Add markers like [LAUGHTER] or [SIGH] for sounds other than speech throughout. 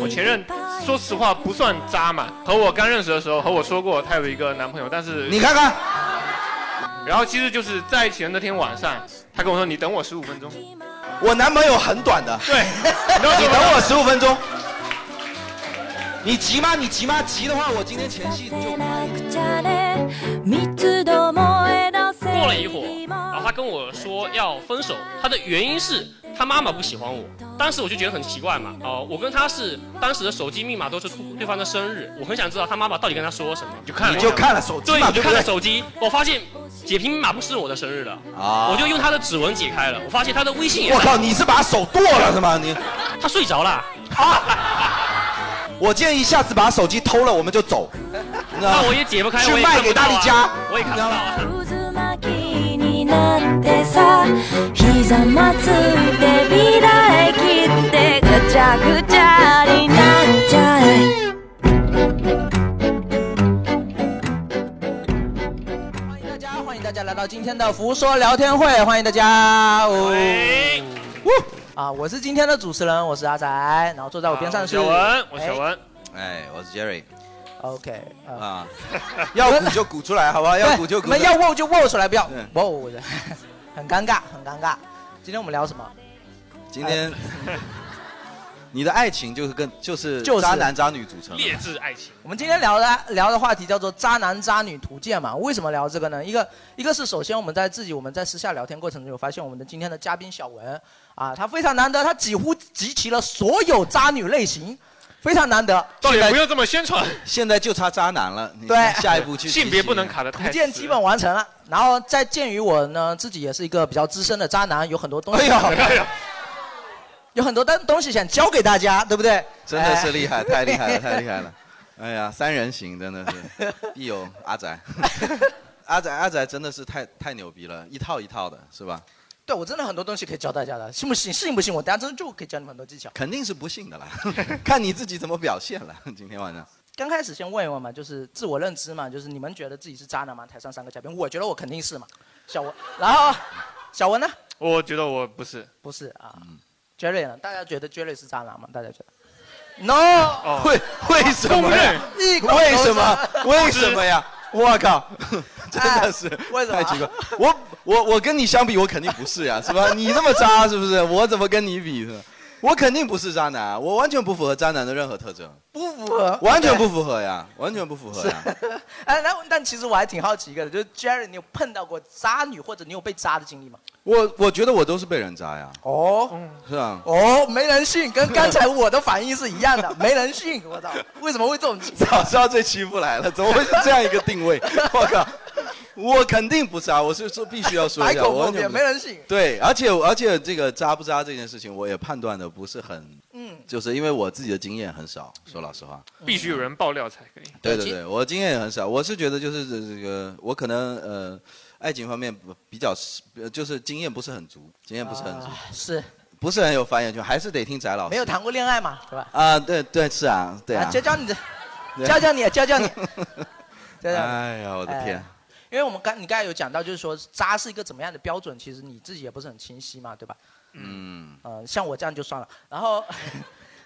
我前任说实话不算渣嘛，和我刚认识的时候和我说过她有一个男朋友，但是你看看，然后其实就是在一起的那天晚上，她跟我说你等我十五分钟，我男朋友很短的。对，你等我十五分钟。你急吗？你急吗？急的话，我今天前戏就。过了一会儿，然后他跟我说要分手，他的原因是他妈妈不喜欢我。当时我就觉得很奇怪嘛，哦、我跟他是当时的手机密码都是对方的生日，我很想知道他妈妈到底跟他说了什么。就看了你就看了手机对，嘛我对就不看对了手机，我发现解屏密码不是我的生日了，啊我就用他的指纹解开了，我发现他的微信也。我靠，你是把手剁了是吗？你，他睡着了。我建议下次把手机偷了，我们就走。你知道吗那我也解不开，我去也卖看给不到大力啊家。我也看不到啊。 [LAUGHS] ひざまついて美大切ってぐちゃぐちゃになっちゃえ大家欢迎大家来到今天的福说聊天会，欢迎大家。哦喂，啊，我是今天的主持人，我是阿仔，然后坐在我边上是小文，啊我是哎小文，哎，我是 Jerry OK，呃啊， [LAUGHS] 要鼓就鼓出来，好吧？要鼓就鼓出对来。嗯你们要握就握出来，不要对握的，很尴尬，很尴尬。今天我们聊什么？ [LAUGHS] 今天，你的爱情就是跟就是就是渣男渣女组成的。劣质爱情，我们今天聊的聊的话题叫做“渣男渣女图鉴”嘛？为什么聊这个呢？一个一个是首先我们在自己我们在私下聊天过程中有发现，我们的今天的嘉宾小文啊，他非常难得，他几乎集齐了所有渣女类型，非常难得。到底不用这么宣传，现在就差渣男了，你对下一步去性别不能卡的图太鉴死。基本完成了，然后再鉴于我呢自己也是一个比较资深的渣男，有很多东哎西，呀，有很多东东西想教给大家，对不对？真的哎是厉害，太厉害了，太厉害了！哎呀，三人行真的是，必有阿仔，阿仔阿仔真的是太太牛逼了，一套一套的，是吧？ [LAUGHS] 对我真的很多东西可以教大家的，信不信？信不信？我等下真的就可以教你们很多技巧。肯定是不信 [LAUGHS] 的啦，看你自己怎么表现了。今天晚上，刚开始先问一问嘛，就是自我认知嘛，就是你们觉得自己是渣男吗？台上三个嘉宾，我觉得我肯定是嘛。小文，然后小文呢？我觉得我不是，嗯不是啊。Jerry 呢？大家觉得 Jerry 是渣男吗？大家觉得？No，哦，为为什公么呀？认，一口都为是什么？ [LAUGHS] 为什么呀？我靠， [LAUGHS] 哎真的是为什么太奇怪。我我我跟你相比，我肯定不是呀，是 [LAUGHS] 吧？你那么渣，是不是？我怎么跟你比？是吧？我肯定不是渣男，啊我完全不符合渣男的任何特征，不符合，完全不符合呀，完全不符合呀。哎，那但其实我还挺好奇一个的，就是 Jerry，你有碰到过渣女或者你有被渣的经历吗？我我觉得我都是被人渣呀，哦是啊。哦，没人信，跟刚才我的反应是一样的，没人信，我操，为什么会这种情况？ [LAUGHS] 早知道这期不来了，怎么会是这样一个定位？ [LAUGHS] 我靠，我肯定不渣，我是说必须要说百一下，口我莫完辩，全不没人信。对，而且而且这个渣不渣这件事情，我也判断的不是很，嗯，就是因为我自己的经验很少，说老实话。嗯必须有人爆料才可以。嗯对对对其对，我经验也很少，我是觉得就是这这个，我可能呃，爱情方面不比较是，呃就是经验不是很足，经验不是很足，啊是不是很有发言权，还是得听翟老师。没有谈过恋爱嘛，对吧？啊，对对是啊，对啊教。教你的， [LAUGHS] 对教教你，教教你，教教你。哎呀，我的天！因为我们刚你刚才有讲到，就是说渣是一个怎么样的标准，其实你自己也不是很清晰嘛，对吧？嗯，嗯、像我这样就算了。 [LAUGHS] 然后，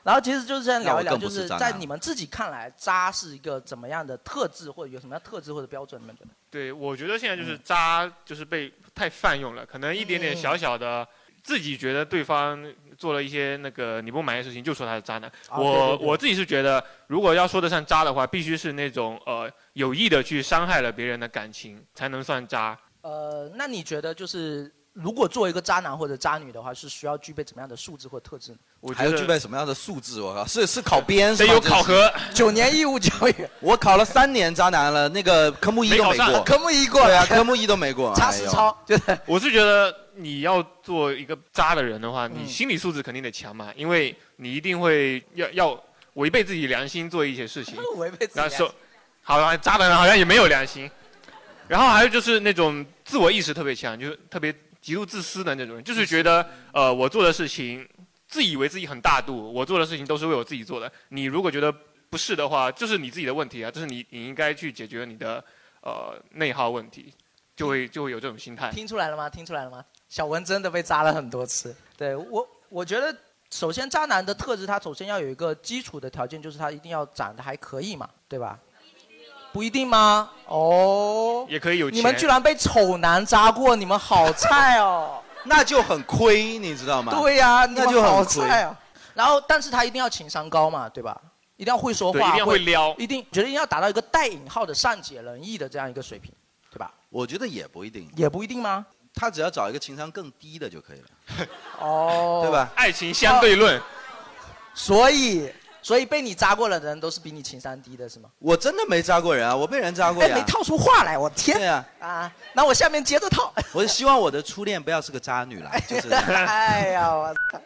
然后其实就是这样聊一那聊，我更就不是是渣男在你们自己看来，渣是一个怎么样的特质，或者有什么样的特质或者标准？你们觉得？对，我觉得现在就是渣，就是被太泛用了，可能一点点小小的，自己觉得对方做了一些那个你不满意的事情，就说他是渣男。啊我对对对我自己是觉得，如果要说得上渣的话，必须是那种呃有意的去伤害了别人的感情，才能算渣。呃，那你觉得就是如果做一个渣男或者渣女的话，是需要具备怎么样的素质或特质呢？我还觉要具得备什么样的素质？我靠，是是考编是得吧？有这是考，核，九年义务教育，我考了三年渣男了，那个科目一都没考没上过，科目一过对了啊，，科目一都没过，查哎实呦操，就是我是觉得你要做一个渣的人的话，你嗯心理素质肯定得强嘛，因为你一定会要要违背自己良心做一些事情。 [LAUGHS] 违背自己那良心。说， [LAUGHS] 好了，渣男好像也没有良心。然后还有就是那种自我意识特别强，就是特别极度自私的那种人，就是觉得嗯呃我做的事情，自以为自己很大度，我做的事情都是为我自己做的。你如果觉得不是的话，这是你自己的问题啊，这是你你应该去解决你的呃内耗问题，就会就会有这种心态。听出来了吗？听出来了吗？小文真的被扎了很多次。对我，我觉得首先渣男的特质，他首先要有一个基础的条件，就是他一定要长得还可以嘛，对吧？不一定吗？哦，也可以有你们居然被丑男渣过，你们好 [LAUGHS] 菜哦！那就很亏，你知道吗？对呀、你那们就好很亏。菜哦。然后，但是他一定要情商高嘛，对吧？一定要会说话，对一定要会撩一定觉得一定要达到一个带引号的善解人意的这样一个水平，对吧？我觉得也不一定，也不一定吗？他只要找一个情商更低的就可以了，哦，对吧？哦爱情相对论，所以，所以被你扎过了的人都是比你情商低的，是吗？我真的没扎过人啊，我被人扎过哎，呀。没套出话来，我天！对呀、啊，那我下面接着套。我希望我的初恋不要是个渣女啦，就是 [LAUGHS] 哎呀，我操！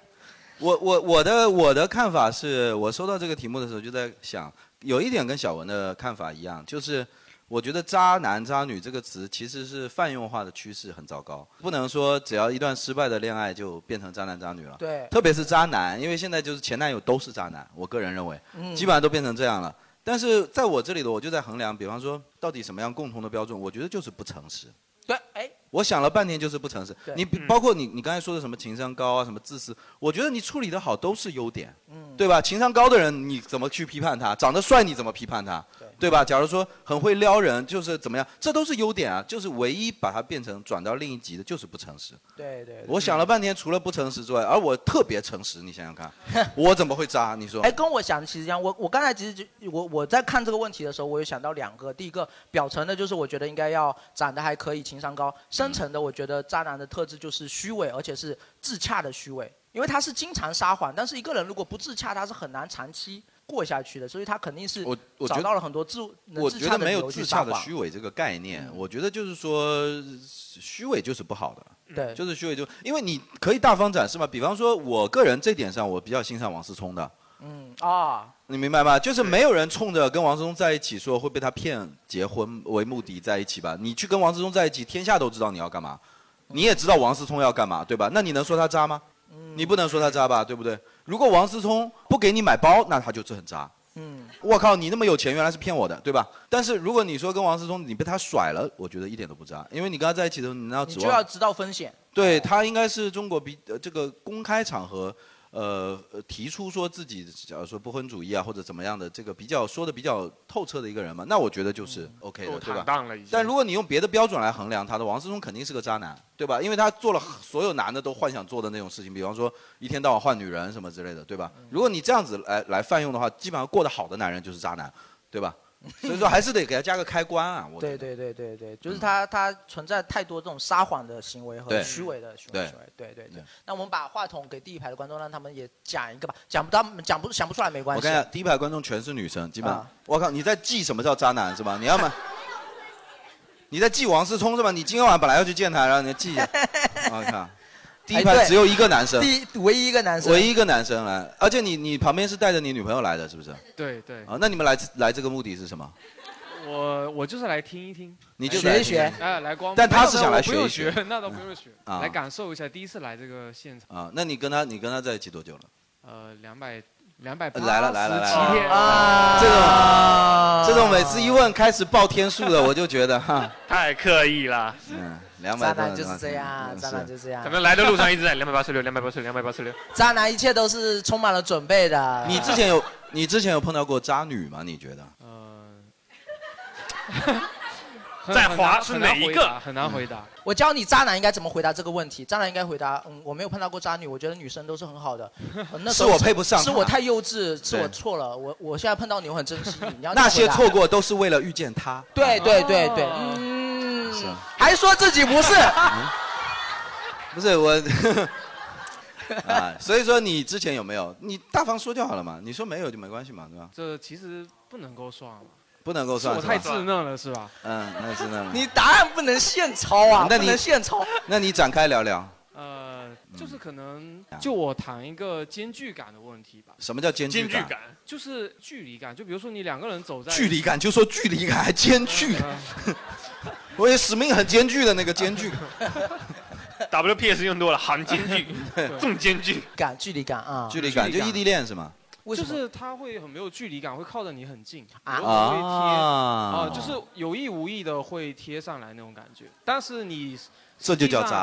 我我我的我的看法是，我收到这个题目的时候就在想，有一点跟小文的看法一样，就是我觉得“渣男”“渣女”这个词其实是泛用化的趋势，很糟糕。不能说只要一段失败的恋爱就变成渣男渣女了。对特别是渣男，因为现在就是前男友都是渣男，我个人认为，嗯基本上都变成这样了。但是在我这里的，我就在衡量，比方说到底什么样共同的标准，我觉得就是不诚实。对，哎，我想了半天就是不诚实对。嗯你比包括你，你刚才说的什么情商高啊，什么自私，我觉得你处理的好都是优点，嗯，对吧？情商高的人你怎么去批判他？长得帅你怎么批判他？对吧？假如说很会撩人，就是怎么样，这都是优点啊。就是唯一把它变成转到另一级的，就是不诚实。对对。我想了半天，除了不诚实之外，而我特别诚实，你想想看， [LAUGHS] 我怎么会渣？你说哎，？跟我想的其实一样。我我刚才其实就我我在看这个问题的时候，我有想到两个。第一个表层的，就是我觉得应该要长得还可以，情商高；深层的，我觉得渣男的特质就是虚伪，而且是自洽的虚伪。因为他是经常撒谎，但是一个人如果不自洽，他是很难长期过下去的。所以他肯定是我我觉找得到了很多自能我自觉洽得的没理有由去自撒洽的谎嗯虚伪这个概念，我觉得就是说虚伪就是不好的。对，就是虚伪就，因为你可以大方展示嘛。比方说，我个人这点上，我比较欣赏王思聪的，嗯啊，你明白吗？就是没有人冲着跟王思聪在一起说会被他骗结婚为目的在一起吧。你去跟王思聪在一起，天下都知道你要干嘛，你也知道王思聪要干嘛，对吧？那你能说他渣吗？嗯你不能说他渣吧，对不对？如果王思聪不给你买包，那他就是很渣。嗯，我靠，你那么有钱，原来是骗我的，对吧？但是如果你说跟王思聪你被他甩了，我觉得一点都不渣，因为你跟他在一起的时候，你那你指就望要知道风险。对他应该是中国比、呃、这个公开场合，呃，呃提出说自己假如说不婚主义啊或者怎么样的，这个比较说的比较透彻的一个人嘛，那我觉得就是嗯 OK 的，够对吧坦？荡了已经。但如果你用别的标准来衡量他的，王思聪肯定是个渣男，对吧？因为他做了所有男的都幻想做的那种事情，比方说一天到晚换女人什么之类的，对吧？嗯如果你这样子来来泛用的话，基本上过得好的男人就是渣男，对 [LAUGHS] 吧？所以说还是得给他加个开关啊，我觉对得。嗯对对对对，就是他他存在太多这种撒谎的行为和对虚伪的行为对行为，对对对对。那我们把话筒给第一排的观众，让他们也讲一个吧，讲不到讲不想不出来没关我系看一。下，第一排观众全是女生，基本上啊。我靠，你在记什么叫渣男是吧？你要么，你在记王思聪是吧？你今天晚上本来要去见他，然后你记一 [LAUGHS] 下。我靠，第一排哎对只有一个男生，第一哎唯一一个男生，唯一一个男生来，而且你你旁边是带着你女朋友来的，是不是？对对，啊，那你们来来这个目的是什么？我我就是来听一听，你就学来一学哎，来光顾，但他是想来那倒不用学一学学，那倒不用学，啊来感受一下第一次来这个现场，啊，那你跟他你跟他在一起多久了？呃，两百两百来了来了来了七天，啊，这种这种每次一问开始报天数的，我就觉得 [LAUGHS] 哈，太刻意了，嗯，两渣百多男就是这样，嗯渣男就是是这样可，能来的路上一直在两百八十六、两百八十六、两百八 [LAUGHS] 十六。渣男一切都是充满了准备的。嗯你之前有你之前有碰到过渣女吗？你觉得？呃，在很华难是很哪难一回个答很难回答，我教你渣男应该怎么回答这个问题。渣男应该回答：嗯，我没有碰到过渣女，我觉得女生都是很好的。呃那时候是我配不上是她我太幼稚，是我对错了。我我现在碰到你，我很珍惜你。你要那些怎么错回答，过都是为了遇见他。嗯对对对对，哦嗯是，啊还说自己不是，不是 [LAUGHS] 我， [LAUGHS] 啊，所以说你之前有没有？你大方说就好了嘛，你说没有就没关系嘛，对吧？这其实不能够算了，不能够是算我是太吧？稚嫩了是吧？嗯，那是那，你答案不能现抄啊，那不你能现抄。那你展开聊聊，嗯呃，就是可能啊就我谈一个间距感的问题吧，什么叫间距间距感？感，就是距离感，就比如说你两个人走在距离感就说距离感还间距，呃 [LAUGHS] 我也使命很艰巨的那个艰巨， WPS 用多了，含间距、重间距，感距离感啊，距离感距离就感异地恋是吗？为什就么？是他会很没有距离感，会靠得你很近，啊然后会贴啊、就是有意无意的会贴上来那种感觉。但是你这就叫渣， [LAUGHS]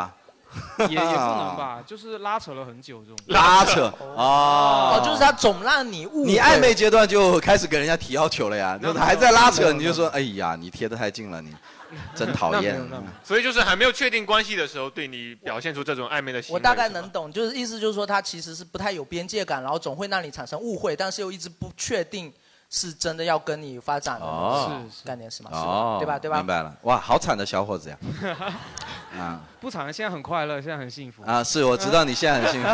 [LAUGHS] 啊也也不能吧，就是拉扯了很久这种。拉扯啊！哦，就是他总让你误会。你暧昧阶段就开始给人家提要求了呀，那那没有还在拉没扯，有你就说，哎呀，你贴得太近 [LAUGHS] 了，你真讨 [LAUGHS] 厌。所以就是还没有确定关系的时候，对你表现出这种暧昧的行为。我大概能懂，就是意思就是说他其实是不太有边界感，然后总会让你产生误会，但是又一直不确定是真的要跟你发展的哦是是概念是吗？是吧哦，对吧？对吧？明白了，哇，好惨的小伙 [LAUGHS] 子呀！啊不惨，现在很快乐，现在很幸福。啊，是我知道你现在很幸福。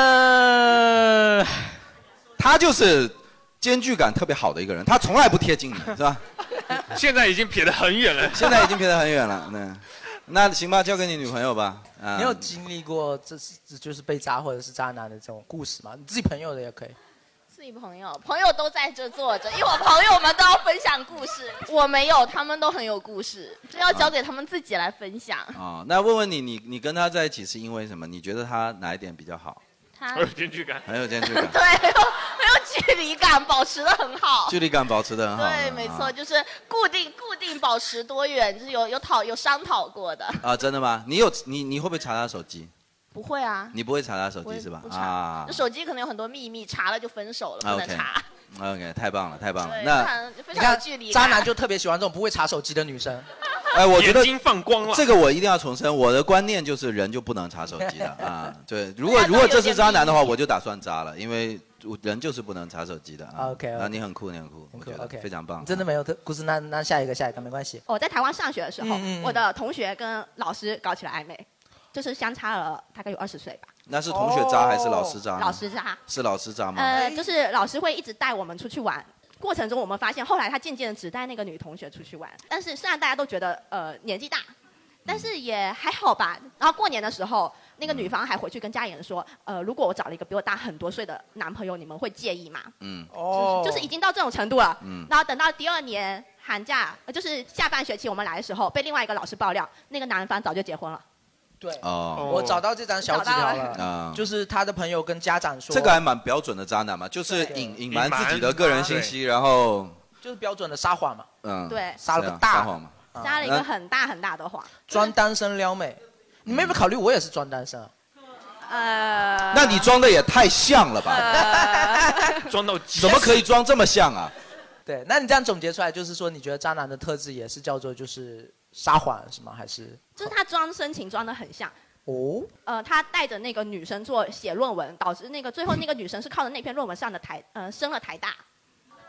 呃，他就是间距感特别好的一个人，他从来不贴近你，是 [LAUGHS] 吧？现在已经撇得很远了。现在已经撇得很远 [LAUGHS] 了，那那行吧，交给你女朋友吧。啊，你有经历过这是这就是被渣或者是渣男的这种故事吗？你自己朋友的也可以。自己朋友，朋友都在这坐着，因为我朋友们都要分享故事，我没有，他们都很有故事，这要交给他们自己来分享。啊、那问问你，你你跟他在一起是因为什么？你觉得他哪一点比较好？他间距感，很有间距 [LAUGHS] 感， [LAUGHS] 对，很有很有距离感，保持的很好。距离感保持得很好。对，没错，啊。就是固定固定保持多远，就是有有讨有商讨过的。啊，真的吗？你有你你会不会查他手机？不会啊，你不会查他手我也机是吧不？查啊就手机可能有很多秘密，查了就分手了，啊不能，OK 查。 ，OK，太棒了，太棒了。对，哦那看非你常有看距离，渣男就特别喜欢这种不会查手机的女生。哎，我觉得眼睛放光了这个我一定要重申，我的观念就是人就不能查手机 [LAUGHS] 的啊。对，如哎果如果这是渣男的话，我就打算渣了，因为我人就是不能查手机的啊。 [LAUGHS] OK，OK 啊，你很酷，你很酷，我觉得 OK 非常棒你。真的没有特故事？那那下一个，下一个没关系。哦我在台湾上学的时候，嗯嗯嗯我的同学跟老师搞起了暧昧，就是相差了大概有二十岁吧。哦那是同学渣还是老师渣呢？嗯老师渣，是老师渣吗？呃，就是老师会一直带我们出去玩。过程中，我们发现后来他渐渐的只带那个女同学出去玩，但是虽然大家都觉得呃年纪大，但是也还好吧。然后过年的时候，那个女方还回去跟家里人说，呃，如果我找了一个比我大很多岁的男朋友，你们会介意吗？嗯，哦就是已经到这种程度了。嗯然后等到第二年寒假，呃就是下半学期我们来的时候，被另外一个老师爆料，那个男方早就结婚了。对，哦我找到这张小纸条了，啊就是他的朋友跟家长说，这个还蛮标准的渣男嘛，就是隐隐瞒自己的个人信息，然后就是标准的撒谎嘛，嗯，对撒了个这样大撒谎嘛。啊撒了一个很大很大的谎。装单身撩妹。你们有没有考虑我也是装单身啊？呃，那你装的也太像了吧？装到怎么可以装这么像啊？对，那你这样总结出来，就是说你觉得渣男的特质也是叫做就是撒谎是吗？还是 [LAUGHS] 就是他装深情装的很像。哦？呃，他带着那个女生做写论文，导致那个最后那个女生是靠着那篇论文上的台，呃，升了台大。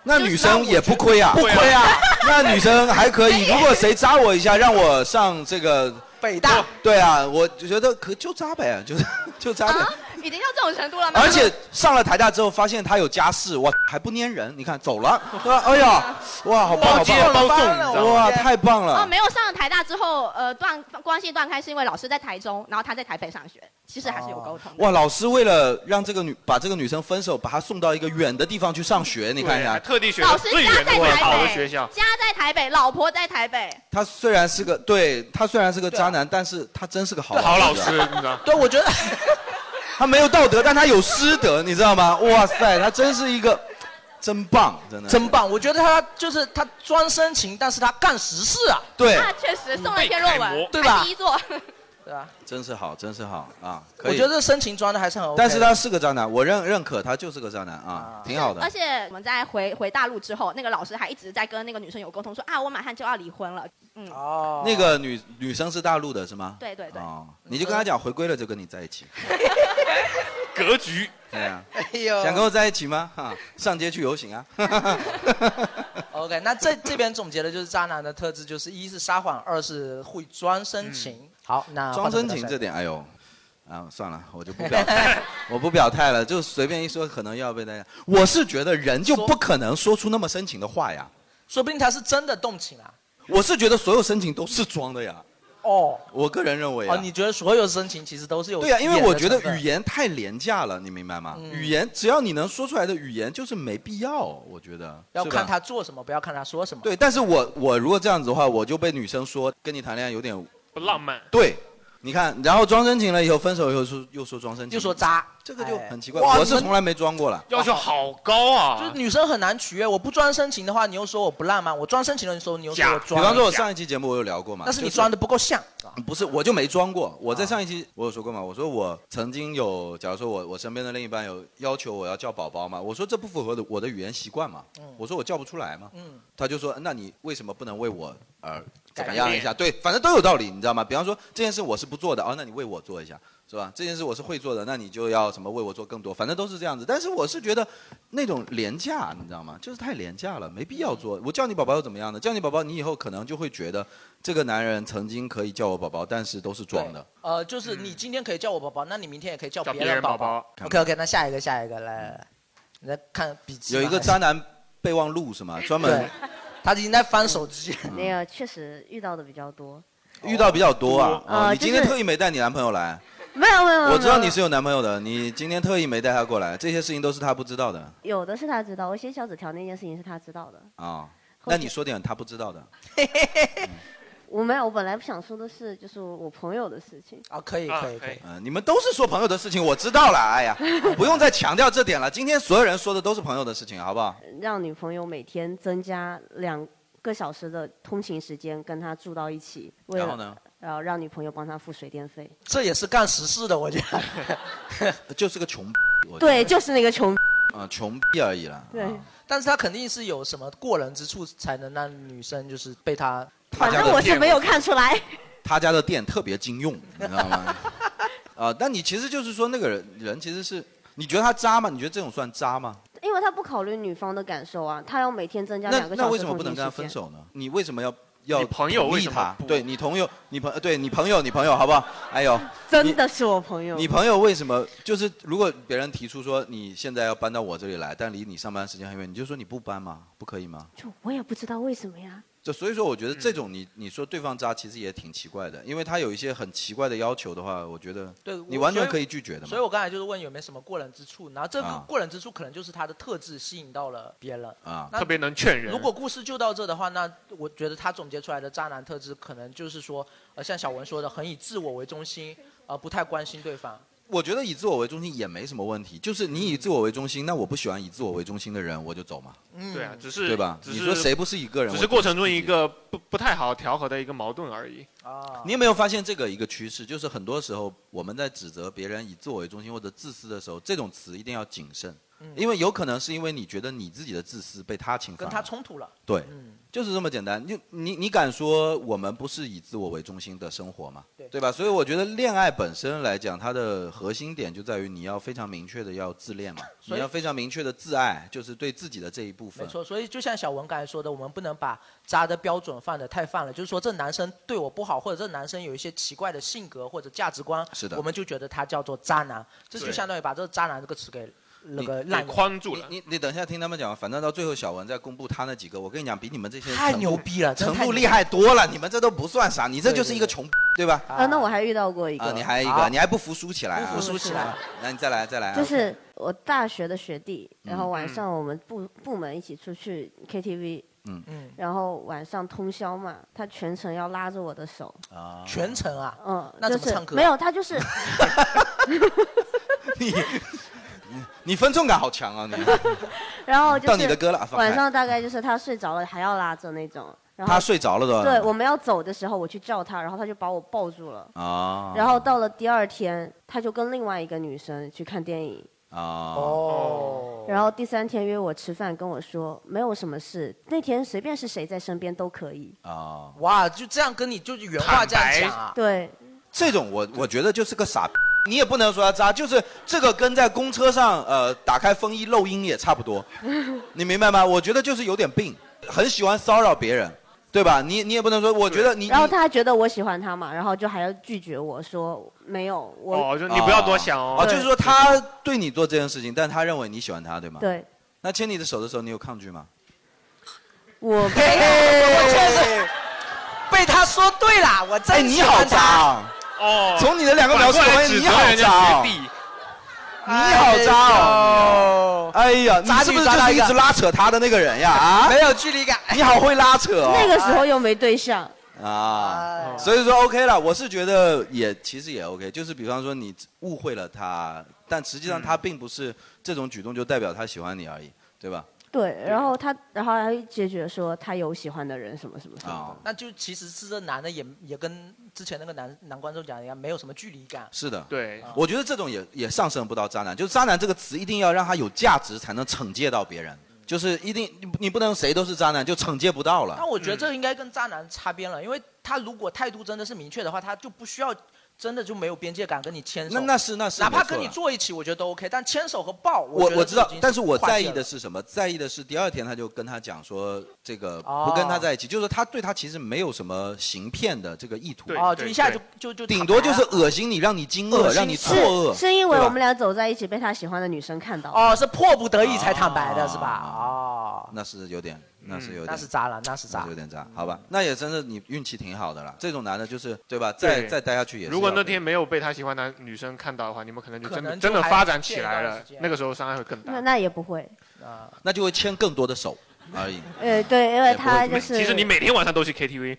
那女生也不亏啊，不亏啊 [LAUGHS] 啊。那女生还可以，如果谁扎我一下，让我上这个北大，对啊，我觉得可就扎呗，就是 [LAUGHS] 就啊扎呗。啊啊已经到这种程度了吗？而且上了台大之后，发现她有家室，哇，还不粘人，你看走 [LAUGHS] 了，对吧？哎呀，哇，好棒，包好接棒，包送你知道吗啊哇，太棒哦，了。没有上了台大之后，呃，断关系断开是因为老师在台中，然后他在台北上学，其实还是有哦沟通的。哇，老师为了让这个女把这个女生分手，把她送到一个远的地方去上学，你看一对还啊下，特地选老了师最家远在最好的台学北，校。家在台北，老婆在台北，他虽然是个对他虽然是个渣啊男，但是他真是个好好老师啊师，你知道？对，我觉得他没有道德，但他有师德，你知道吗？哇塞，他真是一个，真棒，真的，真棒，我觉得他就是他装深情，但是他干实事啊。对，那确实送了一篇论文，对吧排第一座。对吧？真是好，真是好啊！可以我觉得深情装的还是很 OK 的。但是他是个渣男，我认认可他就是个渣男啊，挺好的而。且我们在回回大陆之后，那个老师还一直在跟那个女生有沟通，说啊，我马上就要离婚了。嗯，哦那个女女生是大陆的是吗？对对对哦，你就跟他讲回归了就跟你在一起， [LAUGHS] 格局。对啊，哎呦，想跟我在一起吗？哈，上街去游行 [LAUGHS] 啊！ OK，那这这边总结的就是渣男的特质，就是一是撒谎，二是会装深情。好，那嗯装深情这点，哎呦，啊，算了，我就不表态， [LAUGHS] 我不表态了，就随便一说，可能又要被大家。我是觉得人就不可能说出那么深情的话呀，说不定他是真的动情啊。我是觉得所有深情都是装的呀，哦，我个人认为啊。哦，你觉得所有深情其实都是有对呀、因为我觉得语言言太廉价了，你明白吗？嗯语言只要你能说出来的语言就是没必要，我觉得的成分要是吧看他做什么，不要看他说什么。对，但是我我如果这样子的话，我就被女生说跟你谈恋爱有点不浪漫，对，你看，然后装深情了以后分手以后说又说装深情，就说渣，这个就很奇怪，哇我你是们从来没装过了。要求好高啊！就是女生很难取悦，我不装深情的话，你又说我不浪漫；我装深情的时候，你又说我比装。啊方说，我上一期节目我有聊过嘛，但是你就嗯装的不够像。不是，我就没装过。我在上一期我有说过嘛，我说我曾经有，假如说我我身边的另一半有要求我要叫宝宝嘛，我说这不符合的我的语言习惯嘛，我说我叫不出来嘛，嗯，他就说那你为什么不能为我而怎么改样一变下？对，反正都有道理，你知道吗？比方说这件事我是不做的，哦，那你为我做一下，是吧？这件事我是会做的，那你就要什么为我做更多，反正都是这样子。但是我是觉得那种廉价，你知道吗？就是太廉价了，没必要做。我叫你宝宝又怎么样呢？叫你宝宝，你以后可能就会觉得这个男人曾经可以叫我宝宝，但是都是装的。呃，就是你今天可以叫我宝宝，那你明天也可以叫别别人宝宝宝 OK OK，那下一个，下一个，来来来，你再看笔记吧。有一个渣男备忘录是吗？专门对他已经在翻手机。那个确实遇到的比较多，遇到比较多啊。嗯哦呃你今天就是特意没带你男朋友来，没有没有，没有我知道没有你是有男朋友的，你今天特意没带他过来，这些事情都是他不知道的啊、有的是他知道，我写小纸条那件事情是他知道的，啊那你说点他不知道的。我没有，我本来不想说的是就是我朋友的事情啊，可以啊可以可以。嗯，你们都是说朋友的事情，我知道了。哎 [LAUGHS] 呀，不用再强调这点了。今天所有人说的都是朋友的事情，好不好？让女朋友每天增加两个小时的通勤时间，跟他住到一起，为了然后呢？然后让女朋友帮他付水电费，这也是干实事的，我觉得。 [LAUGHS] 就是个穷，我觉得对，就是那个穷，啊，穷逼而已啦。对，嗯但是他肯定是有什么过人之处，才能让女生就是被他。反正我是没有看出来。他家的店特别经用，你知道吗？啊，但你其实就是说那个人人其实是，你觉得他渣吗？你觉得这种算渣吗？ [LAUGHS] 因为他不考虑女方的感受啊，他要每天增加那两个小时那通为勤时间。什么不能跟他分手呢？你为什么要要你朋友同意为什么他？对你朋友，你朋对你朋友，你朋友好不好？哎 [LAUGHS] 呦， [LAUGHS] 真的是我朋友。你朋友为什么就是如果别人提出说你现在要搬到我这里来，但离你上班时间很远，你就说你不搬吗？不可以吗？就我也不知道为什么呀。就所以说，我觉得嗯这种你你说对方渣，其实也挺奇怪的，因为他有一些很奇怪的要求的话，我觉得对，你我完全所以可以拒绝的嘛所以。我刚才就是问有没有什么过人之处，然后这个啊过人之处可能就是他的特质吸引到了别人啊那特别能劝人如果故事就到这的话，那我觉得他总结出来的渣男特质，可能就是说，呃，像小文说的，很以自我为中心，呃，不太关心对方。我觉得以自我为中心也没什么问题，就是你以自我为中心，那我不喜欢以自我为中心的人，我就走嘛。嗯对啊，只是对吧只你说谁不是一个人我只觉得是过程中一个不不太好调和的一个矛盾而已。啊，你有没有发现这个一个趋势？就是很多时候我们在指责别人以自我为中心或者自私的时候，这种词一定要谨慎，因为有可能是因为你觉得你自己的自私被他侵犯嗯跟了，他冲突了。嗯对，就是这么简单。你你你敢说我们不是以自我为中心的生活吗？对吧？所以我觉得恋爱本身来讲，它的核心点就在于你要非常明确的要自恋嘛，所你以要非常明确的自爱，就是对自己的这一部没分。错，所以就像小文刚才说的，我们不能把渣的标准放得太泛了，就是说这男生对我不好，或者这男生有一些奇怪的性格或者价值观，是的我们就觉得他叫做渣男，这就对相当于把这“渣男”这个词给那个你滥用。住了。你你你等一下听他们讲，反正到最后小文再公布他那几个，我跟你讲，比你们这些太程度牛逼了真的程太度牛逼厉害多了。你们这都不算啥，你这就是一个穷，对吧？啊，那我还遇到过一啊，个，你还有一好个，你还不服输起来啊？不服输起来那你再来，再来啊。就是我大学的学弟，然后晚嗯上我们部部门一起出去 KTV，嗯嗯，然后晚上通宵嘛，他全程要拉着我的手，啊全程啊，嗯，那就怎么是唱歌？没有，他就是你分寸感好强 [LAUGHS] 啊！你然后就是到你的歌了放开晚上大概就是他睡着了还要拉着那种，然后他睡着了都要对，我们要走的时候我去叫他，然后他就把我抱住了，啊，然后到了第二天他就跟另外一个女生去看电影，啊哦，然后第三天约我吃饭，跟我说没有什么事，那天随便是谁在身边都可以。啊，哇，就这样跟你就是原话这样讲啊，对，这种我我觉得就是个傻逼，你也不能说他渣，就是这个跟在公车上呃打开风衣漏音也差不多，你明白吗？我觉得就是有点病，很喜欢骚扰别人，对吧？你你也不能说，我觉得你然后他还觉得我喜欢他嘛，然后就还要拒绝我说没有我。哦啊就是说他对你做这件事情，但他认为你喜欢他，对吗？。对，那牵你的手的时候，你有抗拒吗？ [LAUGHS] 我 [LAUGHS] 我确实被他说对了，我真哎你喜欢好他渣啊！哦从你的两个描述我发现你好渣哦，你好渣哦！哎呀，你是不是就是一直拉扯他的那个人呀？啊，没有距离感，你好会拉扯哦。那个时候又没对象，啊，所以说 OK 了，我是觉得也其实也 OK，就是比方说你误会了他，但实际嗯上他并不是这种举动就代表他喜欢你而已，对吧？对，然后他，然后还解决说他有喜欢的人什么什么什么那就其实是这男的也也跟之前那个男男观众讲的一样，没有什么距离感。是的，对，啊我觉得这种也也上升不到渣男，就是渣男这个词一定要让他有价值才能惩戒到别人，嗯就是一定你你不能谁都是渣男就惩戒不到了。但我觉得这应该跟渣男擦边了，因为他如果态度真的是明确的话，他就不需要真的就没有边界感跟你牵手。那那是那是哪怕没错跟你了坐一起，我觉得都 OK，但牵手和抱，我觉得我知道就已经，但是我划界在意了的是什么？在意的是第二天他就跟他讲说，这个哦不跟他在一起，就是他对他其实没有什么行骗的这个意图。哦，就一下就就就顶多就是恶心你，让你惊愕，让你错愕。是是因为对吧我们俩走在一起被他喜欢的女生看到。哦，是迫不得已才坦白的是吧？哦，那是有点，那是有点，那是渣了，那是渣嗯有。点渣，好吧？那也真是你运气挺好的了。这种男的就是对吧？对再再待下去也是。如果那天没有被他喜欢的女生看到的话，你们可能就真可的能就真的发展起还见来一段了时间，那个时候伤害会更啊大。那那也不会，那就会牵更多的 [LAUGHS] 手而已。呃，对，因为他没就是其实你每天晚上都去 KTV，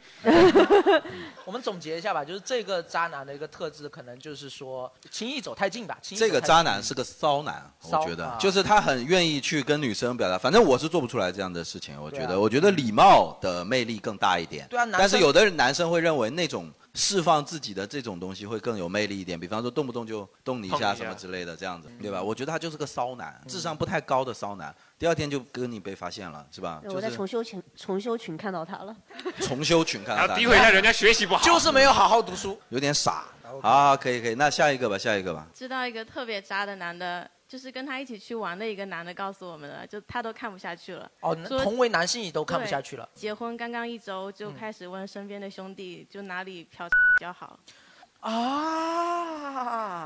我们总结一下吧，就是这个渣男的一个特质，可能就是说轻易走太近吧。轻易走这太近个渣男是个骚男，我骚觉得啊，就是他很愿意去跟女生表达，反正我是做不出来这样的事情。我觉对啊得，我觉得礼貌的魅力更大一点。对啊男生但是有的人男生会认为那种释放自己的这种东西会更有魅力一点，比方说动不动就动你一碰你下一下什么之类的，这样子，对吧？嗯我觉得他就是个骚男，智嗯商不太高的骚男。第二天就跟你被发现了，是吧？我啊就在重是修群重修群看到他了。重修群看然到后他，诋毁一下人家学习不好，就是没有好好读书。有点傻。啊，可以可以，那下一个吧，下一个吧。知道一个特别渣的男的，就是跟他一起去玩的一个男的告诉我们的，就他都看不下去了。哦，说那同为男性你都看不下去了。对结婚刚刚一周就嗯开始问身边的兄弟，就哪里嫖 [LAUGHS] 比较好。啊，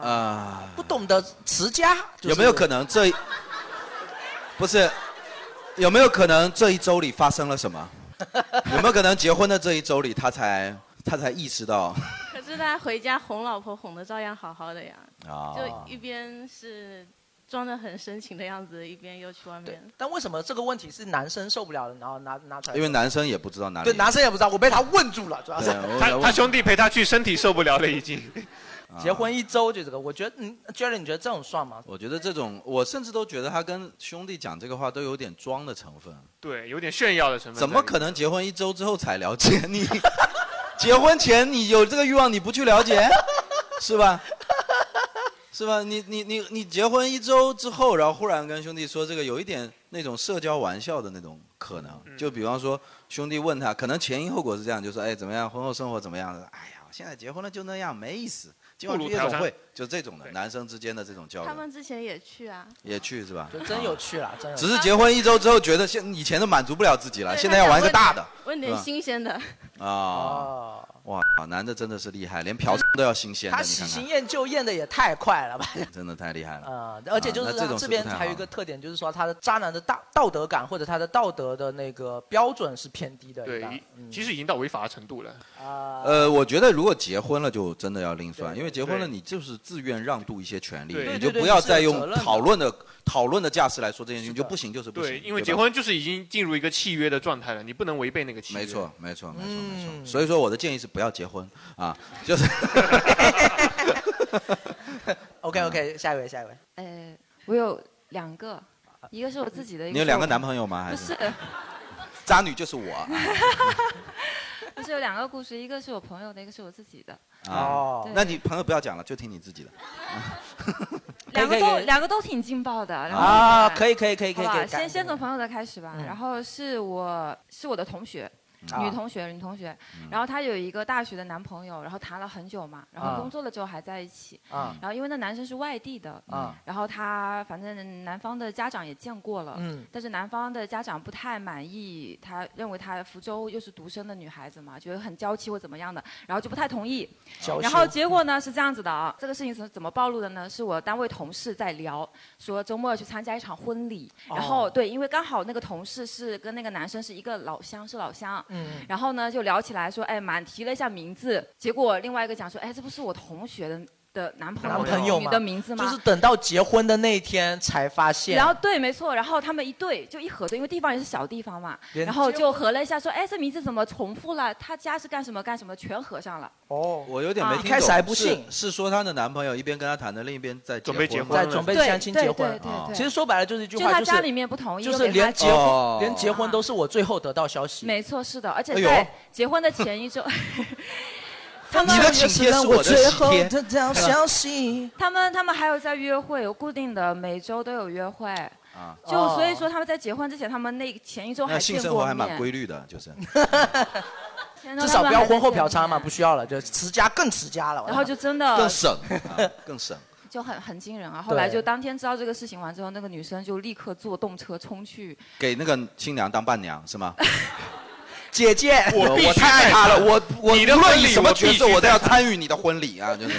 啊，不懂得持家，就是有没有可能 [LAUGHS] 这一不是？有没有可能这一周里发生了什 [LAUGHS] 么？有没有可能结婚的这一周里，他才他才意识到可是他回家哄老婆哄的照样好好的呀，啊？就一边是装的很深情的样子，一边又去外面。但为什么这个问题是男生受不了，然后拿拿出来？因为男生也不知道哪里对男生也不知道，我被他问住了，主要是对啊我啊他他兄弟陪他去，身体受不了了已经。结婚一周就这个，我觉得嗯，Jerry 你觉得这种算吗？我觉得这种，我甚至都觉得他跟兄弟讲这个话都有点装的成分。对，有点炫耀的成分。怎么可？能结婚一周之后才了解你？ [LAUGHS] 结婚前你有这个欲望，你不去了解， [LAUGHS] 是吧？是吧？你你你你结婚一周之后，然后忽然跟兄弟说这个，有一点那种社交玩笑的那种可能。嗯就比方说，兄弟问他，可能前因后果是这样，就说哎怎么样，婚后生活怎么样？哎呀，现在结婚了就那样，没意思。今晚去夜总不如嫖会娼，就这种的，男生之间的这种交他流们之前也去啊，也去是吧？就真有趣了，真有趣。只是结婚一周之后，觉得现以前都满足不了自己了，对现在要玩一个他想大问问的，是点吧新鲜的。啊，哇，男的真的是厉害，连嫖娼都要新鲜的，哦他你喜看新看，厌旧厌的也太快了吧？真的太厉害了。啊、而且就是啊那这他种这是边不太好还有一个特点，就是说他的渣男的道道德感或者他的道德的那个标准是偏低的。一般对，其实已经到违法的程度了。呃，我觉得如果结婚了，就真的要另算，因为结婚了，对你就是自愿让渡一些权利，对你对就对不对要你是有再责用任的讨论的讨论的架势来说这件事情，就不行就是不行。对，因为吧结婚就是已经进入一个契约的状态了，你不能违背那个契约。没错，没错，没错，没错。嗯所以说我的建议是不要结婚 [LAUGHS] 啊，就是 OK 啊 OK，下一位，下一位。呃，我有两个，一个是我自己的一个。你有两个男朋友吗？还不是是，渣女就是我啊不是有两个故事，一个是我朋友的，一个是我自己的。啊哦对？那你朋友不要讲了，就听你自己的。两可个以可以都可以两个都挺劲爆的。然后啊，可以可以可以可好以吧可以。先感先从朋友的开始吧。嗯然后是我是我的同学，嗯女同学，女同学。然后她有一个大学的男朋友，然后谈了很久嘛，然啊后工作了之后还在一起。啊然后因为那男生是外地的，嗯啊然后他反正男方的家长也见过了，嗯但是男方的家长不太满意，他认为她福州又是独生的女孩子嘛，觉得很娇气或怎么样的，然后就不太同意娇。然羞后结果呢是这样子的啊，这个事情是怎么暴露的呢？是我单位同事在聊，说周末要去参加一场婚礼，然后、哦对，因为刚好那个同事是跟那个男生是一个老乡，是老乡，嗯然后呢就聊起来说，哎，满提了一下名字，结果另外一个讲说，哎，这不是我同学的。的男朋男友朋友女嘛的名字吗？就是等到结婚的那一天才发现。然后对，没错，然后他们一对就一核对，因为地方也是小地方嘛，人然后就合了一下，说，哎，这名字怎么重复了？他家是干什么干什么，全合上了。[LAUGHS] 哦，我有点没啊听懂。一开始还不信是，是说她的男朋友一边跟她谈的，另一边在准备结婚吗在准备对相亲结婚哦对对对对其实说白了就是一句就话，他就是家里面不同意，就又是给连他结婚哦连结婚都是我最后得到消息。没错，是的，而且哎呦在结婚的前 [LAUGHS] 一周，他们你的请帖是我的喜帖最后这这样消息。 [LAUGHS] 他们他们还有在约会，有固定的，每周都有约会。啊就所以哦说他们在结婚之前，他们那前一周还那见性生过活面。还蛮规律的，就是。天哪至少不要婚后。他们还在见嫖娼嘛，不需要了，就持家更持家了。然后就真的更省， [LAUGHS] 啊更省。就很很惊人啊！对后来就当天知道这个事情完之后，那个女生就立刻坐动车冲去，给那个新娘当伴娘 [LAUGHS] 是吗？姐姐我我必须太爱她了，我我你的无论婚礼以什么我必角须色，我都要在场参与你的婚礼 [LAUGHS] 啊，就是。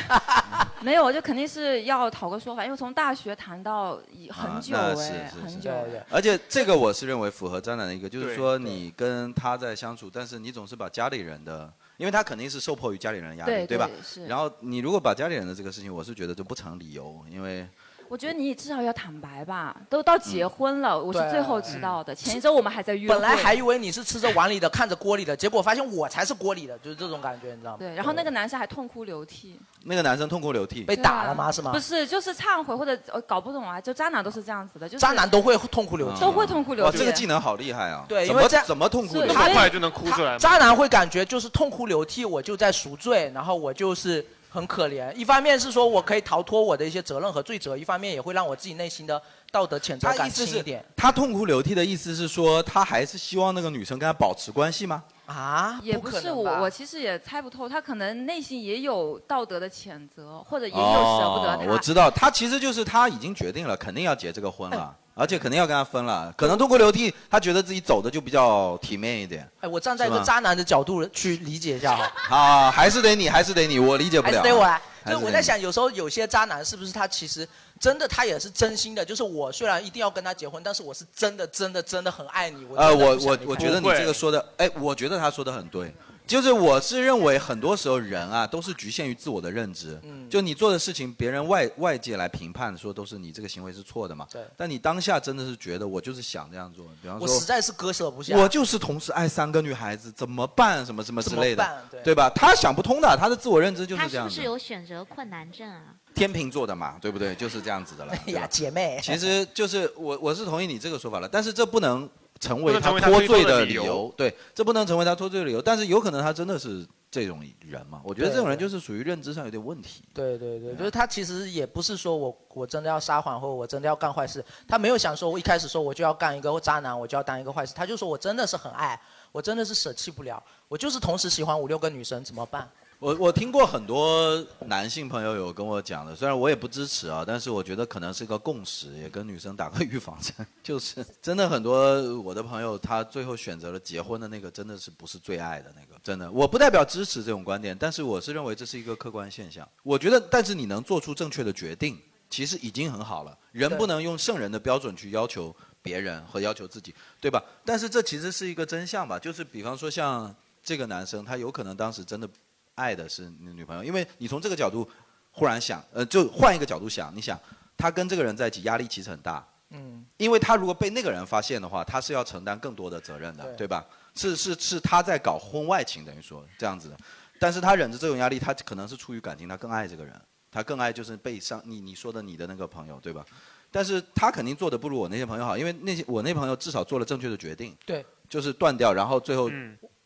没有，就肯定是要讨个说法，因为从大学谈到已很久啊那是哎，是很是久。而且这个我是认为符合渣男的一个，就是对说你跟他在相处，但是你总是把家里人的，因为他肯定是受迫于家里人的压力，对吧对是？然后你如果把家里人的这个事情，我是觉得就不成理由，因为我觉得你至少要坦白吧，都到结婚了，我是嗯对最后知道的，前一周我们还在约会。本来还以为你是吃着碗里的，看着锅里的，结果发现我才是锅里的，就是这种感觉，你知道吗？对，然后那个男生还痛哭流涕，那个男生痛哭流涕，被打了吗？是吗？不，是，就是忏悔或者呃搞不懂啊，就渣男都是这样子的，就是渣男都会痛哭流涕，都会痛哭流哇，涕。这个技能好厉害啊！对怎因为么这样怎么痛哭所流以涕？他这么快就能哭出来渣男会感觉就是痛哭流涕，我就在赎罪，然后我就是很可怜。一方面是说我可以逃脱我的一些责任和罪责，一方面也会让我自己内心的道德谴责他感意思轻一是点，他痛哭流涕的意思是说，他还是希望那个女生跟他保持关系吗？啊也不不可是能我，吧我其实也猜不透，他可能内心也有道德的谴责，或者也有舍不得他。哦。我知道，他其实就是他已经决定了，肯定要结这个婚嗯了，而且肯定要跟他分了。可能痛哭流涕，他觉得自己走的就比较体面一点。哎，我站在一是个吗渣男的角度去理解一 [LAUGHS] 下哈，啊，还是得你，还是得你，我理解不还是了。啊得我来。还就得是是我你在想，有时候有些渣男是不是他其实真的他也是真心的，就是我虽然一定要跟他结婚，但是我是真的真的真的很爱你。呃，真的我不想我离我开觉得你这个说的，哎，我觉得他说的很对，就是我是认为很多时候人啊都是局限于自我的认知，嗯就你做的事情，别人外外界来评判说都是你这个行为是错的嘛，对但你当下真的是觉得我就是想这样做，比方我说实在是割舍不下。我就是同时爱三个女孩子，怎么办？什么什么之类怎么的办对，对吧？他想不通的，他的自我认知就他这是样不子是。有选择困难症啊？天秤座的嘛，对不对？就是这样子的了。 [LAUGHS] 哎呀，姐妹，其实就是我我是同意你这个说法了，但是这不能成不为能成为他脱推脱罪的理理由对，这不能成为他脱罪的理由。但是有可能他真的是这种人嘛？我觉得这种人就是属于认知上有点问题。哎对对对，就是他其实也不是说我我真的要撒谎或者我真的要干坏事，他没有想说我一开始说我就要干一个渣男，我就要当一个坏事，他就说我真的是很爱，我真的是舍弃不了，我就是同时喜欢五六个女生怎么办？我我听过很多男性朋友有跟我讲的，虽然我也不支持啊，但是我觉得可能是个共识，也跟女生打个预防针， [LAUGHS] 就是真的很多我的朋友他最后选择了结婚的那个，真的是不是最爱的那个，真的，我不代表支持这种观点，但是我是认为这是一个客观现象。我觉得，但是你能做出正确的决定，其实已经很好了。人对不能用圣人的标准去要求别人和要求自己，对吧？但是这其实是一个真相吧，就是比方说像这个男生，他有可能当时真的爱的是你的女朋友，因为你从这个角度忽然想，呃，就换一个角度想，你想他跟这个人在一起压力其实很大，嗯，因为他如果被那个人发现的话，他是要承担更多的责任的，对对吧？是是是他在搞婚外情，等于说这样子的。但是他忍着这种压力，他可能是出于感情，他更爱这个人，他更爱就是被伤你你说的你的那个朋友，对吧？但是他肯定做的不如我那些朋友好，因为那些我那朋友至少做了正确的决定，对，就是断掉，然后最后，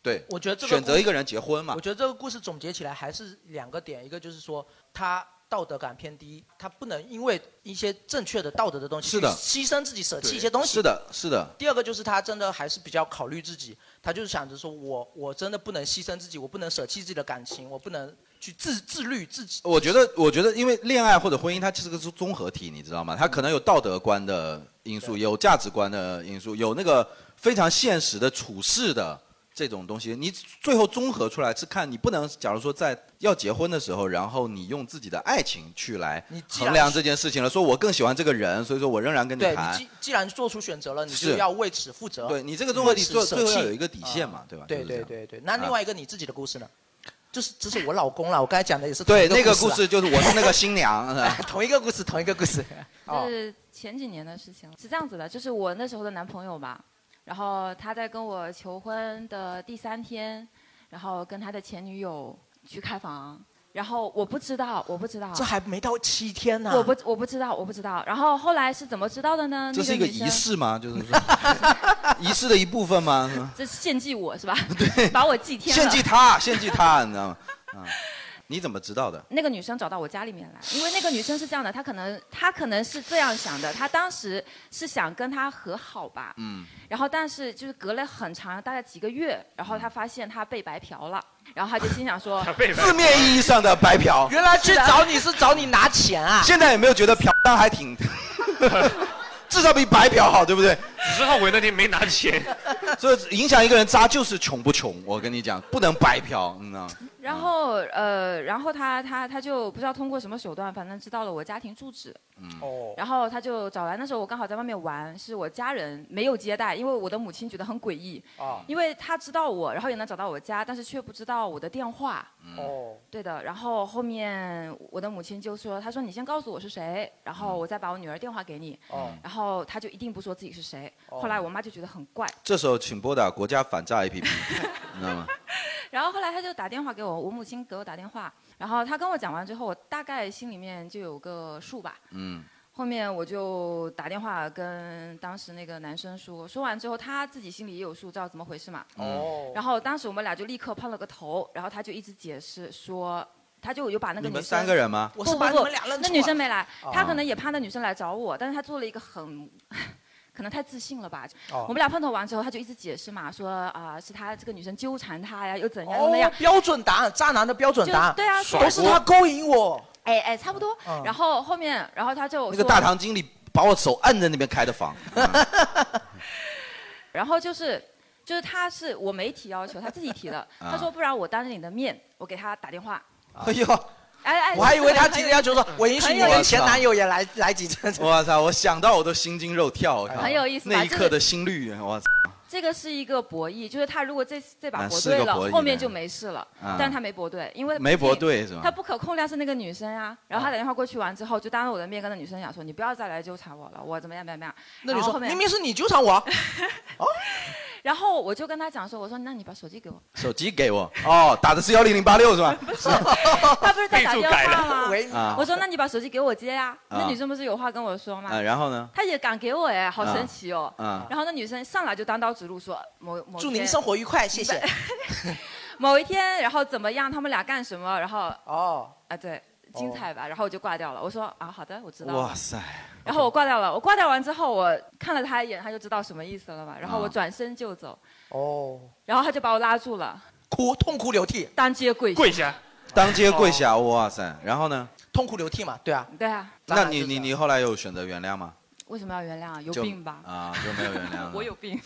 对，我觉得这个选择故一个人结婚嘛我，觉得这个故事总结起来还是两个点，一个就是说他道德感偏低，他不能因为一些正确的道德的东西是的去牺牲自己舍弃对一些东西，是的，是的，第二个就是他真的还是比较考虑自己，他就是想着说我我真的不能牺牲自己，我不能舍弃自己的感情，我不能去自自律自己。我觉得，我觉得，因为恋爱或者婚姻，它这是个综合体，你知道吗？它可能有道德观的因嗯素，有价值观的因素，有那个非常现实的处事的这种东西。你最后综合出来是看，你不能，假如说在要结婚的时候，然后你用自己的爱情去来既然衡量是这件事情了，说我更喜欢这个人，所以说我仍然跟你对谈你。既既然做出选择了，你就是要为此负责。对你这个综合体为此最舍最后要弃有一个底线嘛啊对吧对就是这对样对对。那啊另外一个你自己的故事呢？就是这是我老公了，我刚才讲的也是对同一那个故故啊事就是 [LAUGHS] 我是那个新娘，是吧 [LAUGHS] 同一个故事，同一个 [LAUGHS] 故事。哦是前几年的事情了，是这样子的，就是我那时候的男朋友吧，然后他在跟我求婚的第三天，然后跟他的前女友去开房，然后我不知道，我不知道，这还没到七天呢。啊我不我不知道，我不知道。然后后来是怎么知道的呢？这是那一个女生仪，式吗？就是 [LAUGHS] 说仪式的一部分吗？是吗这是献祭我 [LAUGHS] 是吧？对， [LAUGHS] 把我祭天了。献祭他，献祭他，你知 [LAUGHS] 道吗？啊，你怎么知道的？那个女生找到我家里面来，因为那个女生是这样的，她可能她可能是这样想的，她当时是想跟他和好吧，嗯，然后但是就是隔了很长，大概几个月，然后她发现她被白嫖了，然后她就心想说，字面意义上的白嫖。原来去找你是找你拿钱啊？现在有没有觉得嫖娼还 [LAUGHS] 挺，至少比白嫖好，对不对？只是后悔那天没拿钱。所以影响一个人渣就是穷不穷，我跟你讲，不能白嫖，你知道吗？然后呃，然后她她她就不知道通过什么手段，反正知道了我家庭住址，嗯哦然后他就找来，那时候我刚好在外面玩，是我家人没有接待，因为我的母亲觉得很诡异，啊哦因为他知道我，然后也能找到我家，但是却不知道我的电话。嗯哦，对的，然后后面我的母亲就说：“她说你先告诉我是谁，然后我再把我女儿电话给你。哦然后她就一定不说自己是谁。哦后来我妈就觉得很怪，这时候请拨打国家反诈 APP，你知道吗？然后后来她就打电话给我，我母亲给我打电话，然后她跟我讲完之后，我大概心里面就有个数吧。嗯，后面我就打电话跟当时那个男生说，说完之后他自己心里也有数，知道怎么回事嘛。哦然后当时我们俩就立刻碰了个头，然后他就一直解释说，他就有把那个你女生。们三个人吗不我是不把你不们俩，认那错女了生没来，哦他可能也怕那女生来找我，但是他做了一个很。可能太自信了吧，哦我们俩碰头完之后，他就一直解释嘛，说啊、是他这个女生纠缠他呀，又 [LAUGHS] 怎样又那样哦，，标准答案，渣男的标准答案。就对啊都是他勾引我。哎哎，差不多。嗯然后后面，然后他就那个说大堂经理把我手按在那边开 [LAUGHS] 的房，然后就是就是他是我没提要求，他自己 [LAUGHS] 提的。啊他说不然我当着你的面，我给他打电话。哎呦，哎哎， [LAUGHS] 我还以为他很提着要求说，我允许很你有跟意思前男友也来来几次。我操！我想到我都心惊肉跳，我靠很有意思吧那一这刻个的心率，我操！ [LAUGHS] 这个是一个博弈，就是他如果这这把啊博是对个了，博弈后面的就没事了。啊但是他没博对，因为没毕竟博对是吧他不可控量是那个女生呀。然后他打电话过去完之后，就当着我的面跟那女生讲说，你不要再来纠缠我了，我怎么样怎么样。那你然后说后面明明是你 [LAUGHS] 纠缠我啊，然后我就跟他讲说，我说那你把手机给我。手机给我哦，打的是幺零零八六是吧？ [LAUGHS] 他不是在打电话喂你啊吗？我说那你把手机给我接呀。那啊女生不是有话跟我说吗？啊，然后呢？他也敢给我哎，好神奇哦。啊啊然后那女生上来就单刀直入说某某祝您生活愉快，谢谢。快。 [LAUGHS] 某一天，然后怎么样？他们俩干什么？然后哦啊对，精彩吧。然后我就挂掉了。我说啊好的，我知道了哇。塞！然后我挂掉了。我挂掉完之后，我看了他一眼，他就知道什么意思了嘛。然后我啊转身就走，哦，然后他就把我拉住 [LAUGHS] 了，哭，痛哭流涕，当街跪跪下，当街跪下，哇塞！然后哦呢？痛哭流涕嘛，对啊。对啊，那你你你后来有选择原谅吗？为什么要原谅啊？有就病吧？。啊，就没有原谅我有病。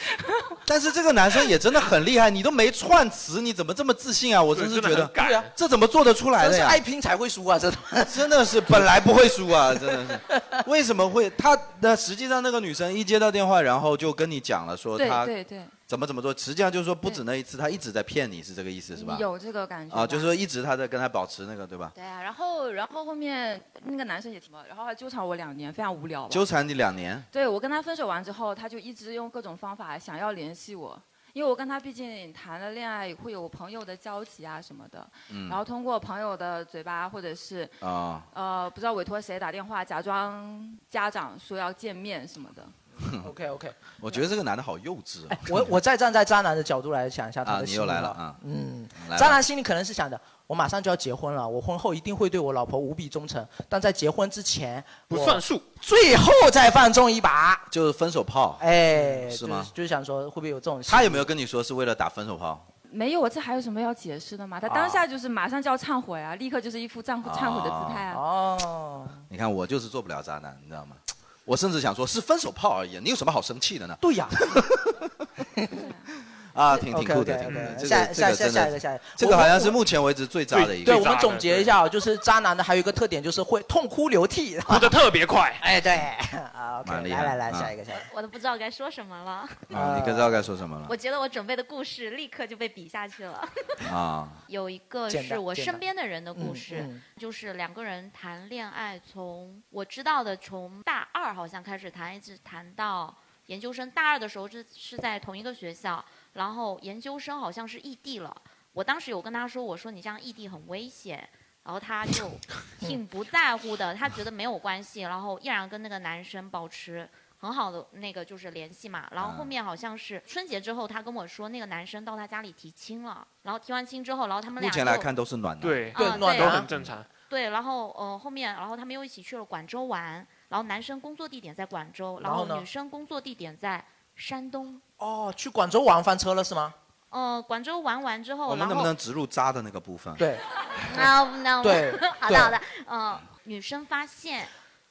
但是这个男生也真的很厉害，你都没串词，你怎么这么自信啊？我真是觉真的得很，敢对啊这怎么做得出来真的是呀？爱拼才会输啊，这种。 [LAUGHS] 真的是本 [LAUGHS] 来不会输啊，真的是。 [LAUGHS] 为什么会？他的实际上那个女生一接到电话，然后就跟你讲了，说对她对对，怎么怎么做，实际上就是说不止那一次，她一直在骗你，是这个意思是吧你？有这个感觉啊，就是吧说一直她在跟他保持那个，对吧？对啊，然后然后后面那个男生也挺，然后还纠缠我两年，非常无聊吧。纠缠你两年，对我跟他分手完之后，他就一直用各种方法想要联系我，因为我跟他毕竟谈了恋爱，会有朋友的交集啊什么的，嗯然后通过朋友的嘴巴或者是 [LAUGHS] 啊，呃不知道委托谁打电话，假装家长说要见面什么的。 OK OK，我觉得这个男的好幼稚哎啊。哎我我再站在渣男的角度来想一下他啊，的你心又路来了吧啊，嗯，来吧渣男心里可能是想的，我马上就要结婚了，我婚后一定会对我老婆无比忠诚，但在结婚之前不算数，我最后再放纵一把。就是分手炮，哎，是吗就是？就是想说会不会有这种心理？他有没有跟你说是为了打分手炮？没有，我这还有什么要解释的吗？啊他当下就是马上就要忏悔啊，立刻就是一副忏悔忏悔的姿态啊。哦，你看我就是做不了渣男，你知道吗？ [LAUGHS] 我甚至想说，是分手炮而已，你有什么好生气的呢？对呀。啊，挺挺酷的， OK，OK，OK，挺酷的。这下个这下个真的下下一个下一个这个好像是目前为止最渣的一个。对，我们总结一下啊，就是渣男的还有一个特点就是会痛哭流涕，哭的特别快。 [LAUGHS] 哎，对，啊，OK，蛮厉来害来来，啊下一个下一个。我都不知道该说什么了。啊，你知道该说什么了我觉得我准备的故事立刻就被比下去 [LAUGHS] 了。 [LAUGHS] 啊？有一个简是单我简身单边的人的故嗯事，嗯就是两个人谈恋爱从，我知道的从大二好像开始谈，一直谈到研究生。大二的时候是是在同一个学校，然后研究生好像是异地了。我当时有跟他说，我说你这样异地很危险，然后他就挺不在乎 [LAUGHS] 的，他觉得没有关系，然后依然跟那个男生保持很好的那个就是联系嘛。然后嗯后面好像是春节之后，他跟我说那个男生到他家里提亲了，然后提完亲之后，然后他们俩目前来就看都是暖男。对对啊暖对都男很正常。对，然后呃后面，然后他们又一起去了广州玩，然后男生工作地点在广州，然后呢女生工作地点在山东。哦，去广州玩翻车了是吗？呃，广州玩完之后，我们哦然能不后能 [LAUGHS] 植入渣的那个部分？对， no no，对好对的好的，嗯，女生发现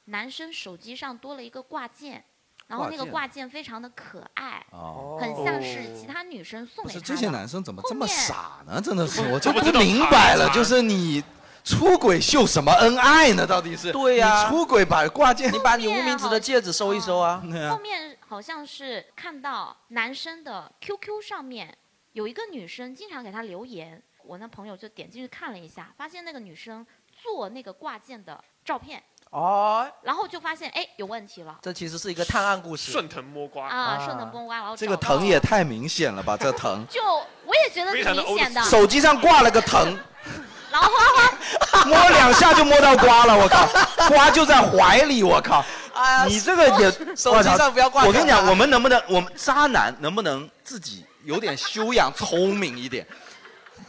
男生手机上多了一个挂件，然后那个挂挂件件非常的可爱，哦很像是其他女生送不给他是的。这些男生怎么这么傻呢？[LAUGHS] 真的是，我我就我不知不道明白藏了，一藏就是你出轨秀什么恩爱呢？到底是？对呀啊你出轨把挂件，你把你无名指的戒指收一收啊。哦后面好像是看到男生的 QQ 上面有一个女生经常给他留言，我那朋友就点进去看了一下，发现那个女生做那个挂件的照片，哦，然后就发现哎有问题了这其实是一个探案故事。顺藤摸瓜啊，顺藤摸瓜，然后这个找到，疼也太明显了吧？这疼 [LAUGHS] 就我也觉得非挺常的明显的，手机上挂了个疼，然后花花摸两下就摸到瓜了，我靠，瓜就在怀里，我靠。你这个也，手我机操上不要挂我跟你讲，电话我们能不能，我们渣男能不能自己有点修养，聪明一点？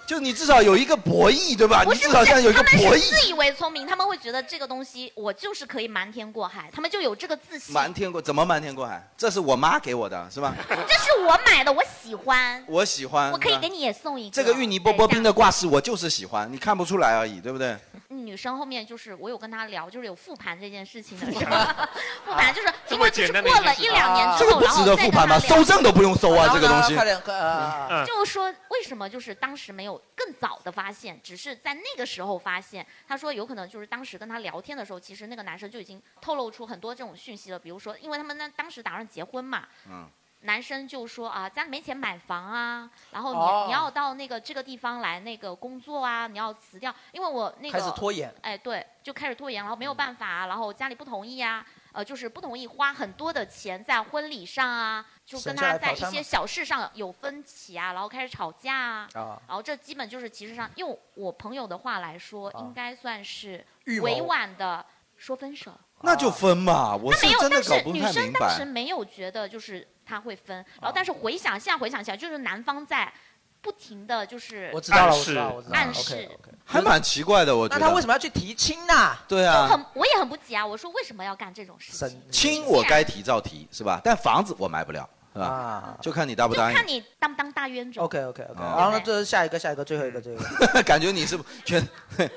就你至少有一个博弈，对吧？不你是至不少是，现在有一个他们博是弈。自以为聪明，他们会觉得这个东西我就是可以瞒天过海，他们就有这个自信。瞒天过怎么瞒天过海？这是我妈给我的，是吧？这是我买的，我喜欢，我喜欢。我可以是吧给你也送一个。嗯这个芋泥波波冰的挂饰，我就是喜欢，你看不出来而已，对不对？嗯女生后面就是我有跟她聊，就是有复盘这件事情的事 [LAUGHS] 儿，复盘就是因为就是过了一两年之这个后，不然值后得再跟复盘她吗？聊搜证都不用搜啊，这个东西。嗯就说为什么就是当时没有更早的发现，只是在那个时候发现。他说有可能就是当时跟他聊天的时候，其实那个男生就已经透露出很多这种讯息了，比如说，因为他们那当时打算结婚嘛，嗯，男生就说啊，家里没钱买房啊，然后你、哦你要到那个这个地方来那个工作啊，你要辞掉，因为我那个开始拖延嗯哎，对，就开始拖延，然后没有办法啊、然后家里不同意啊，呃，就是不同意花很多的钱在婚礼上啊，就跟省下他来在跑一山些嘛小事上有分歧啊，然后开始吵架啊，啊然后这基本就是其实上用我朋友的话来说，哦应该算是预谋委婉的说分手。那就分嘛，我他是没有，真的当搞时不女太生明当时白。哦没有觉得就是他会分，然后但是回想现在回想起来，就是男方在不停的就是我知道了暗我知道示啊我知道了暗示 OK，OK，还蛮奇怪的，我觉那得。他为什么要去提亲呢？对我啊，很我也很不解啊，我说为什么要干这种事情？亲我该提照提是吧？但房子我买不了，是吧？就看你答不啊就答看应。你当不当大冤种。 OK OK OK，哦然后呢，这是下一个，下一个，最后一个，这个 [LAUGHS] 感觉你是觉得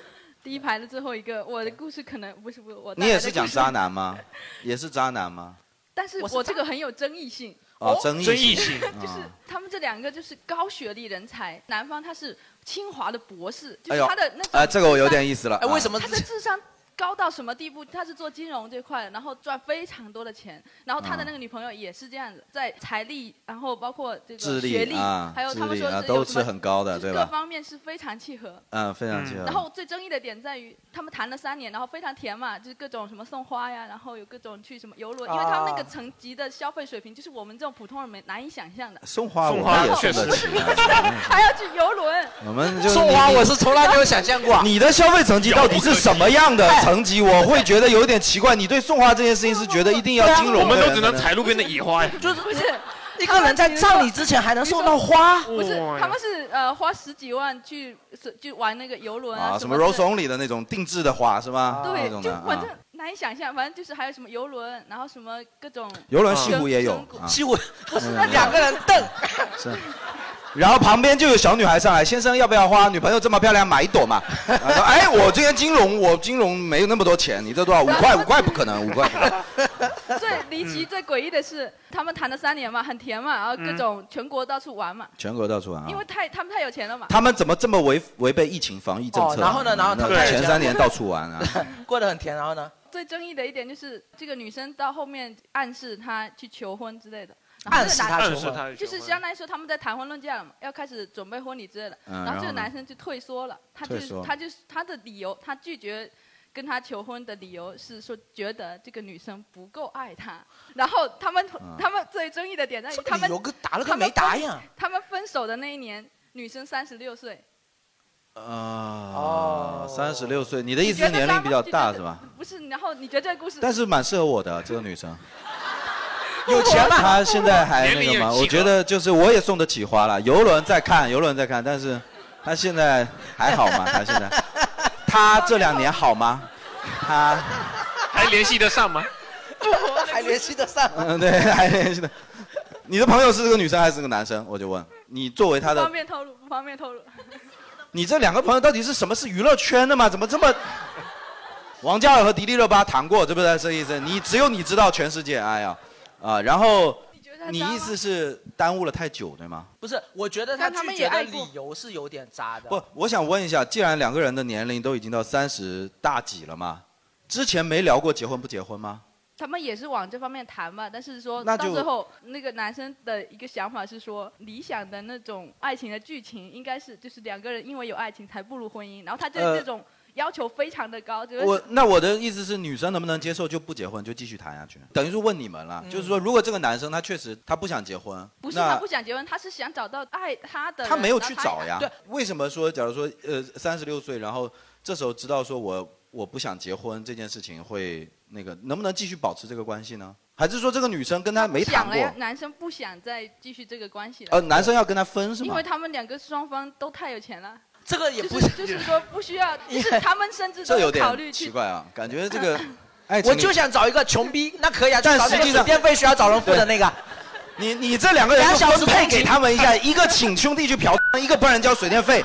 第一排的最后一个，我的故事可能不是不是我。你也是讲渣，男吗？也是渣男吗？但是我这个很有争议性。哦，争议啊争议性就是他们这两个就是高学历人才，男方他是清华的博士，就哎是呦他的那种智商哎这个我有点意思了哎为什么他的智商高到什么地步？他是做金融这块的，然后赚非常多的钱，然后他的那个女朋友也是这样子，在财力，然后包括这智个学力历，啊，还有智他们力说啊是都有什是么很高的，对各吧？方面是非常契合。嗯，非常契合。然后最争议的点在于，他们谈了三年，然后非常甜嘛，就是各种什么送花呀，然后有各种去什么游轮，因为他们那个啊层级的消费水平，就是我们这种普通人没难以想象的。送花送我花们也确送得实起啊， [LAUGHS] 还要去游轮。我们就送花你啊我是从来没有想象过啊哎你的消费层级到底是什么样的层级？我会觉得有点奇怪。你对送花这件事情是觉得一定要金融的我人才们啊能，都只能采路边的野花呀。就是不是嗯 [LAUGHS] 一个人在葬礼之前还能送到花，不是，他们是呃花十几万去是去玩那个游轮啊啊，什么之 rose only 的那种定制的花是吧？那对，种就的啊反正难以想象，反正就是还有什么游轮，然后什么各种游轮西湖也有啊西湖 [LAUGHS] 不是嗯那 [LAUGHS] 两个人瞪，是。然后旁边就有小女孩上来，先生要不要花？女朋友这么漂亮，买一朵嘛。然后说哎，我 [LAUGHS] 这边金融，我金融没有那么多钱，你这多少？五块，五块不可能，五块不可能。最离离奇、 [LAUGHS] 最诡异的是，他们谈了三年嘛，很甜嘛，然后各种全国到处玩嘛，全国到处玩嗯啊因！为太他们太有钱了嘛。他们怎么这么违违背疫情防疫政策啊、哦然后呢然后他们那对前三年到处玩 [LAUGHS] 啊，嗯过得很甜，然后呢？最争议的一点就是，这个女生到后面暗示他去求婚之类的。然后这个男暗示他求婚暗示他去求就婚是相当于说他们在谈婚论嫁了嘛，要开始准备婚礼之类的。嗯然后这然个后呢男生就退缩了，他就退缩他就是他的理由，他拒绝跟他求婚的理由是说觉得这个女生不够爱他。然后他们、嗯他们最争议的点在于他们哎有个打了个没打啊一样。他们分手的那一年，女生三十六岁，哦啊，三十六岁，你的意思是你觉得年龄比较大是吧？不是？然后你觉得这个故事？但是蛮适合我的这个女生，有钱嘛？她现在还哎那个年龄吗？有我七个觉得就是我也送得起花了。游轮在看，游轮在看，但是她现在还好吗？她现在， [LAUGHS] 她这两年好吗？她还联系得上吗？还联系得上 [LAUGHS] 吗？嗯，对，还联系的。你的朋友是个女生还是个男生？我就问你，作为她不的方，便透露，不方便透露。你这两个朋友到底是什么是娱乐圈的吗？怎么这么？王嘉尔和迪丽热巴谈过，对不对？这意思，你只有你知道全世界。哎呀，啊，然后你意思是耽误了太久，对吗？不是，我觉得但他拒们绝也的爱过理由是有点渣的。不，我想问一下，既然两个人的年龄都已经到三十大几了嘛，之前没聊过结婚不结婚吗？ [LAUGHS] 他们也是往这方面谈嘛，但是说那到就最后，那个男生的一个想法是说，理想的那种爱情的剧情应该是就是两个人因为有爱情才步入婚姻，然后他对呃这种要求非常的高，就是我那我的意思是，女生能不能接受就不结婚，就继续谈下嗯去？等于是问你们了，就是说，如果这个男生他确实他不想结婚，不是那他不想结婚，他是想找到爱他的人，他没有然后去找呀。对，为什么说，假如说，呃，三十六岁，然后这时候知道说我我不想结婚这件事情会那个，能不能继续保持这个关系呢？还是说这个女生跟他没谈想了呀，过？男生不想再继续这个关系了。呃，男生要跟他分是因吗为？他们两个双方都太有钱了，这个也不是，就是说不需 [LAUGHS] 要，就是他们甚至都这有不考点虑奇去怪啊，感觉这个哎爱情我里就想找一个穷逼，那可以啊，就但找实那个际水上电费需要找人付的那个。你你这两个人俩就小时分配通勤给他们一 [LAUGHS] 下，一个请兄弟去嫖，一个帮人交水电费，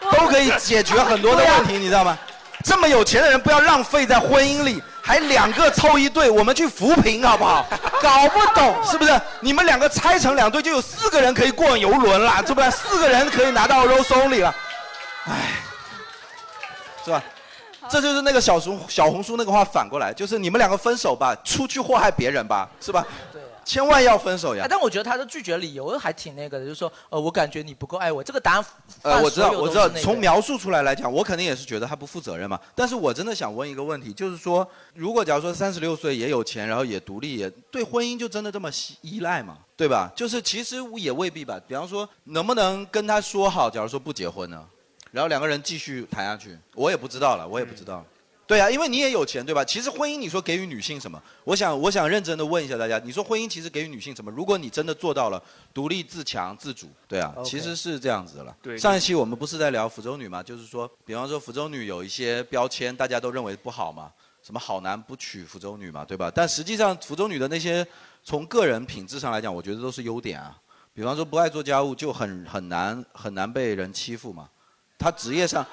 都可以解决很多的问啊题，你知道吗？这么有钱的人不要浪费在婚姻里，还两个凑一对，我们去扶贫好不好？搞不懂是不是？你们两个拆成两对，就有四个人可以过游轮了，对不对？四个人可以拿到 Rose Only 了，哎，是吧？这就是那个小熊小红书那个话反过来，就是你们两个分手吧，出去祸害别人吧，是吧？对、啊千万要分手呀哎！但我觉得他的拒绝理由还挺那个的，就是说，呃，我感觉你不够爱我。这个答案，呃，我知道，犯所有我知都是道，那个从描述出来来讲，我肯定也是觉得他不负责任嘛。但是我真的想问一个问题，就是说，如果假如说三十六岁也有钱，然后也独立，也对婚姻就真的这么依依赖吗？对吧？就是其实也未必吧。比方说，能不能跟他说好，假如说不结婚呢？然后两个人继续谈下去，我也不知道了，我也不知道。对啊呀、因为你也有钱，对吧？其实婚姻，你说给予女性什么？我想，我想认真的问一下大家，你说婚姻其实给予女性什么？如果你真的做到了独立、自强、自主，对啊 OK 其实是这样子了。对上一期我们不是在聊福州女嘛，就是说，比方说福州女有一些标签，大家都认为不好嘛，什么好男不娶福州女嘛，对吧？但实际上，福州女的那些从个人品质上来讲，我觉得都是优点啊。比方说不爱做家务就很很难很难被人欺负嘛，她职业上，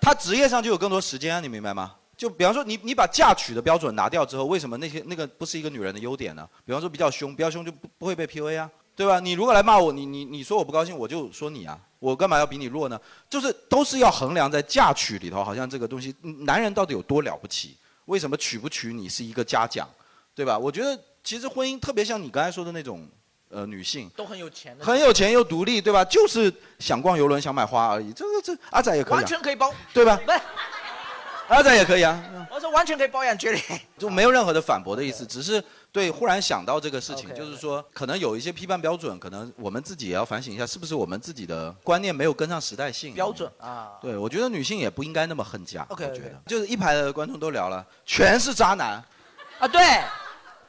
她职业上就有更多时间啊，你明白吗？就比方说你你把嫁娶的标准拿掉之后，为什么那些那个不是一个女人的优点呢？比方说比较凶，比较凶就不不会被 PUA 啊，对吧？你如果来骂我，你你你说我不高兴，我就说你啊，我干嘛要比你弱呢？就是都是要衡量在嫁娶里头，好像这个东西，嗯男人到底有多了不起？为什么娶不娶你是一个嘉奖，对吧？我觉得其实婚姻特别像你刚才说的那种呃女性，都很有钱的，很有钱又独立，对吧？就是想逛游轮、想买花而已。这个这阿仔也可以、完啊，全可以包，对吧？不是，阿仔也可以啊，我说完全可以包养绝对。就没有任何的反驳的意思，只是对忽然想到这个事情， OK，OK 就是说可能有一些批判标准，可能我们自己也要反省一下，是不是我们自己的观念没有跟上时代性标准啊。对，我觉得女性也不应该那么恨嫁。 OK，我觉得就是一排的观众都聊了，全是渣男，啊，对，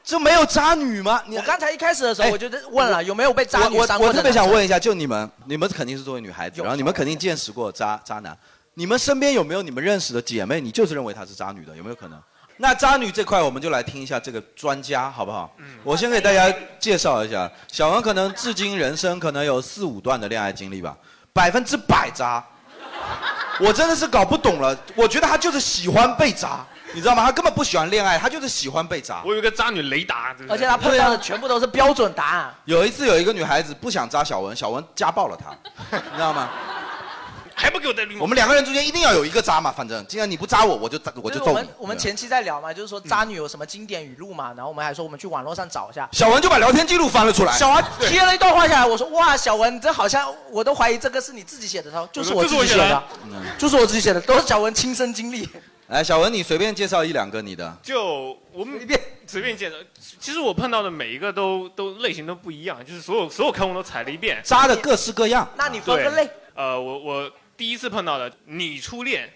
这没有渣女吗？你哎我刚才一开始的时候我就在问了有没有被渣女我伤我过我的特别男生想问一下，就你们，你们肯定是作为女孩子，然后你们肯定见识过渣渣男，你们身边有没有你们认识的姐妹，你就是认为她是渣女的，有没有可能？那渣女这块，我们就来听一下这个专家，好不好？嗯我先给大家介绍一下，小王可能至今人生可能有四五段的恋爱经历吧，百分之百渣，我真的是搞不懂了，我觉得他就是喜欢被渣，你知道吗？他根本不喜欢恋爱，他就是喜欢被渣。我有一个渣女雷达，而且他碰啊到的全部都是标准答案。有一次有一个女孩子不想扎小文，小文家暴了她，你知道吗？还不给我戴绿帽。 [LAUGHS] 我们两个人中间一定要有一个渣嘛，反正既然你不扎我，我就扎我就就是揍我你啊们。我们前期在聊嘛，就是说渣女有什么经典语录嘛，然后我们还说我们去网络上找一下。小文就把聊天记录翻了出来。小文贴了一段话下来，我说哇，小文你这好像我都怀疑这个是你自己写的，他说就是我自己写的，嗯就是我自己写的，都是小文亲身经历。来，哎小文，你随便介绍一两个你的。就我们随便随便介绍，其实我碰到的每一个都都类型都不一样，就是所有所有坑我都踩了一遍，渣的各式各样。那你对。呃，我我第一次碰到的女初恋，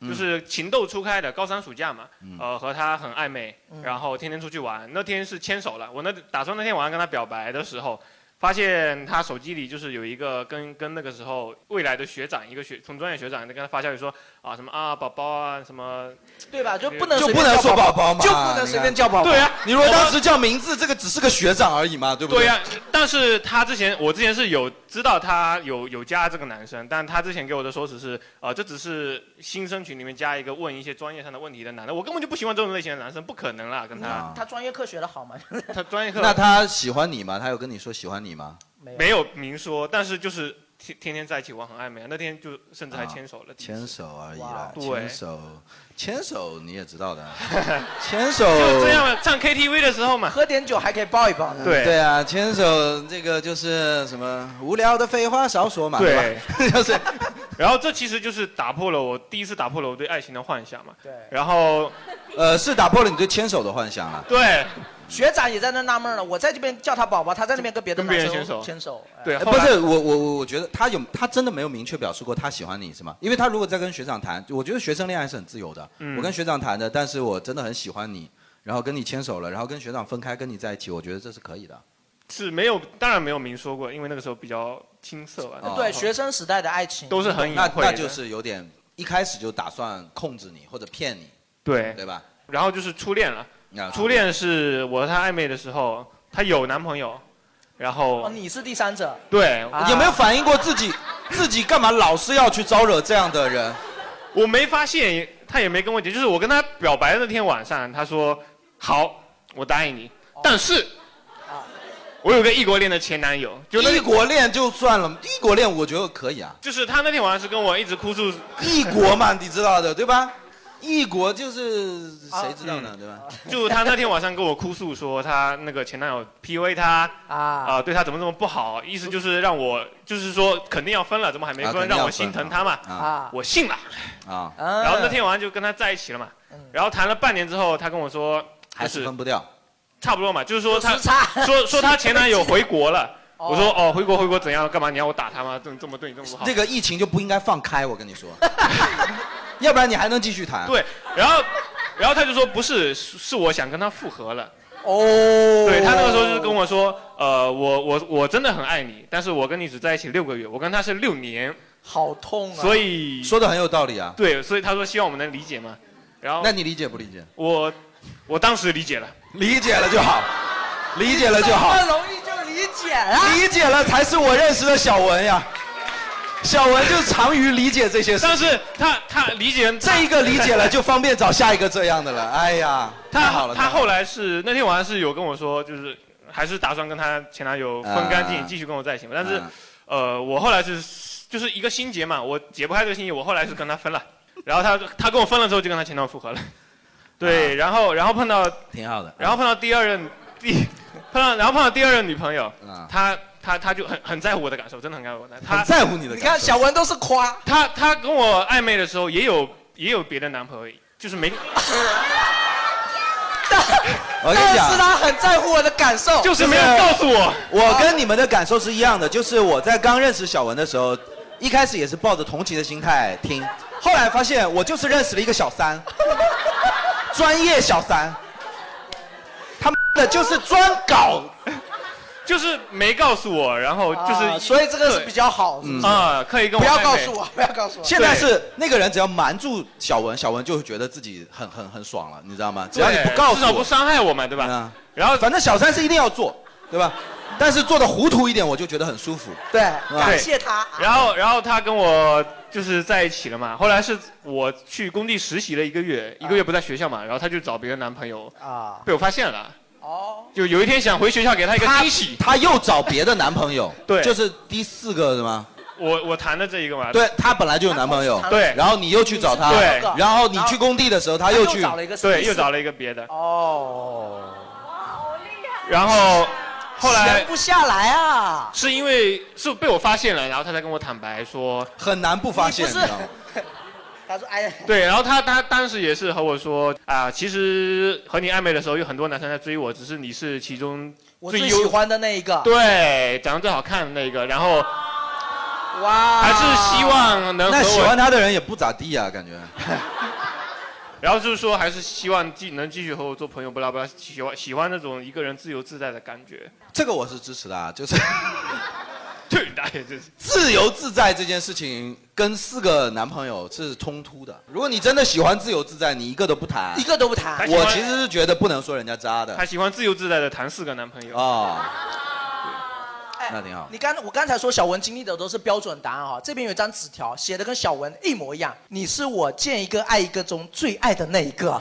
嗯就是情窦初开的，高三暑假嘛，呃，和她很暧昧，嗯然后天天出去玩。那天是牵手了，我那打算那天晚上跟她表白的时候，发现她手机里就是有一个跟跟那个时候未来的学长，一个学从专业学长在跟她发消息说啊什么啊宝宝啊什么，对吧？就对不能就随不便能叫说宝宝宝嘛，就不能随便叫宝宝。对啊你如果当时叫名字，这个只是个学长而已嘛，对不对对呀、但是她之前我之前是有知道她有有加这个男生，但她之前给我的说辞是，呃，这只是新生群里面加一个问一些专业上的问题的男的，我根本就不喜欢这种类型的男生，不可能啦，跟他嗯他专业课学的好吗？嗯他专业课那他喜欢你吗？他有跟你说喜欢你吗？啊没有明说，但是就是天天天在一起玩很暧昧，那天就甚至还牵手了，牵手而已啦，对牵手，牵手你也知 [LAUGHS] 道的，牵手就这样了，唱 KTV 的时候嘛，喝点酒还可以抱一抱呢。对啊，牵手这个就是什么无聊的废话少说嘛，对吧对？， [LAUGHS] 就是。然后这其实就是打破了我第一次打破了我对爱情的幻想嘛。对然后，呃，是打破了你对牵手的幻想啊了。对，学长也在那纳闷了，我在这边叫他宝宝，他在那边跟别的跟别人男牵生手牵手。哎对，呃后不来是我我我我觉得他有他真的没有明确表示过他喜欢你是吗？因为他如果在跟学长谈，我觉得学生恋爱是很自由的。嗯我跟学长谈的，但是我真的很喜欢你，然后跟你牵手了，然后跟学长分开，跟你在一起，我觉得这是可以的。是没有，当然没有明说过，因为那个时候比较青涩啊吧。呃对，学生时代的爱情都是很隐哦那晦的那就是有点一开始啊就打算控制你或者骗你，对对吧？然后就是初恋了，啊初恋是我和她暧昧的时候，她有男朋友，然后、哦，你是第三者。对啊有没有反应过自 [LAUGHS] 己自己干嘛老是要去招惹这样的人？我没发现，她也没跟我讲，就是我跟她表白的那天晚上，她说好，我答应你，哦但是。啊我有个异国恋的前男友，就那异国恋就算了，异国恋我觉得可以啊。就是他那天晚上是跟我一直哭诉，异国嘛，你知道的对吧？异国就是谁知道呢，对啊吧？就他那天晚上跟我哭诉说，他那个前男友 PUA 他啊、哦呃对他怎么这么不好，意思就是让我就是说肯定要分了，怎么还没啊分，肯定要让我心疼他嘛。分啊啊我信了。啊，然后那天晚上就跟他在一起了嘛。嗯然后谈了半年之后，他跟我说还是分不掉。差不多嘛，就是说他有时差说说他前男友回国了。 [LAUGHS] 哦我说哦，回国回国怎样？干嘛你要我打他吗？这么这么对你这么不好？这个疫情就不应该放开，我跟 [LAUGHS] 你说，要不然你还能继续谈。对，然后然后他就说不是，是是我想跟他复合了。哦，对对他那个时候就是跟我说，呃，我我我真的很爱你，但是我跟你只在一起六个月，我跟他是六年，好痛啊。所以说的很有道理啊。对，所以他说希望我们能理解嘛。然后那你理解不理解？我我当时理解了，理解了就好，理解了就好，这么容易就理解啊了。理解了才是我认识的小文呀。小文就长于理解这些事情，但是他他理解这一个理解了就方便找下一个这样的了。哎呀，他太好了，他太好了后来是那天晚上是有跟我说，就是还是打算跟他前男友分干净，啊继续跟我在一起嘛。但是啊，呃，我后来是就是一个心结嘛，我解不开这个心结，我后来是跟他分了。然后他他跟我分了之后，就跟他前男友复合了。对，然后然后碰到挺好的。然后碰到第二任第碰到然后碰到第二任女朋友啊，她她她就很很在乎我的感受，真的很在乎我的。她很在乎你的感你受。看小文都是夸，她她跟我暧昧的时候，也有也有别的男朋友，就是 [LAUGHS] 没。我跟你但讲是，他很在乎我的感受，就是没有告诉我。我跟你们的感受是一样的，就是我在刚认识小文的时候，一开始也是抱着同情的心态听，后来发现我就是认识了一个小三，专业小三，他妈的就是专搞，就是没告诉我，然后就是、啊所以这个是比较好，是不是？啊，可以跟我不要暧昧告诉我，不要告诉我。现在是那个人只要瞒住小文，小文就会觉得自己很很很爽了，你知道吗？只要你对不告诉至少我不，伤害我嘛，对吧？然后反正小三是一定要做，对吧？但是做的糊涂一点，我就觉得很舒服。对，对感谢他。然后，然后他跟我就是在一起了嘛。后来是我去工地实习了一个月，一个月不在学校嘛，然后他就找别的男朋友，啊，被我发现了。哦。就有一天想回学校给他一个惊喜，他又找别的男朋友，对就是第四个是吗？ [LAUGHS] 我我谈的这一个嘛。对他本来就有男朋友，对然后你又去找他，对然后你去工地的时候，他又去，对，又找了一个别的。哦。啊然后后来闲不下来啊。是因为是被我发现了，然后他才跟我坦白说很难不发现你不是你知道吗？ [LAUGHS] 他说：“哎呀，对，然后他他当时也是和我说啊，其实和你暧昧的时候有很多男生在追我，只是你是其中我最优喜欢的那一个。”，对，长得最好看的那个，然后哇，还是希望能和啊那我喜欢他的人也不咋地啊，感觉。 [LAUGHS] 然后就是说还是希望继能继续和我做朋友，不拉不拉，喜欢喜欢那种一个人自由自在的感觉。这个我是支持的啊，就是 [LAUGHS] 对，大爷这是自由自在这件事情跟四个男朋友是冲突的。如果你真的喜欢自由自在，你一个都不谈，一个都不谈。我其实是觉得不能说人家渣的他喜欢自由自在的谈四个男朋友。哦，那挺好。哎你刚我刚才说小文经历的都是标准答案哈、这边有一张纸条，写的跟小文一模一样。你是我见一个爱一个中最爱的那一个。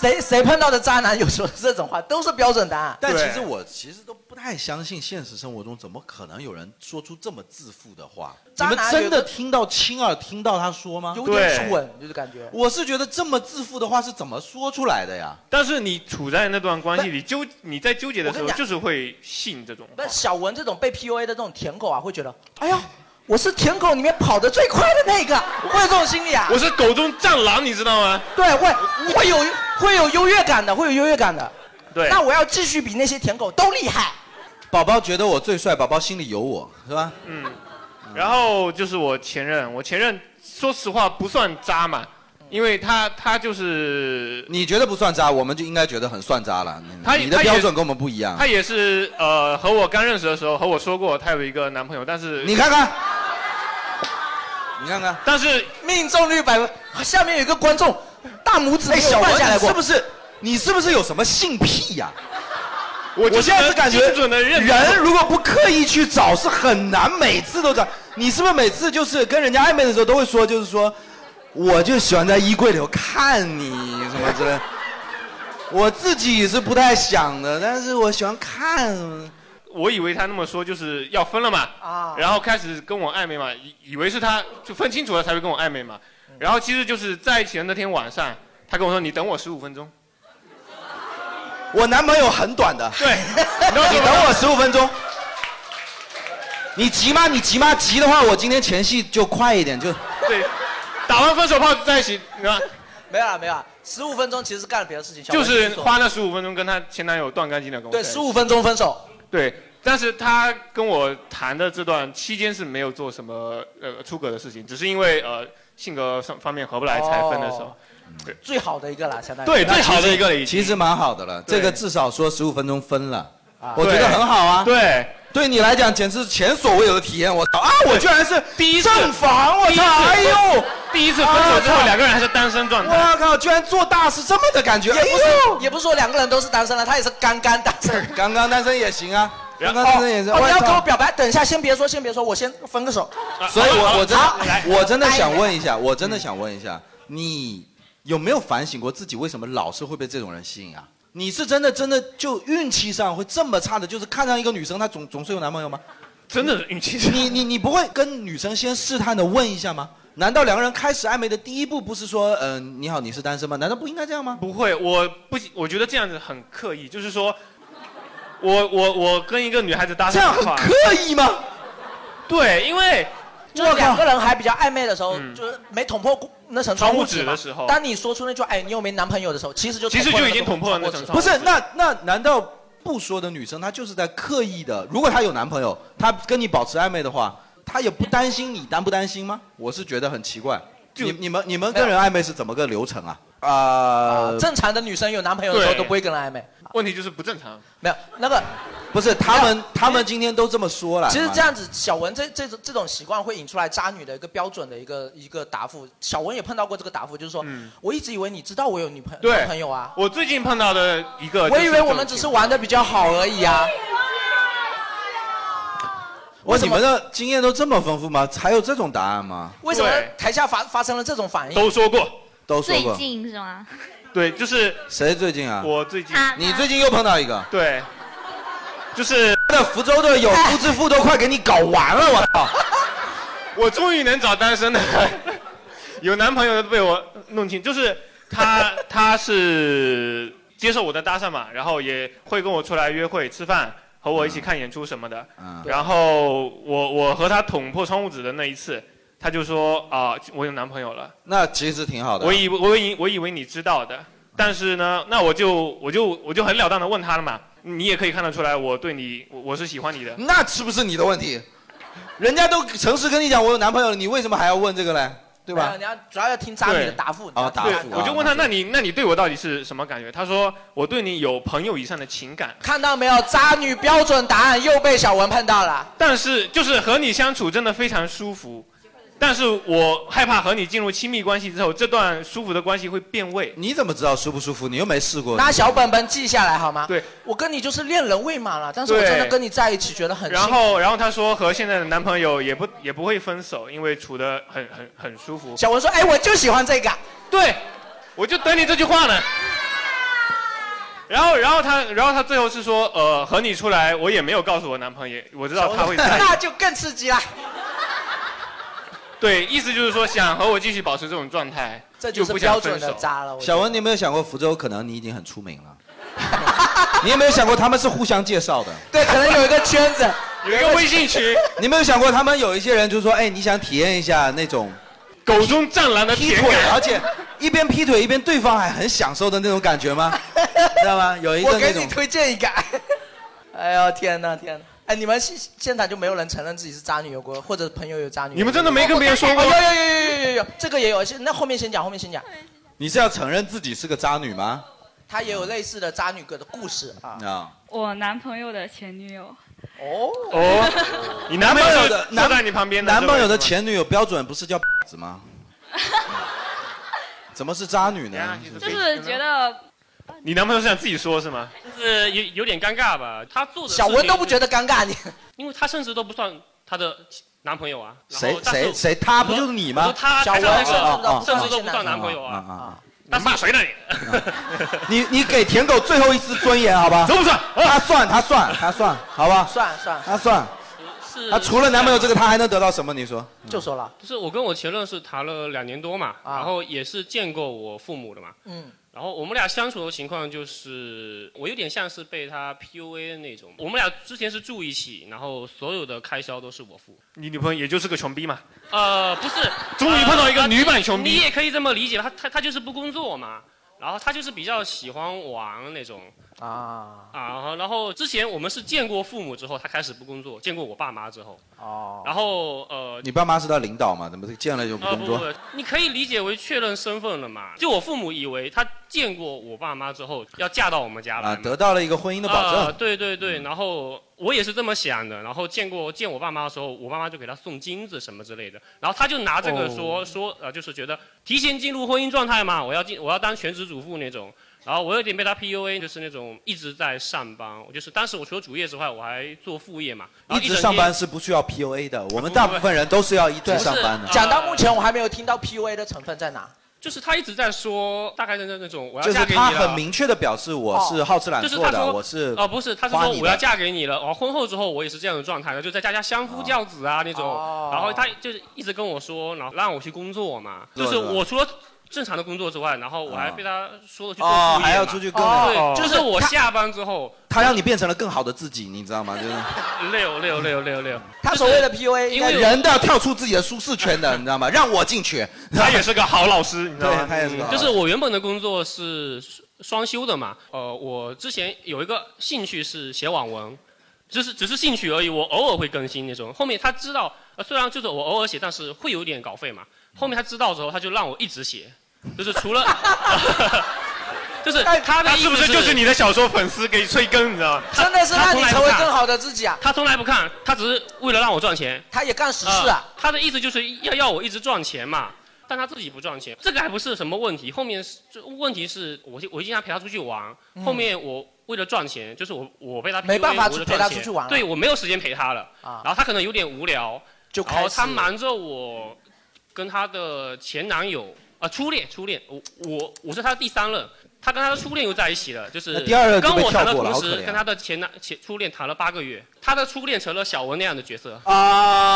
谁谁碰到的渣男有说这种话，都是标准答案。但其实我其实都不太相信，现实生活中怎么可能有人说出这么自负的话？你渣们男真有的个听到亲耳听到他说吗？有点蠢，就是感觉。我是觉得这么自负的话是怎么说出来的呀？但是你处在那段关系里纠，你在纠结的时我候跟你讲就是会信这种不，小文这种被 PUA 的这种舔狗啊，会觉得，哎呀，我是舔狗里面跑得最快的那个，会有这种心理啊。我是狗中战狼，你知道吗？对，会会有会有优越感的，会有优越感的。对那我要继续比那些舔狗都厉害。宝宝觉得我最帅，宝宝心里有我，是吧？嗯，然后就是我前任，我前任说实话不算渣嘛，嗯因为他他就是你觉得不算渣，我们就应该觉得很算渣了。他你的他也标准跟我们不一样他。也是呃和我刚认识的时候和我说过他有一个男朋友，但是你看看，你看看，但是命中率百分，下面有一个观众大拇指哎，没有小断下来文，过，是不是？你是不是有什么性癖呀、我就是现在是感觉，精准地认人如果不刻意去找，是很难每次都找。你是不是每次就是跟人家暧昧的时候都会说，就是说，我就喜欢在衣柜里头看你什么之类的。我自己是不太想的，但是我喜欢看。我以为他那么说就是要分了嘛，啊然后开始跟我暧昧嘛，以以为是他就分清楚了才会跟我暧昧嘛，嗯然后其实就是在一起的那天晚上，他跟我说你等我十五分钟，我男朋友很短的。对，你等我十五分钟。你急吗？你急吗？急的话，我今天前戏就快一点，就对，打完分手炮在一起，你看没有了啊没有了，十五分钟其实干了别的事情，小就文是说花那十五分钟跟她前男友断干净的跟我对在一起十五分钟分手。对，但是她跟我谈的这段期间是没有做什么呃出格的事情，只是因为呃性格上方面合不来才分的手。哦最好的一个啦，相当于对最好的一个了已经哎其实蛮好的了。对这个至少说十五分钟分了啊，我觉得对很好啊。对，对你来讲简直是前所未有的体验。我操啊！我居然是第一次正房，我第一操！次哎呦，第一次分手之啊后，操两个人还是单身状态。我靠，居然做大是这么的感觉。也哎不是呦，也不是说两个人都是单身了，他也是刚刚单身。 [LAUGHS] 刚刚单身也行啊，刚刚单身也是。哦你我要操跟我表白，等一下，先别说，先别说，我先分个手。啊啊所以我我真好来我真的哎想问一下，我嗯真的想问一下，你有没有反省过自己为什么老是会被这种人吸引啊？你是真的真的就运气上会这么差的？就是看上一个女生，她总总是有男朋友吗？真的是运气上你你你不会跟女生先试探的问一下吗？难道两个人开始暧昧的第一步不是说，嗯、你好，你是单身吗？难道不应该这样吗？不会，我不，我觉得这样子很刻意，就是说，我我我跟一个女孩子搭讪这样的话很刻意吗？对，因为就是两个人还比较暧昧的时候，就是没捅破那层窗户纸窗户纸嘛的时候当你说出那句“哎，你有没男朋友”的时候，其实就其实就已经捅破了那层户不纸是，那那难道不说的女生，她就是在刻意的？如果她有男朋友，她跟你保持暧昧的话，她也不担心你担不担心吗？我是觉得很奇怪。你你们你们跟人暧昧是怎么个流程啊？啊、正常的女生有男朋友的时候对都不会跟人暧昧。啊问题就是不正常。没有那 [LAUGHS] 个，不是他们，他们今天都这么说了。其实这样子，小文这这种这种习惯会引出来渣女的一个标准的一个一个答复。小文也碰到过这个答复，就是说，我一直以为你知道我有女朋对男朋友啊，我最近碰到的一个，我以为我们只是玩的比较好而已啊。哇，你们的经验都这么丰富吗？还有这种答案吗？为什么台下发发生了这种反应？都说过，哦都说最过。近是吗？对，就是谁最近啊？我最近。你最近又碰到一个？啊对，就是那福州的有夫之妇都快给你搞完了，我操！ [LAUGHS] 我终于能找单身的，有男朋友的被我弄清，就是他，他是接受我的搭讪嘛，然后也会跟我出来约会、吃饭，和我一起看演出什么的。嗯然后我我和他捅破窗户纸的那一次，他就说啊、我有男朋友了。那其实挺好的。我以为我以我以为你知道的，但是呢，那我就我就我就很了当的问他了嘛，你也可以看得出来，我对你我我是喜欢你的。那是不是你的问题？人家都诚实跟你讲我有男朋友了，你为什么还要问这个嘞？对没吧有你？要主要要听渣女的答复。啊，答对复啊。我就问他，那你那你对我到底是什么感觉？他说我对你有朋友以上的情感，看到没有，渣女标准答案又被小文碰到了。但是就是和你相处真的非常舒服，但是我害怕和你进入亲密关系之后，这段舒服的关系会变味。你怎么知道舒不舒服？你又没试过。拿小本本记下来好吗？对，我跟你就是恋人未满了，但是我对真的跟你在一起觉得很幸然福。后，然后他说和现在的男朋友也不也不会分手，因为处得很很很舒服。小文说：“哎，我就喜欢这个。”对，我就等你这句话呢。然后，然后他，然后他最后是说，呃，和你出来，我也没有告诉我男朋友，我知道他会在意。 [LAUGHS] 那就更刺激了。 [LAUGHS] 对，意思就是说想和我继续保持这种状态，这就就是不想标分准手的。渣了。我觉得小文，你有没有想过福州可能你已经很出名了？ [LAUGHS] 你有没有想过他们是互相介绍的？对，可能有一个圈子， [LAUGHS] 有一个微信群。你有没有想过他们有一些人就说，哎，你想体验一下那种狗中战狼的劈甜腿，感而且一边劈腿一边对方还很享受的那种感觉 [LAUGHS] 吗？知道吗？有一个我那给你种。推荐一个。 [LAUGHS] 哎呦天哪天哪！哎，你们现现场就没有人承认自己是渣女有过，或者朋友有渣女有过？你们真的没跟别人说过哦有有有有有有有有，这个也有。那后面先讲，后面先讲。你是要承认自己是个渣女吗？他也有类似的渣女哥的故事啊。啊。我男朋友的前女友。哦 [LAUGHS] 哦，你男朋友的坐在你旁边的男朋友的这位前女友标准不是叫子 [LAUGHS] 吗？怎么是渣女啊呢？就是觉得你男朋友是想自己说是吗？就是有有点尴尬吧？他做的小文都不觉得尴 [LAUGHS] 尬，你因为他甚至都不算他的男朋友啊。谁但是谁谁？他不就是你我吗说？他小小文文还是啊啊甚至都不算男朋友啊啊！那骂谁呢你？你你给舔狗最后一丝尊严，好吧？算不啊算？他算，他算，他算，好吧？算算，他算。他除了男朋友这个，他还能得到什么？你说？就说了，就是我跟我前任是谈了两年多嘛，啊然后也是见过我父母的嘛。嗯，然后我们俩相处的情况就是，我有点像是被他 PUA 的那种。我们俩之前是住一起，然后所有的开销都是我付。你女朋友也就是个穷逼嘛。呃，不是，终于碰到一个呃女版穷逼你也可以这么理解吧，他他他就是不工作嘛，然后他就是比较喜欢玩那种。啊啊，然后然后之前我们是见过父母之后，他开始不工作，见过我爸妈之后，哦，然后呃，嗯你爸妈是他领导嘛？怎么见了就不啊工不作？不，你可以理解为确认身份了嘛？就我父母以为他见过我爸妈之后要嫁到我们家来啊，嘛，得到了一个婚姻的保啊证。嗯对对对，然后我也是这么想的。然后见过见我爸妈的时候，我爸妈就给他送金子什么之类的，然后他就拿这个哦说、说呃，就是觉得提前进入婚姻状态嘛，我要进我要当全职主妇那种。然后我有点被他 PUA，就是那种一直在上班，我就是当时我除了主业之外，我还做副业嘛。然一后直整上班天是不需要 PUA 的，我们大部分人都是要一直上班的。讲到目前，我还没有听到 PUA 的成分在哪。就是他一直在说，大概就是那种我要就嫁是给你了。他很明确的表示我是好吃懒哦就是做他的，说我是哦，不是，他是花说你我的要嫁给你了，哦，婚后之后我也是这样的状态的，就在家家相哦夫教子啊那种，然后他就是一直跟我说，然后让我去工作嘛，对就是对我除了。正常的工作之外，然后我还哦被他说了去做副业哦嘛还要出去更哦对，就是我他下班之后他让你变成了更好的自己，你知道吗？就是六六六六六，他所谓的 PUA，因应该为有人都要跳出自己的舒适圈的，你知道吗？让我进 [LAUGHS] 去。他也是个好老师，你知道吗？对他也是个好嗯就是我原本的工作是双双休的嘛，哦呃，我之前有一个兴趣是写网文，就是只是兴趣而已，我偶尔会更新那种。后面他知道，呃，虽然就是我偶尔写，但是会有 [LAUGHS] 点 [LAUGHS] 稿费嘛。后面他知道之后，他就让我一直写，就是除了就是他的他是不意是思就是你的小说粉丝给催更，你知道吗？真的是他让你从来不成为看更好的自己啊！他从来不看，他只是为了让我赚钱。他也干实是事啊！他的意思就是要要我一直赚钱嘛，但他自己不赚钱，这个还不是什么问题。后面是这问题是我经我经常陪他出去玩，嗯后面我为了赚钱，就是我我被他没办法 PUA 我为了陪他赚钱出去玩了对我没有时间陪他了。啊然后他可能有点无聊，就然后开始他瞒着我跟他的前男友啊、初恋初恋，我我我是他的第三任。他跟他的初恋又在一起了，就是那第二任就跟被我谈的跳过了同好时可，啊怜跟他的前男前初恋谈了八个月，他的初恋成了小文那样的角色。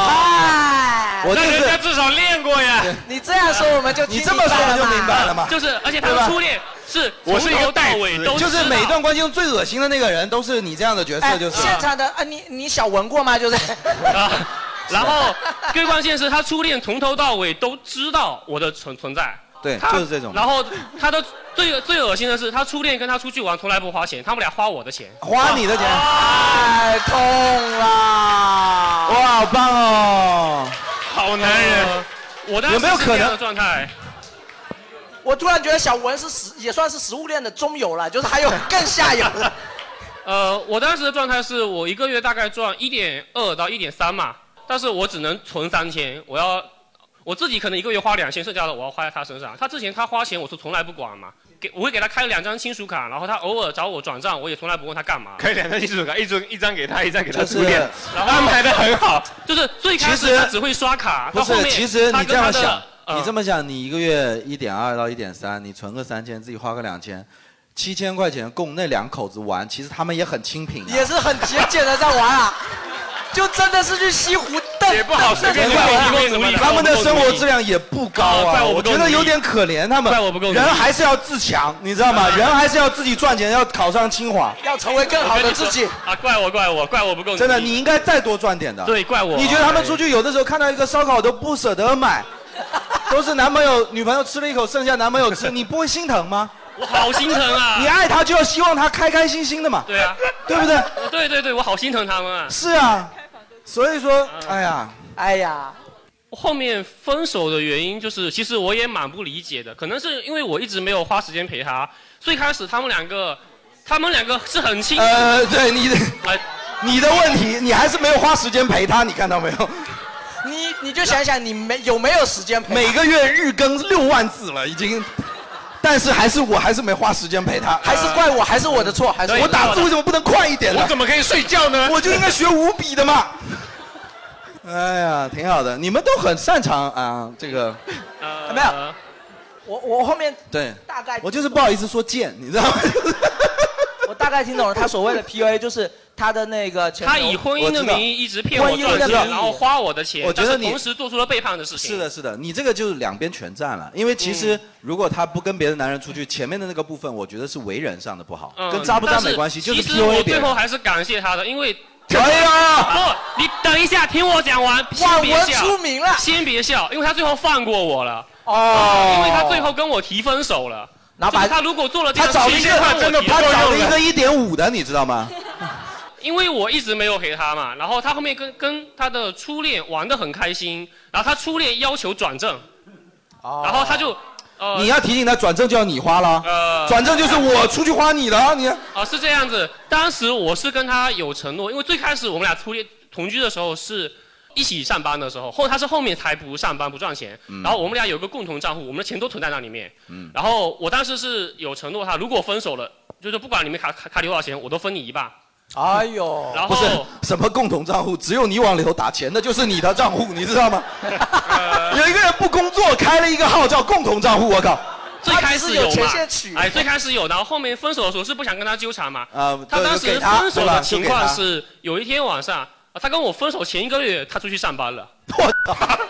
啊那人家至少练过呀。你这样说我们就你这么说我就明白了嘛。就是，而且他对的吧初恋是我是一从个头代到词尾都就是每一知道段关系中最恶心的那个人，都是你这样的角色，哎就是现场的啊，你你小闻过吗？就是啊 [LAUGHS] 然后最关键是他初恋从头到尾都知道我的存存在。对他就是这种然后他的最最恶心的是，他初恋跟他出去玩从来不花钱，他们俩花我的钱。花你的钱，哎太痛啊了！哇，好棒哦！好男人。我当嗯时有没有是这可样能的状态？我突然觉得小文是食也算是食物链的中游了，就是还有更下游的。呃，我当时的状态是我一个月大概赚一点二到一点三嘛，但是我只能存三千，我要我自己可能一个月花两千，剩下的我要花在他身上。他之前他花钱我是从来不管嘛，给我会给他开两张亲属卡，然后他偶尔找我转账，我也从来不问他干嘛。开两张亲属卡，一张一张给他，一张给他就是初恋，然后安排的很好。就是最开其始实他只会刷卡，不到后是，面其实他你跟这样他的呃想，你这么想，你一个月一点二到一点三，你存个三千，自己花个两千，七千块钱供那两口子玩，其实他们也很清贫、啊。也是很节俭的在玩啊，就真的是去西湖蹬，也不好随便玩就玩努力他们的生活质量也不高啊怪啊，我不我够觉得有点可怜他们。怪我不够努力人还是要自强，你知道吗？人还是要自己赚钱，要考上清华。要成为更好的自己。啊，怪我怪我怪我不够努力真的，你应该再多赚点的。对怪我啊你觉得他们出去有的时候看到一个烧烤都不舍得 [LAUGHS] 买，都是男朋友女朋友吃了一口，剩下男朋友 [LAUGHS] 吃，你不会心疼吗？我好心疼啊！你爱他就要希望他开开心心的嘛，对啊， [LAUGHS] 对不对？对对对，我好心疼他们啊。是啊，所以说，哎呀，哎呀，后面分手的原因就是，其实我也蛮不理解的，可能是因为我一直没有花时间陪他。最开始他们两个，他们两个是很亲。呃，对你的哎，你的问题，你还是没有花时间陪他，你看到没有？你你就想想你没有没有时间陪他每个月日更六万字了，已经。但是还是我还是没花时间陪他，还是怪我，还是我的错，还是我打字为什么不能快一点呢？我怎么可以睡觉呢我就应该学五笔的嘛。哎呀，挺好的，你们都很擅长啊，这个没有？呃我我后面对，大概我就是不好意思说贱，你知道吗？我大概听懂了他所谓 [LAUGHS] 的 PUA，就是他的那个前他男友以婚姻的名义一直骗我婚姻的赚钱，名义然后花我的钱，我觉得但是你同时做出了背叛的事情。嗯是的，是的，你这个就是两边全占了。因为其实如果他不跟别的男人出去，前面的那个部分，我觉得是为人上的不好，嗯跟渣不渣但没关系，就是其实我 PUA 别最人后。还是感谢他的，因为。可以啊！不，你等一下，听我讲完。先别文笑出名了先别笑，因为他最后放过我了。啊哦因为他最后跟我提分手了。拿把就是他如果做了这他样的找了事一情个跟我提他找了分手一个一点五的，你知道吗？因为我一直没有陪他嘛，然后他后面跟跟他的初恋玩得很开心，然后他初恋要求转正，哦然后他就，呃，你要提醒他转正就要你花了，呃转正就是我出去花你了，你啊是这样子，当时我是跟他有承诺，因为最开始我们俩初恋同居的时候是一起上班的时候，后他是后面才不上班不赚钱，嗯然后我们俩有个共同账户，我们的钱都存在那里面，嗯然后我当时是有承诺他，如果分手了，就是不管你们卡卡卡里多少钱，我都分你一半。哎呦，然不后是什么共同账户，只有你往里头打钱，那就是你的账户， [LAUGHS] 你知道吗？呃有一个人不工作，开了一个号叫共同账户，我靠！最开始他啊有只是有前嘛线取？哎，最开始有，然后后面分手的时候是不想跟他纠缠嘛。啊他对当就时给他分手对吧的就情给况他是，有一天晚上，啊他跟我分手前一个月，他出去上 [LAUGHS] 班了。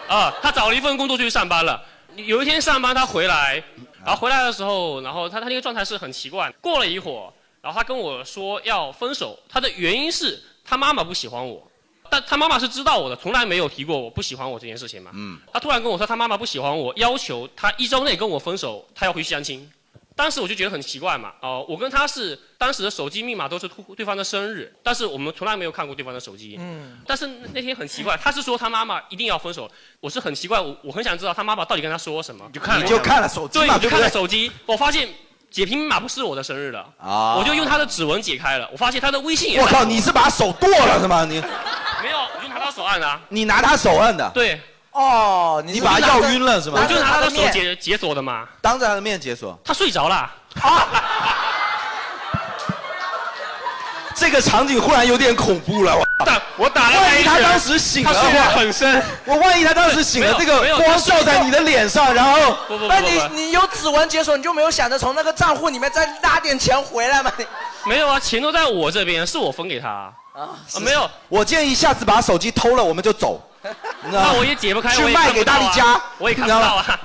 啊，他找了一份工作出去上班了。有一天上班他回来，嗯然后回来的时候，然后他他那个状态是很奇怪。过了一会儿，然后他跟我说要分手，他的原因是他妈妈不喜欢我。但他妈妈是知道我的，从来没有提过我不喜欢我这件事情嘛。嗯，他突然跟我说他妈妈不喜欢我，要求他一周内跟我分手，他要回去相亲。当时我就觉得很奇怪嘛，哦、我跟他是当时的手机密码都是互对方的生日，但是我们从来没有看过对方的手机。嗯，但是那天很奇怪，他是说他妈妈一定要分手，我是很奇怪，我我很想知道他妈妈到底跟他说什么。你就看了你就看了手机嘛对，我就看对了不对手机，我发现解屏密码不是我的生日了，啊我就用他的指纹解开了。我发现他的微信也在。我靠，你是把手剁了是吗？你没有，我就拿他手按的啊。你拿他手按的？对。哦，你把他要晕了是吗？我就拿他的手解解锁的嘛。当着他的面解锁。他睡着了。这个场景忽然有点恐怖了。打我打了万一他一拳当时醒了的他话，睡得很深。我万一他当时醒了，没这有没个有光他睡照在觉你的脸上，然后那你你有指纹解锁，你就没有想着从那个账户里面再拉点钱回来吗？你没有啊，钱都在我这边，是我分给他啊。啊，没有，我建议下次把手机偷了，我们就走。你知道吗那我也解不开，去我也卖看给不到大力啊家，我也看你不知道到吗啊。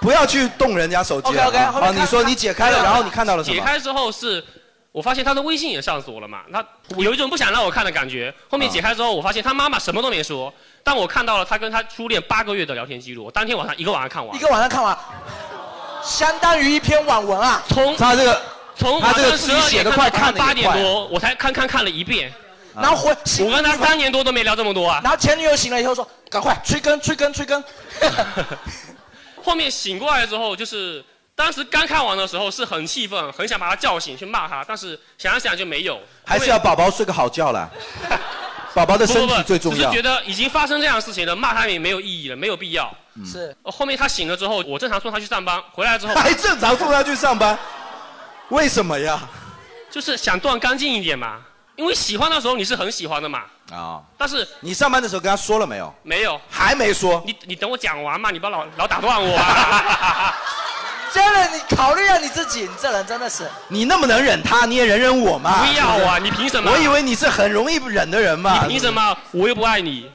不要去动人家手机啊。 OK，OK，后面啊，看你说你解开了，然后你看到了什解么？开之后是，我发现他的微信也上锁了嘛，那我有一种不想让我看的感觉。后面解开之后，我发现他妈妈什么都没说，但我看到了他跟他初恋八个月的聊天记录，我当天晚上一个晚上看完。一个晚上看完，相当于一篇网文啊。从他这个，从晚上十二点看到八点多，我才看看看了一遍。然后回，我跟他三年多都没聊这么多啊。然后前女友醒了以后说：“赶快催更，催更，催更。后面醒过来之后，就是当时刚看完的时候是很气愤，很想把他叫醒去骂他，但是想了想就没有。还是要宝宝睡个好觉啦。 [LAUGHS] 宝宝的身体最重要不不不只是觉。得已经发生这样的事情了，骂他也没有意义了，没有必要。嗯是呃后面他醒了之后，我正常送他去上班，回来之 [LAUGHS] 后还正常送他去上班，为什么呀？就是想断干净一点嘛，因为喜欢的时候你是很喜欢的嘛，啊，但是你上班的时候跟他说了没有？没有，还没说。你你等我讲完嘛，你不要老老打断我啊。真的，你考虑一下你自己，你这人真的是。你那么能忍他，你也忍忍我嘛。不要啊是是你凭什么我以为你是很容易忍的人嘛。你凭什么？我又不爱你。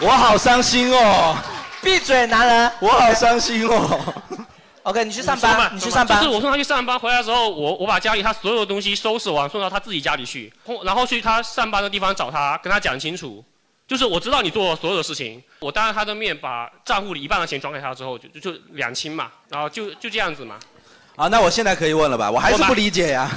我好伤心哦。闭嘴，男人。我好伤心哦。 OK，你去上说嘛班，你去上班。就是我送他去上班，回来之后，我我把家里他所有的东西收拾完，送到他自己家里去，后然后去他上班的地方找他，跟他讲清楚，就是我知道你做的所有的事情，我当着他的面把账户里一半的钱转给他之后，就就就两清嘛，然后就就这样子嘛。啊，那我现在可以问了吧？我还是不理解呀，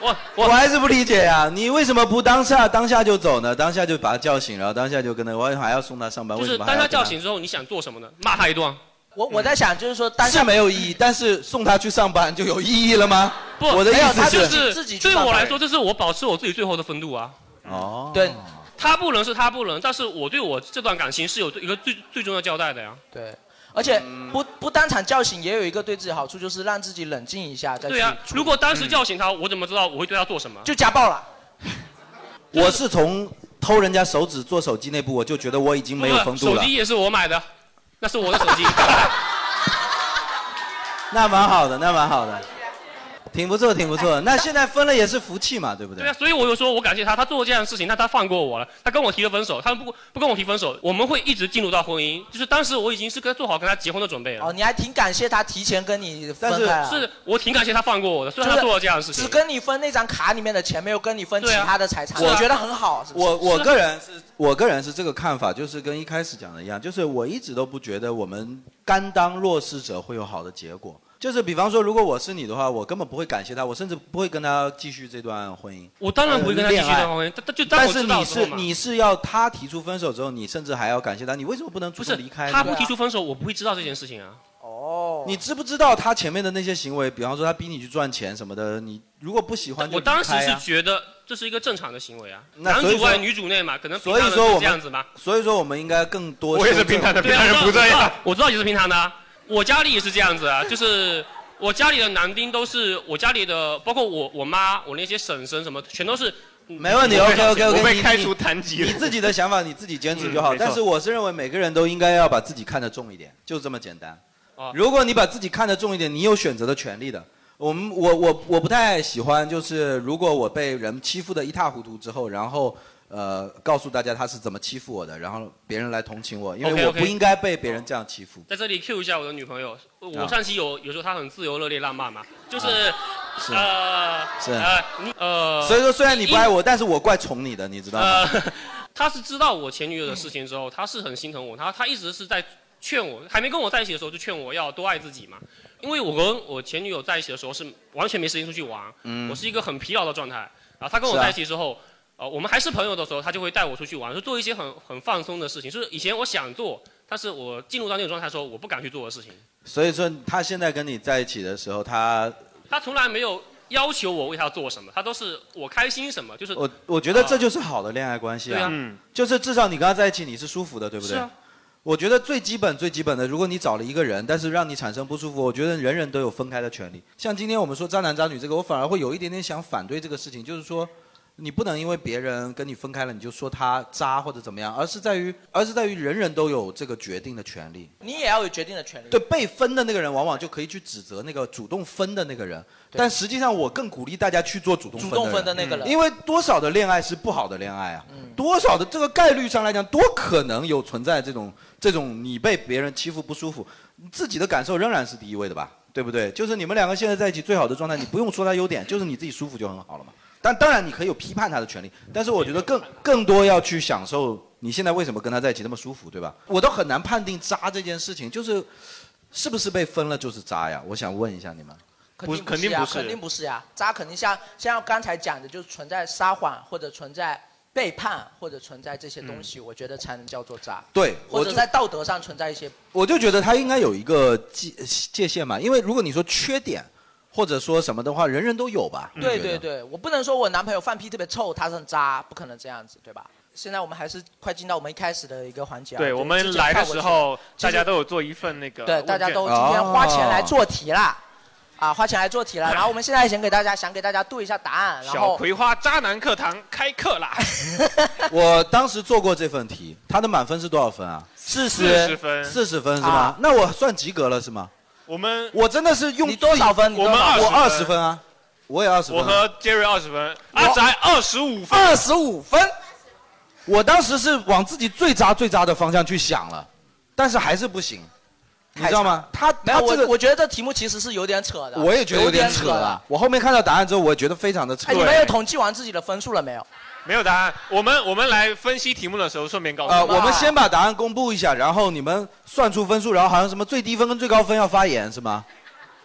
我我还是不理解呀，你为什么不当下当下就走呢？当下就把他叫醒，然后当下就跟他，我还要送他上班，就为什是么当还要他跟叫醒之后，你想做什么呢？骂他一顿。我我在想，就是说当下是没有意义，但是送他去上班就有意义了吗？不，我的意思，就是对我来说，这是我保持我自己最后的风度啊。哦，对，他不能是他不能，但是我对我这段感情是有一个最最终的交代的呀。对，而且不不当场叫醒也有一个对自己好处，就是让自己冷静一下再去对啊，如果嗯当时叫醒他，我怎么知道我会对他做什么？就家暴 [LAUGHS] 了。我是从偷人家手指做手机那步，我就觉得我已经没有不风是度手了机，也是我买的，那是我的手 [LAUGHS] 机。那蛮好的，那蛮好的，挺不错，挺不错。那现在分了也是福气嘛，对不对对？啊，所以我就说我感谢他，他做了这样的事情，那他放过我了，他跟我提了分手，他不不跟我提分手，我们会一直进入到婚姻。就是当时我已经是跟做好跟他结婚的准备了。哦，你还挺感谢他提前跟你分开了。是我挺感谢他放过我的，虽然他做了这样的事情只。跟你分那张卡里面的钱，没有跟你分其对啊他的财产，我我觉得很好。啊是不是我我个人是，我个人是这个看法，就是跟一开始讲的一样，就是我一直都不觉得我们甘当弱势者会有好的结果。就是比方说，如果我是你的话，我根本不会感谢他，我甚至不会跟他继续这段婚姻。我当然不会跟他继续这段婚姻呃但但就当但我是知道你的时候是嘛你是要他提出分手之后，你甚至还要感谢他，你为什么不能主不是动离开呢？他不提出分手，我不会知道这件事情啊。你知不知道他前面的那些行为？比方说他逼你去赚钱什么的，你如果不喜欢就我离当时开是呀觉得这是一个正常的行为啊，那男所以主外说女主内嘛，可能平所以常人说是我这样子吧们。，所以说我们应该更多。我也是平常的对啊平常人不这样我知道我知道你是平常的啊，我家里也是这样子啊， [LAUGHS] 就是我家里的男丁都是我家里的，包括我我妈，我那些婶婶什么，全都是。嗯没问题我被，OK OK 我 OK，被开除谈及了你自己的想法你自己坚持就好。嗯没错但是我是认为每个人都应该要把自己看得重一点，就这么简单哦。如果你把自己看得重一点，你有选择的权利的。我们我我我不太喜欢，就是如果我被人欺负的一塌糊涂之后，然后呃告诉大家他是怎么欺负我的，然后别人来同情我，因为我 OK，OK 不应该被别人这样欺负。在这里 Q 一下我的女朋友，我啊上期有有时候她很自由热烈浪漫嘛，就是是呃是呃你呃，所以说虽然你不爱因我，但是我怪宠你的，你知道吗？呃，他是知道我前女友的事情之后，嗯他是很心疼我，他他一直是在劝我，还没跟我在一起的时候就劝我要多爱自己嘛。因为我跟我前女友在一起的时候是完全没时间出去玩，嗯我是一个很疲劳的状态。然后他跟我是啊在一起之后，呃，我们还是朋友的时候，他就会带我出去玩，就做一些很很放松的事情，就是以前我想做，但是我进入到那种状态的时候，我不敢去做的事情。所以说他现在跟你在一起的时候，他他从来没有要求我为他做什么，他都是我开心什么，就是啊我我觉得这就是好的恋爱关系对啊，啊嗯就是至少你跟他在一起你是舒服的，对不对？是啊我觉得最基本最基本的，如果你找了一个人，但是让你产生不舒服，我觉得人人都有分开的权利。像今天我们说渣男渣女这个，我反而会有一点点想反对这个事情，就是说，你不能因为别人跟你分开了，你就说他渣或者怎么样，而是在于而是在于人人都有这个决定的权利。你也要有决定的权利。对被分的那个人，往往就可以去指责那个主动分的那个人。对但实际上，我更鼓励大家去做主动分嗯主动分的那个人嗯因为多少的恋爱是不好的恋爱啊，多少的这个概率上来讲，多可能有存在这种这种你被别人欺负不舒服，自己的感受仍然是第一位的吧，对不对？就是你们两个现在在一起最好的状态，你不用说他优 [LAUGHS] 点，就是你自己舒服就很好了嘛。但当然你可以有批判他的权利，但是我觉得更更多要去享受你现在为什么跟他在一起那么舒服，对吧？我都很难判定渣这件事情，就是是不是被分了就是渣呀？我想问一下你们，肯定是呀，肯定不是呀，渣肯定像像刚才讲的，就是存在撒谎或者存在背叛或者存在这些东西，我觉得才能叫做渣。嗯对或我者就在道德上存在一些我就觉得他应该有一个界呃界限嘛，因为如果你说缺点或者说什么的话，人人都有吧？我嗯嗯对觉得对对，我不能说我男朋友放屁特别臭，他是很渣，不可能这样子，对吧？现在我们还是快进到我们一开始的一个环节啊。对就我之们前来的看过时去候，其大实家都有做一份那个哦对问大家卷哦都今天花钱来做题啦，啊，花钱来做题 [LAUGHS] 了。然后我们现在想给大家想给大家对一下答案，然小后葵花渣男课堂开课啦！我当时做过这份题，他的满分是多少分啊？四40分四十分是吗？啊那我算及格了是吗？我们我真的是用你多少分我你多少分我二十分啊，我也二十分我啊、和 Jerry 二十分，阿宅二十五分，二十五分。我当时是往自己最渣最渣的方向去想了，但是还是不行，你知道吗？他没有他这我，个我觉得这题目其实是有点扯的。我也觉得有点啊点扯啊的。了。我后面看到答案之后，我也觉得非常的扯哎，。你们有统计完自己的分数了没有？没有答案。我们我们来分析题目的时候，顺便告诉呃，你我们先把答案公布一下，然后你们算出分数，然后好像什么最低分跟最高分要发言是吗？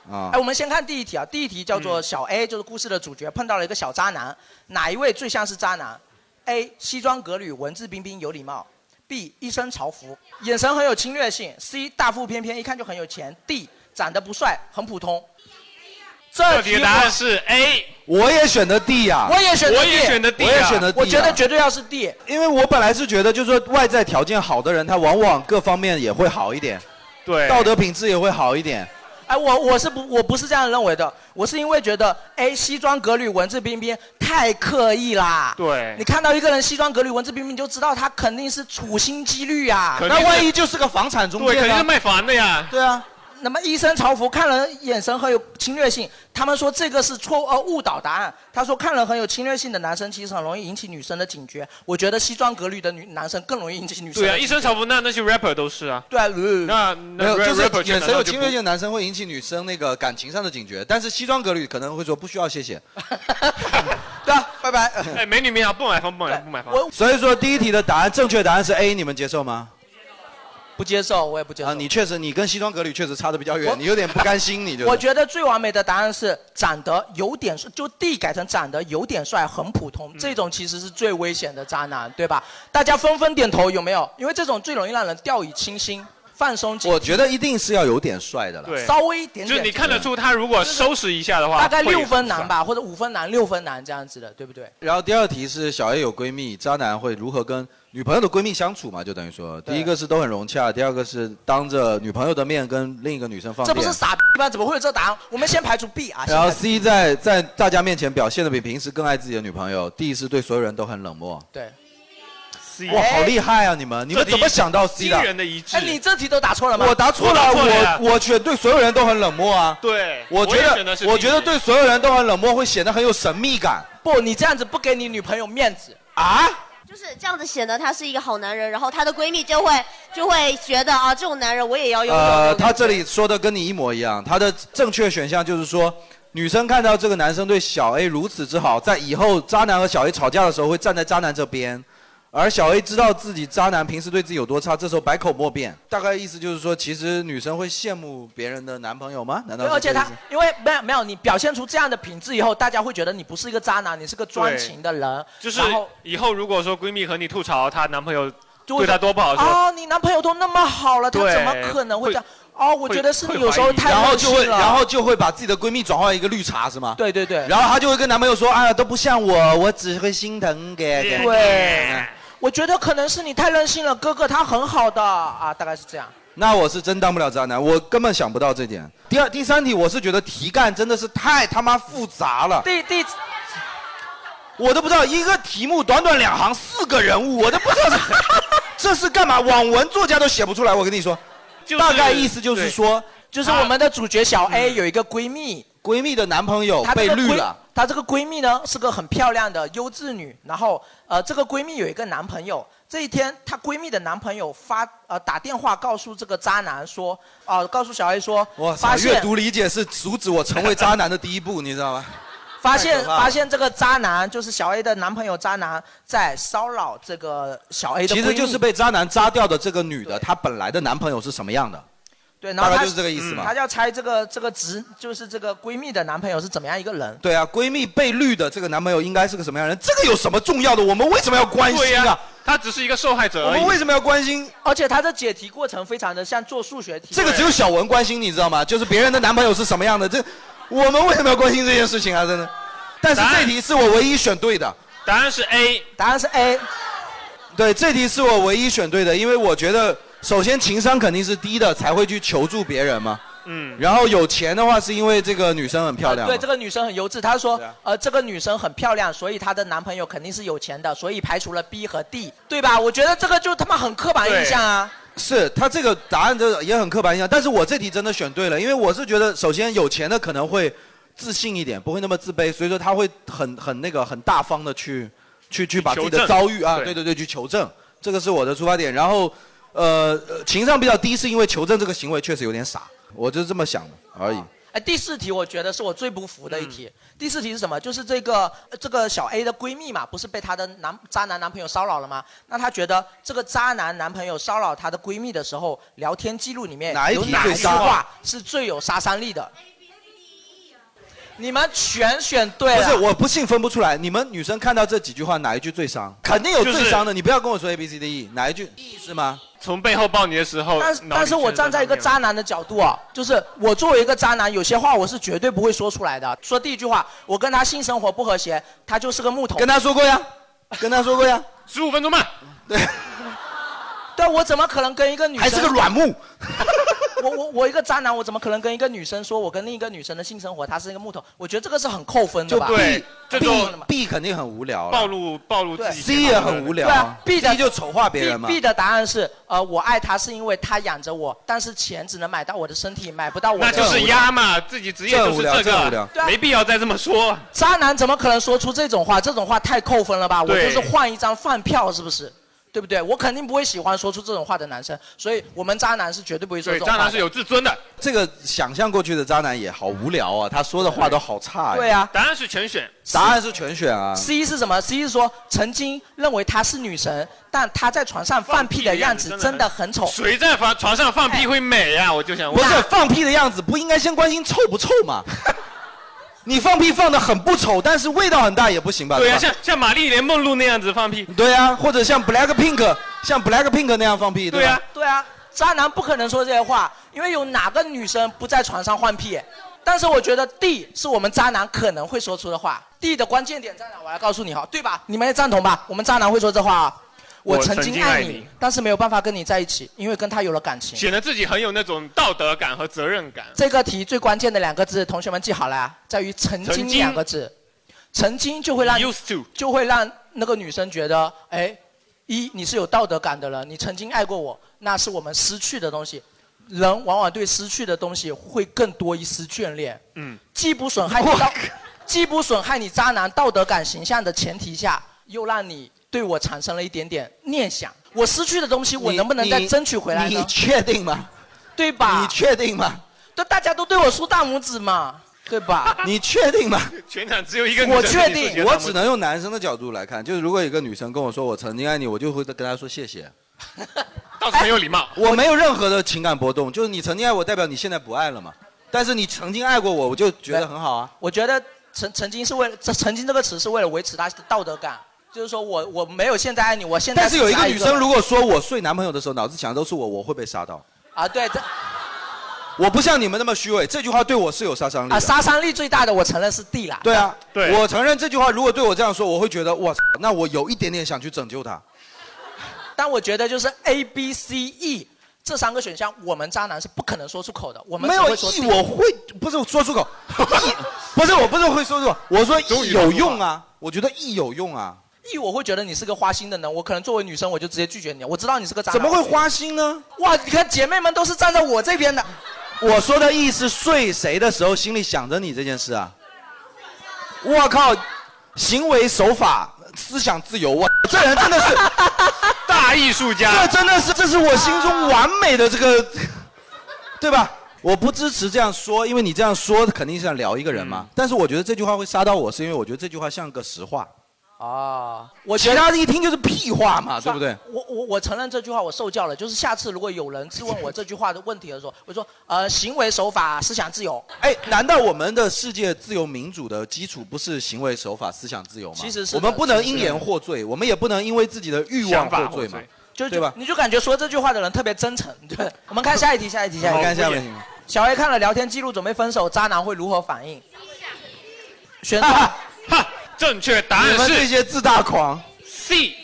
啊、哎，我们先看第一题啊，第一题叫嗯做小 A，、就是故事的主角碰到了一个小渣男，哪一位最像是渣男？A. 西装革履，文质彬彬，有礼貌；B. 一身潮服，眼神很有侵略性；C. 大腹便便，一看就很有钱；D. 长得不帅，很普通。这这题题我答案是 A。我也选的 D 呀、我也选的 D，我也选的 D 啊我也选的 D 啊我觉得绝对要是 D。因为我本来是觉得，就是说外在条件好的人，他往往各方面也会好一点，对道德品质也会好一点。哎，我我是不我不是这样认为的，我是因为觉得 A 西装革履、文质彬彬太刻意啦。对你看到一个人西装革履、文质彬彬，你就知道他肯定是处心积虑啊。肯定是那万一就是个房产对，肯定是卖房的呀。对啊。那么一身潮服，看人眼神很有侵略性。他们说这个是错呃误导答案。他说看人很有侵略性的男生，其实很容易引起女生的警觉。我觉得西装革履的女男生更容易引起女生的警觉。对啊，一身潮服，那那些 rapper 都是啊。对啊，那没有，那就是 rapper 眼神有侵略性的男生会引起女生那个感情上的警觉，但是西装革履可能会说不需要，谢 [LAUGHS] 谢。对啊，拜拜。哎，美女们啊，不买房，不买房，不买房。所以说第一题的答案正确答案是 A，你们接受吗？不接受，我也不接受。啊，你确实，你跟西装革履确实差的比较我远，你有点不甘心，你就是呃我觉得最完美的答案是长得有点帅，就 D 改成长得有点帅，很普通，嗯这种其实是最危险的渣男，对吧？大家纷纷点头，有没有？因为这种最容易让人掉以轻心，放松警惕。我觉得一定是要有点帅的了。对，稍微一点点就是你看得出他如果收拾一下的话，大概会有六分难吧，或者五分难、六分难这样子的，对不对？然后第二题是小 A 有闺蜜，渣男会如何跟女朋友的闺蜜相处嘛？就等于说，第一个是都很融洽，第二个是当着女朋友的面跟另一个女生放这电。不是傻逼吗？怎么会有这答案？我们先排除 B 啊。先然后排除 C 在在大家面前表现的比平时更爱自己的女朋友，D 是对所有人都很冷漠。对。哇，好厉害啊！你们，你们怎么想到 C 的？哎，你这题都答错了吗？我答错了，我我选对所有人都很冷漠啊。对我觉我也选的得是 D 我觉得对所有人都很冷漠会显得很有神秘感。不，你这样子不给你女朋友面子啊？就是这样子显得他是一个好男人，然后她的闺蜜就会就会觉得啊，这种男人我也要拥有。呃，他这里说的跟你一模一样，他的正确选项就是说，女生看到这个男生对小 A 如此之好，在以后渣男和小 A 吵架的时候会站在渣男这边，而小 A 知道自己渣男平时对自己有多差，这时候百口莫辩。大概意思就是说，其实女生会羡慕别人的男朋友吗？难道对，啊是而且这个他意思因为没有没有你表现出这样的品质以后，大家会觉得你不是一个渣男，你是个专情的人，就是然后以后如果说闺蜜和你吐槽她男朋友对会她多不好的时候，啊，你男朋友都那么好了，他对怎么可能会这样？哦，我觉得是你有时候太然后任就性会，了。然后就会把自己的闺蜜转化为一个绿茶，是吗？对对对。然后她就会跟男朋友说：“哎呀，都不像我，我只会心疼给。给”对，我觉得可能是你太任性了，哥哥他很好的啊，大概是这样。那我是真当不了渣男，我根本想不到这点。第二、第三题，我是觉得题干真的是太他妈复杂了。第第，我都不知道一个题目短短两行四个人物，我都不知道这这 [LAUGHS] 是干嘛。网文作家都写不出来，我跟你说，就是大概意思就是对说，就是我们的主角小 A 有一个闺蜜，嗯闺蜜的男朋友被绿了。她这个闺蜜呢是个很漂亮的优质女，然后呃，这个闺蜜有一个男朋友。这一天，她闺蜜的男朋友发呃打电话告诉这个渣男说，啊、告诉小 A 说，哇发塞，阅现读理解是阻止我成为渣男的第一步， [LAUGHS] 你知道吗？发现太可怕了发现这个渣男就是小 A 的男朋友渣男在骚扰这个小 A 的闺其蜜，实就是被渣男渣掉的这个女的，她本来的男朋友是什么样的？对，然后大概她就是这个意思嘛她要猜这个这个直就是这个闺蜜的男朋友是怎么样一个人。对啊，闺蜜被绿的这个男朋友应该是个什么样的人？这个有什么重要的？我们为什么要关对心呀、啊？她只是一个受害者我而已。们为什么要关心？而且她的解题过程非常的像做数学题。这个只有小文关心，你知道吗？就是别人的男朋友是什么样的，这我们为什么要关心这件事情啊？真的。但是这题是我唯一选对的。答案是 A，答案是 A。对，这题是我唯一选对的，因为我觉得首先情商肯定是低的，才会去求助别人嘛。嗯，然后有钱的话，是因为这个女生很漂亮嘛。啊对，这个女生很优质。她说，呃，这个女生很漂亮，所以她的男朋友肯定是有钱的，所以排除了 B 和 D，对吧？我觉得这个就他妈很刻板印象啊。是他这个答案这也很刻板印象，但是我这题真的选对了，因为我是觉得首先有钱的可能会自信一点，不会那么自卑，所以说他会很很那个很大方的去去去把自己求的证遭遇啊，对对对对，去求证，这个是我的出发点。然后呃，呃情商比较低是因为求证这个行为确实有点傻，我就是这么想的而已。哎，第四题我觉得是我最不服嗯的一题。第四题是什么？就是这个呃这个小 A 的闺蜜嘛，不是被她的男渣男男朋友骚扰了吗？那她觉得这个渣男男朋友骚扰她的闺蜜的时候，聊天记录里面哪一有题哪最一句渣话是最有杀伤力的？你们全选对不了。是，我不信分不出来。你们女生看到这几句话，哪一句最伤？肯定有就是最伤的，你不要跟我说 A B C D E，哪一句 E 是吗？从背后抱你的时候，但是但是我站在一个渣男的角度啊，就是我作为一个渣男，有些话我是绝对不会说出来的。说第一句话，我跟他性生活不和谐，他就是个木头。跟他说过 [LAUGHS] 呀，跟他说过呀。十五分钟慢。对，对我怎么可能跟一个女生还是个软木？ [LAUGHS] 我我我一个渣男，我怎么可能跟一个女生说我跟另一个女生的性生活她是一个木头？我觉得这个是很扣分的就吧？ B 这 B 种 B 肯定很无聊了，暴露暴露自己 C 也很无聊对啊，B 的就丑化别人嘛 B B 的答案是，呃，我爱他是因为他养着我，但是钱只能买到我的身体，买不到我的。那就是鸭嘛，自己职业就是这无聊这无个聊，啊没必要再这么说。渣男怎么可能说出这种话？这种话太扣分了吧！我对就是换一张饭票，是不是？对不对？我肯定不会喜欢说出这种话的男生，所以我们渣男是绝对不会说这种话的。自尊的。这个想象过去的渣男也好无聊啊，他说的话都好差、对啊，答案是全选。答案是全选啊。 C 是什么？C 是说曾经认为她是女神，但她在床上放屁的样子真的很丑。谁在床床上放屁会美呀、我就想哦哎不问。是放屁的样子，不应该先关心臭不臭 [LAUGHS] 吗？你放屁放的很不丑，但是味道很大也不行吧？对呀、呀、像像玛丽莲梦露那样子放屁。对呀、或者像 Black Pink，像 Black Pink 那样放屁，对吧？啊，对啊，渣男不可能说这些话，因为有哪个女生不在床上换屁？但是我觉得 D 是我们渣男可能会说出的话，D 的关键点在哪？我来告诉你哈，对吧？你们也赞同吧？我们渣男会说这话啊。我我曾曾经经爱爱你你，但是没有办法跟你在一起，因为跟他有了感情。显得自己很有那种道德感和责任感。这个题最关键的两个字，同学们记好了、啊，在于“曾经曾”经两个字。曾经就会让 used to 就会让那个女生觉得，哎，一你是有道德感的人，你曾经爱过我，那是我们失去的东西。人往往对失去的东西会更多一丝眷恋，嗯，既不损害你 [LAUGHS] 道，既不损害你渣男道德感形象的前提下，又让你对我产生了一点点念想。我失去的东西，我你能不能再你争取回来呢？啊你确定吗？对吧？你确定吗？对，大家都对我竖大拇指嘛。对吧？ [LAUGHS] 你确定吗？ [LAUGHS] 全场只有一个女生我跟你确说定喜欢我他只能用男生的角度来看，就是如果有个女生跟我说我曾经爱你，我就会跟她说谢谢。倒是很有礼貌。 [LAUGHS] 我没有任何的情感波动，就是你曾经爱我，代表你现在不爱了嘛。但是你曾经爱过我，我就觉得很好啊。我觉得曾曾经是为了这曾经这个词是为了维持他的道德感，就是说我我没有现在爱你，我现在但是有一个爱女生，如果说我睡男朋友的时候脑子想的都是我，我会被杀到。啊对这我不像你们那么虚伪，这句话对我是有杀伤力的。啊杀伤力最大的我承认是 D 啦，对啊，我承认这句话，如果对我这样说，我会觉得哇，那我有一点点想去拯救她。但我觉得就是 A B C E 这三个选项，我们渣男是不可能说出口的，我们没只有会说意， D 我会不是说出 [LAUGHS] 口，意不是我不是会说出口，我说意有用啊，我觉得意有用啊，意我会觉得你是个花心的人，我可能作为女生我就直接拒绝你，我知道你是个渣怎男，么会花心呢？哇，你看姐妹们都是站在我这边的，我说的意是睡谁的时候心里想着你这件事啊。我靠，行为守法，思想自由，我这人真的是 [LAUGHS] 大艺术家，这真的是这是我心中完美的这个，对吧？我不支持这样说，因为你这样说肯定是想聊一个人嘛。但是我觉得这句话会杀到我，是因为我觉得这句话像个实话。啊，我其他的一听就是屁话嘛，对不对？我我我承认这句话我受教了，就是下次如果有人质问我这句话的问题的时候，我说呃行为守法思想自由，哎，难道我们的世界自由民主的基础不是行为守法、思想自由吗？其实是的我们不能其实是因的言获罪，我们也不能因为自己的欲望获罪嘛，就对吧？就你就感觉说这句话的人特别真诚。对，我们看下一题，下一题，下一题，好看下面。小 A 看了聊天记录，准备分手，渣男会如何反应？选择正确答你案们这是些自大狂， C。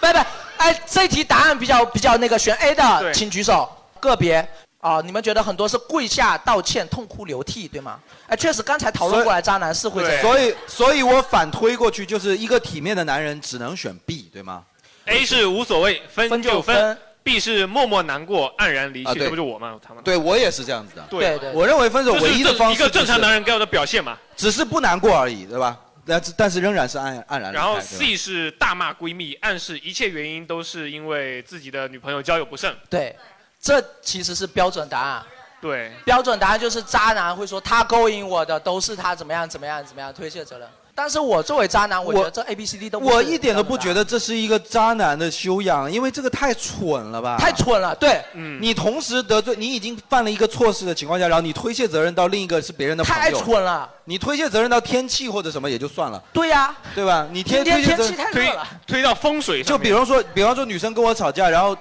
不不，哎，这题答案比较比较那个，选 A 的请举手，个别啊、你们觉得很多是跪下道歉、痛哭流涕，对吗？哎，确实刚才讨论过来，渣男是会这样。所以，所以我反推过去，就是一个体面的男人只能选 B，对吗？ A 是无所谓，分就就哎分分；B 是默默难过，黯然离啊去，对这不就我吗？他们对我也是这样子的。对对我认为分手这唯是一的正方式一个正常就是男人该有的表现嘛。只是不难过而已，对吧？但但是仍然是黯黯然离开。然后对吧 C 是大骂闺蜜，暗示一切原因都是因为自己的女朋友交友不慎。对，这其实是标准答案。对，标准答案就是渣男会说他勾引我的，都是他怎么样怎么样怎么样推卸责任。但是我作为渣男，我觉得这 A B C D 都不是我一点都不觉标得准这是一啊个渣男的修养，因为这个太蠢了吧？太蠢了，对，嗯，你同时得罪，你已经犯了一个错事的情况下，然后你推卸责任到另一个是别人的朋答案，友，太蠢，了。你推卸责任到天气或者什么也就算了，对呀、对吧？你天今天推卸责天气太热了推推到风水就比方说，比方说女生跟我吵架，然后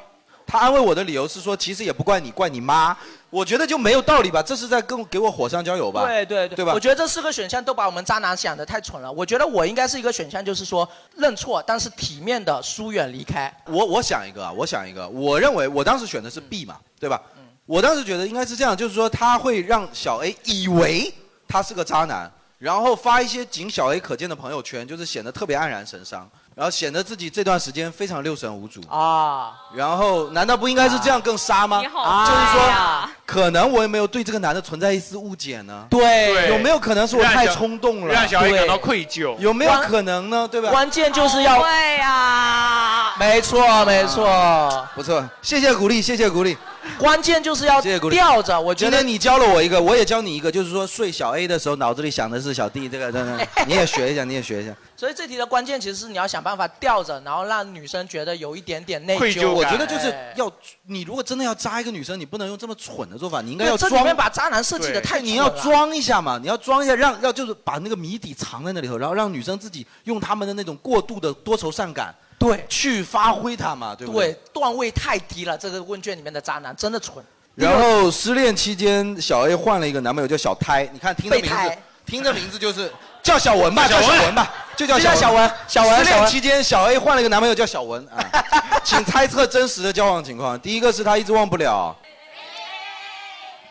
她安慰我的理由是说，其实也不怪你，怪你妈。我觉得就没有道理吧，这是在跟我给我火上浇油吧？对对对，对吧？我觉得这四个选项都把我们渣男想的太蠢了。我觉得我应该是一个选项，就是说认错，但是体面的疏远离开。我我想一个啊，我想一个，我认为我当时选的是嗯 B 嘛，对吧？我当时觉得应该是这样，就是说他会让小 A 以为他是个渣男，然后发一些仅小 A 可见的朋友圈，就是显得特别黯然神伤，然后显得自己这段时间非常六神无主啊。然后难道不应该是这样更杀吗？你好就是坏说呀，可能我也没有对这个男的存在一丝误解呢。对对有没有可能是我让太小冲动了，让小 A 感到对愧疚。有没有可能呢？对吧？关键就是要啊对呀，没错没错，不错，谢谢鼓励，谢谢鼓励。关键就是要谢谢鼓励。吊着。我觉今得天你教了我一个，我也教你一个，就是说睡小 A 的时候，脑子里想的是小 D 这个，等 [LAUGHS] 等，你也学一下，你也学一下。所以这题的关键其实是你要想办法吊着，然后让女生觉得有一点点内疚。我觉得就是哎要，你如果真的要扎一个女生，你不能用这么蠢的做法，你应该对要这装。里面把渣男设计的太你蠢要了装一下嘛，你要装一下，让要就是把那个谜底藏在那里头，然后让女生自己用她们的那种过度的多愁善感，对，去发挥它嘛，对不对？对段位太低了，这个问卷里面的渣男真的蠢。然后失恋期间，小 A 换了一个男朋友叫小胎，你看听这备名字胎，听这名字就是叫小文吧，叫小文吧，就叫就叫小文小文失小恋文期间，小 A 换了一个男朋友叫小文啊， [LAUGHS] 请猜测真实的交往情况。第一个是他一直忘不了，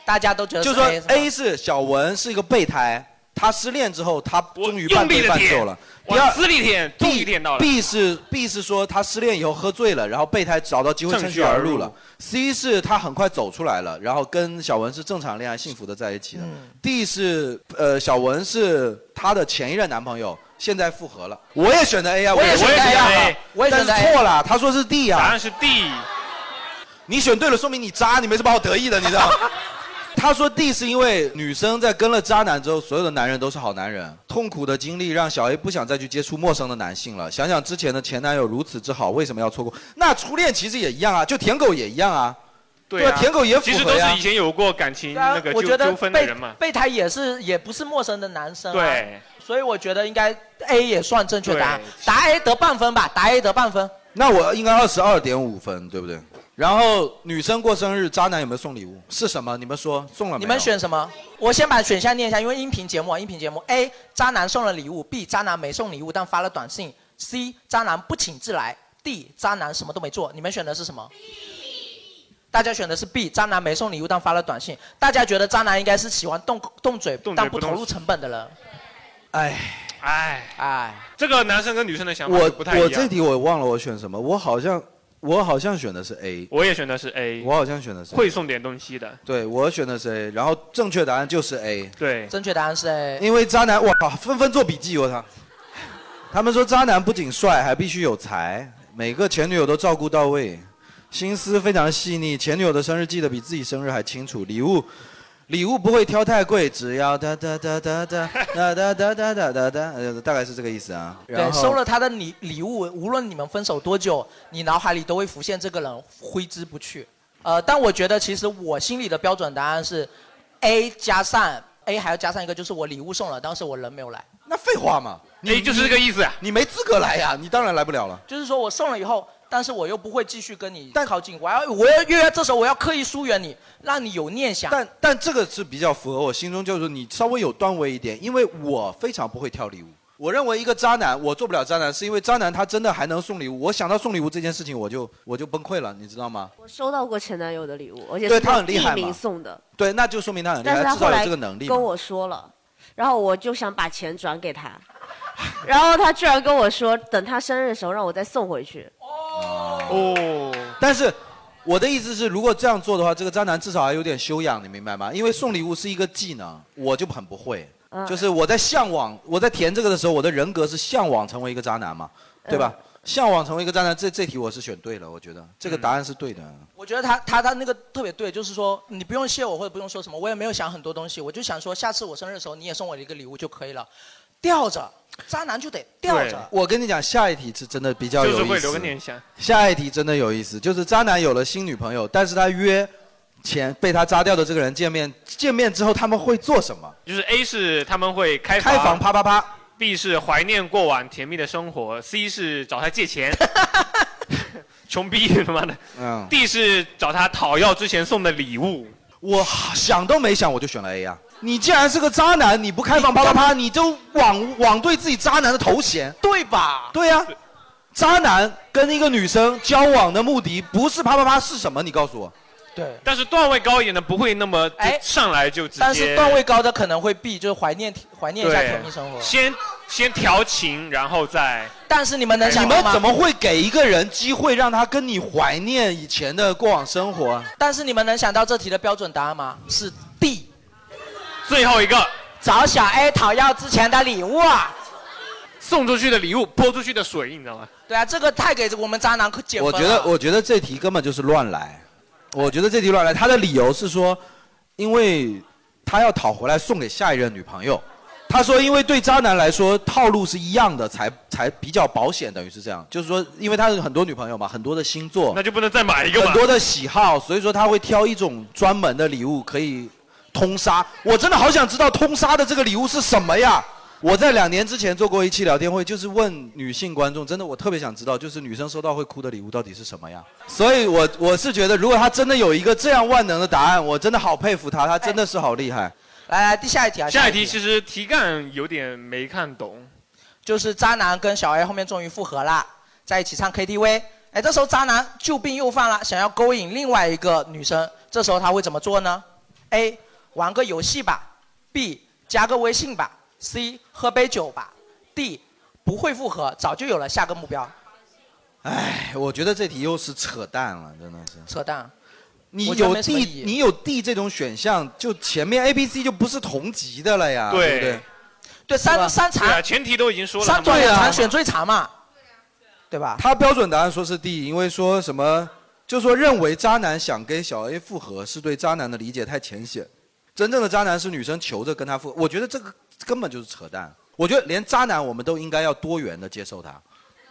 大家都觉得就说 A 是吧 A 是小文是一个备胎，他失恋之后，他终于半用力推的半就舔了。第往二死里舔，终于舔到了。 B 是 B 是说他失恋以后喝醉了，然后备胎找到机会趁虚而入了趁。 C 是他很快走出来了，然后跟小文是正常恋爱，幸福的在一起的。D 嗯是呃小文是她的前一任男朋友，现在复合了。我也选的 A 啊，我也选选的 A 啊我也但选的 A 是错了，他说是 D 啊。答案是 D。你选对了，说明你渣，你没什么好得意的，你知道吗？他说 D 是因为女生在跟了渣男之后，所有的男人都是好男人。痛苦的经历让小 A 不想再去接触陌生的男性了。想想之前的前男友如此之好，为什么要错过？那初恋其实也一样啊，就舔狗也一样啊。对啊吧舔狗也符其实合都呀是以。前有过感情那个我纠觉得纠纷的备人嘛。备胎也是也不是陌生的男生、啊，对，所以我觉得应该 A 也算正确答案对，答 A 得半分吧，答 A 得半分。那我应该二十二点五分，对不对？然后女生过生日，渣男有没有送礼物？是什么？你们说送了没有？你们选什么？我先把选项念一下，因为音频节目啊，音频节目 A 渣男送了礼物，B 渣男没送礼物但发了短信，C 渣男不请自来，D 渣男什么都没做。你们选的是什么？大家选的是 B，渣男没送礼物但发了短信。大家觉得渣男应该是喜欢动动嘴但不投入成本的人。哎哎哎，这个男生跟女生的想法我就不太一样。我这题我忘了我选什么，我好像我好像选的是 A，我也选的是 A，我好像选的是 A 会送点东西的。对，我选的是 A，然后正确答案就是 A。对，正确答案是 A。因为渣男，我靠，纷纷做笔记，我操！他们说渣男不仅帅，还必须有才，每个前女友都照顾到位，心思非常细腻，前女友的生日记得比自己生日还清楚，礼物。礼物不会挑太贵，只要哒哒哒哒哒哒哒哒哒哒哒哒，呃大概是这个意思啊。对，然后收了他的礼礼物，无论你们分手多久，你脑海里都会浮现这个人，挥之不去。呃，但我觉得其实我心里的标准答案是，A 加上 A 还要加上一个，就是我礼物送了，但是我人没有来。那废话嘛，你就是这个意思啊。你没资格来呀，你当然来不了了。就是说我送了以后，但是我又不会继续跟你靠近，我要我要约，这时候我要刻意疏远你，让你有念想。但但这个是比较符合我心中，就是你稍微有段位一点，因为我非常不会挑礼物。我认为一个渣男，我做不了渣男，是因为渣男他真的还能送礼物。我想到送礼物这件事情，我就我就崩溃了，你知道吗？我收到过前男友的礼物，而且对是他很厉害嘛匿啊名送的，对，那就说明他很厉但害，是他他至后少有来这个能力嘛。跟我说了，然后我就想把钱转给他，然后他居然跟我说，等他生日的时候让我再送回去。哦，但是我的意思是，如果这样做的话，这个渣男至少还有点修养，你明白吗？因为送礼物是一个技能，我就很不会。嗯就是我在向往，我在填这个的时候，我的人格是向往成为一个渣男嘛，对吧？嗯向往成为一个渣男，这这题我是选对了，我觉得这个答案是对的。我觉得他他他那个特别对，就是说你不用谢我或者不用说什么，我也没有想很多东西，我就想说下次我生日的时候你也送我一个礼物就可以了，吊着，渣男就得吊着。我跟你讲，下一题是真的比较有意思，啊就是会留个念想下一题真的有意思，就是渣男有了新女朋友，但是他约前被他渣掉的这个人见面，见面之后他们会做什么？就是 A 是他们会开开房啪啪啪，B 是怀念过往甜蜜的生活，C 是找他借 [LAUGHS] 钱，穷逼他妈的嗯， ，D 是找他讨要之前送的礼物。我想都没想我就选了 A 啊呀、你既然是个渣男，你不开放啪啪啪，你就枉枉对自己渣男的头衔，对吧？对呀、渣男跟一个女生交往的目的不是啪啪啪是什么？你告诉我。对，但是段位高一点的不会那么就哎上来就直接，但是段位高的可能会 B，就是怀念怀念一下对甜蜜生活。先先调情，然后再但是你们能想哎你到们吗？怎么会给一个人机会让他跟你怀念以前的过往生活啊？但是你们能想到这题的标准答案吗？是 D，最后一个找小 A 讨要之前的礼物啊。送出去的礼物泼出去的水，你知道吗？对啊，这个太给我们渣男可减我分了。觉得，我觉得这题根本就是乱来。我觉得这题乱来，他的理由是说，因为他要讨回来送给下一任女朋友。他说，因为对渣男来说，套路是一样的，才才比较保险，等于是这样。就是说，因为他有很多女朋友嘛，很多的星座，那就不能再买一个吧很多的喜好，所以说他会挑一种专门的礼物可以通杀。我真的好想知道通杀的这个礼物是什么呀！我在两年之前做过一期聊天会，就是问女性观众，真的我特别想知道，就是女生收到会哭的礼物到底是什么呀？所以我我是觉得，如果她真的有一个这样万能的答案，我真的好佩服她，她哎真的是好厉害。来来，第下一题啊。下一题其实题干有点没看懂，就是渣男跟小 A 后面终于复合啦，在一起唱 KTV。哎，这时候渣男旧病又犯了，想要勾引另外一个女生，这时候他会怎么做呢？A. 玩个游戏吧，B. 加个微信吧，C. 喝杯酒吧，D. 不会复合，早就有了下个目标。哎，我觉得这题又是扯淡了，真的是扯淡。嗯你我觉得有没什么意 D，义你有 D 这种选项，就前面 A、B、C 就不是同级的了呀，对对不对？对，三三对啊，前提都已经说了，三他种们也常选最长嘛。对吧？啊他标准答案说是 D，因为说什么，就说认为渣男想跟小 A 复合是对渣男的理解太浅显，真正的渣男是女生求着跟他复，我觉得这个根本就是扯淡。我觉得连渣男我们都应该要多元的接受 [LAUGHS] 他，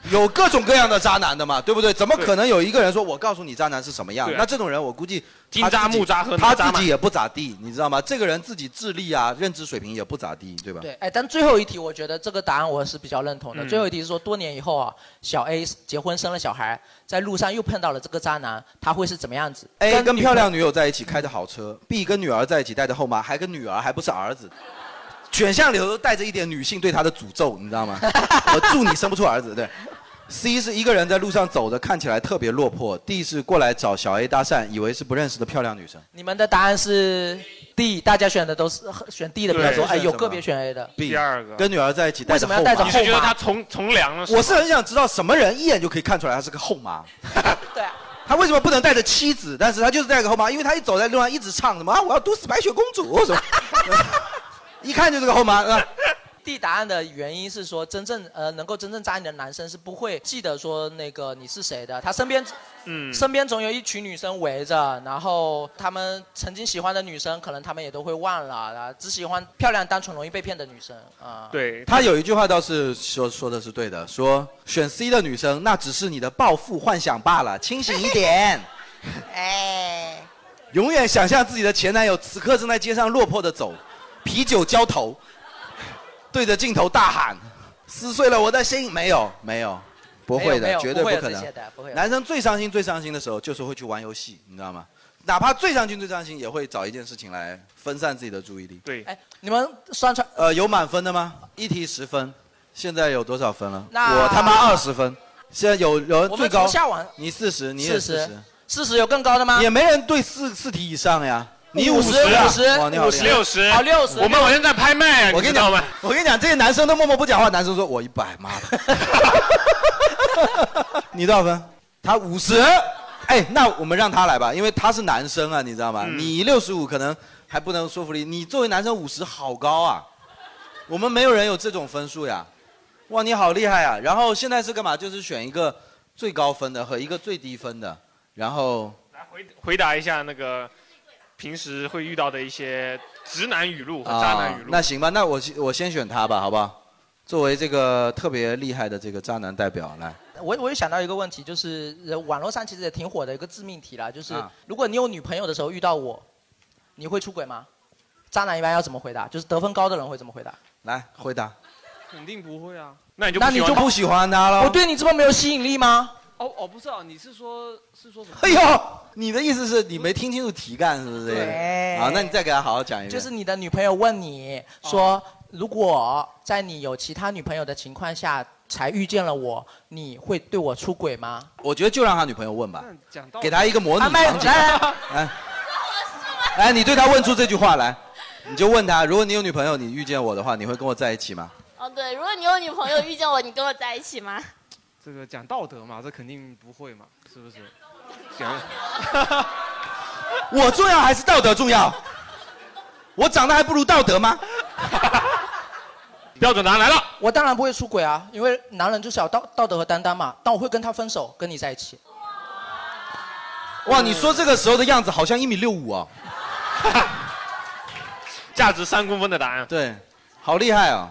有各种各样的渣男的嘛，对不对？怎么可能有一个人说我告诉你渣男是什么样对？啊那这种人我估计金他渣自己木渣和哪他渣自嘛己也不咋地，你知道吗？这个人自己智力啊、认知水平也不咋地，对吧？对，哎，但最后一题，我觉得这个答案我是比较认同的。嗯最后一题是说，多年以后啊，小 A 结婚生了小孩，在路上又碰到了这个渣男，他会是怎么样子 A 哎跟女漂朋亮女友在一起开着好车，B 跟女儿在一起带着后妈，还跟女儿还不是儿子，选项里头都带着一点女性对他的诅咒，你知道吗？我祝你生不出儿子。对，C 是一个人在路上走着，看起来特别落魄；D 是过来找小 A 搭讪，以为是不认识的漂亮女生。你们的答案是 D，大家选的都是选 D 的比较多，哎，有个别选 A 的。 B 跟女儿在一起带为着什后么妈。要带着后妈你是觉得她从从良了是吗我是很想知道什么人一眼就可以看出来她是个后妈。 [LAUGHS] 对啊。他为什么不能带着妻子？但是他就是带个后妈，因为他一走在路上一直唱什么啊，我要毒死白雪公主什么， [LAUGHS] 一看就是个 [LAUGHS] 后妈。啊 D 答案的原因是说，真正呃能够真正渣你的男生是不会记得说那个你是谁的，他身边，嗯身边总有一群女生围着，然后他们曾经喜欢的女生，可能他们也都会忘了，然后只喜欢漂亮、单纯、容易被骗的女生啊。对他有一句话倒是说说的是对的，说选 C 的女生那只是你的暴富幻想罢了，清醒一点。 [LAUGHS] 哎，永远想象自己的前男友此刻正在街上落魄的走，啤酒浇头，对着镜头大喊：“撕碎了我的心！”没有，没有，不会没的，有绝对不会有可能这些的不会。有男生最伤心、最伤心的时候，就是会去玩游戏，你知道吗？哪怕最伤心、最伤心，也会找一件事情来分散自己的注意力。对，哎，你们算出呃有满分的吗？一题十分，现在有多少分了？那我他妈二十分，现在有有人我最们高从下往你四十，你也四四十十。，四十有更高的吗？也没人对四四题以上呀。你五五十啊五十哇，你好厉害，五十六十好六十我们好像在拍卖啊我跟你知道讲吗，我跟你讲，这些男生都默默不讲话，男生说我一百，妈的。 [LAUGHS] 你多少分？他五十。哎，那我们让他来吧，因为他是男生啊，你知道吗？嗯你六十五可能还不能说服力，你作为男生五十好高啊，我们没有人有这种分数呀。哇，你好厉害啊！然后现在是干嘛？就是选一个最高分的和一个最低分的，然后回回答一下那个平时会遇到的一些直男语录和渣男语啊录。啊那行吧，那我先我先选他吧，好不好？作为这个特别厉害的这个渣男代表来，我我也想到一个问题，就是呃网络上其实也挺火的一个致命题啦，就是、啊如果你有女朋友的时候遇到我，你会出轨吗？渣男一般要怎么回答？就是得分高的人会怎么回答？来回答。肯定不会啊。那你那你就不喜欢他哦了我对你这么没有吸引力吗？哦哦，不是啊，你是说是说什么？哎呦，你的意思是你没听清楚题干是不是？对好，那你再给他好好讲一遍。就是你的女朋友问哦你说，如果在你有其他女朋友的情况下才遇见了我，你会对我出轨吗？我觉得就让他女朋友问吧，讲道理给他一个模拟啊麦场景。来来来，来，哎你对他问出这句话来，你就问他，如果你有女朋友，你遇见我的话，你会跟我在一起吗？哦，对，如果你有女朋友遇见我，你跟我在一起吗？这个讲道德嘛，这肯定不会嘛，是不是？行，我重要还是道德重要？我长得还不如道德吗？标准答案来了，我当然不会出轨啊，因为男人就是要道道德和担当嘛。但我会跟他分手，跟你在一起。哇，你说这个时候的样子好像一米六五哦。 [LAUGHS] 价值三公分的答案。对，好厉害啊、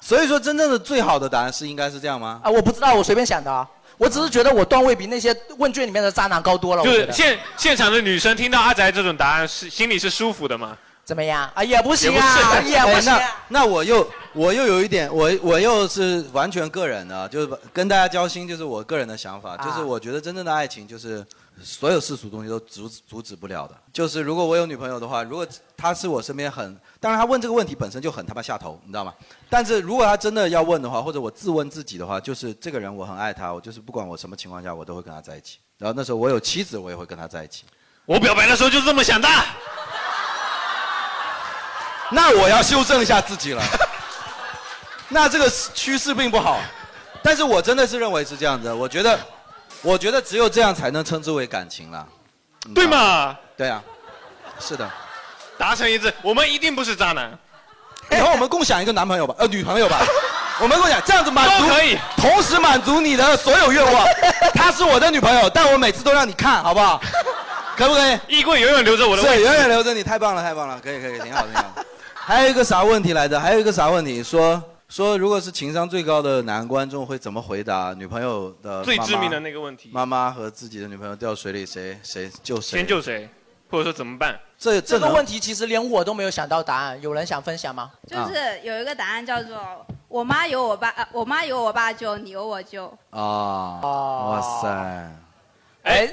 所以说，真正的最好的答案是应该是这样吗？啊，我不知道，我随便想的啊。我只是觉得我段位比那些问卷里面的渣男高多了。就我觉是得现现场的女生听到阿宅这种答案，是心里是舒服的吗？怎么样啊？也不行啊，哎也不行啊。那那我又我又有一点，我我又是完全个人的，就是跟大家交心，就是我个人的想法，啊就是我觉得真正的爱情就是所有世俗东西都阻阻止不了的。就是如果我有女朋友的话，如果她是我身边很，当然她问这个问题本身就很他妈下头，你知道吗？但是如果她真的要问的话，或者我自问自己的话，就是这个人我很爱他，我就是不管我什么情况下，我都会跟他在一起。然后那时候我有妻子，我也会跟他在一起。我表白的时候就是这么想的。那我要修正一下自己了。 [LAUGHS] 那这个趋势并不好，但是我真的是认为是这样子。我觉得，我觉得只有这样才能称之为感情了，嗯对嘛？对啊，是的。达成一致，我们一定不是渣男。 [LAUGHS] 以后我们共享一个男朋 [LAUGHS] 友吧，呃，女朋友吧。我们共享，这样子满足都可以，同时 [LAUGHS] [LAUGHS] 满足你的所有愿望。她是我的女朋友，但我每次都让你看，好不好？可不可以？衣柜永远留着我的位是置永远留着你，太棒了，太棒了，可以可以，挺好挺 [LAUGHS] 好。还有一个啥问题来着？还有一个啥问题？说说如果是情商最高的男观众会怎么回答女朋友的妈妈最致命的那个问题，妈妈和自己的女朋友掉水里，谁谁救谁？先救谁，或者说怎么办？这这个能问题其实连我都没有想到答案，有人想分享吗？啊就是有一个答案叫做“我妈有我爸，呃我妈有我爸救，你有我救啊，哇塞！哎，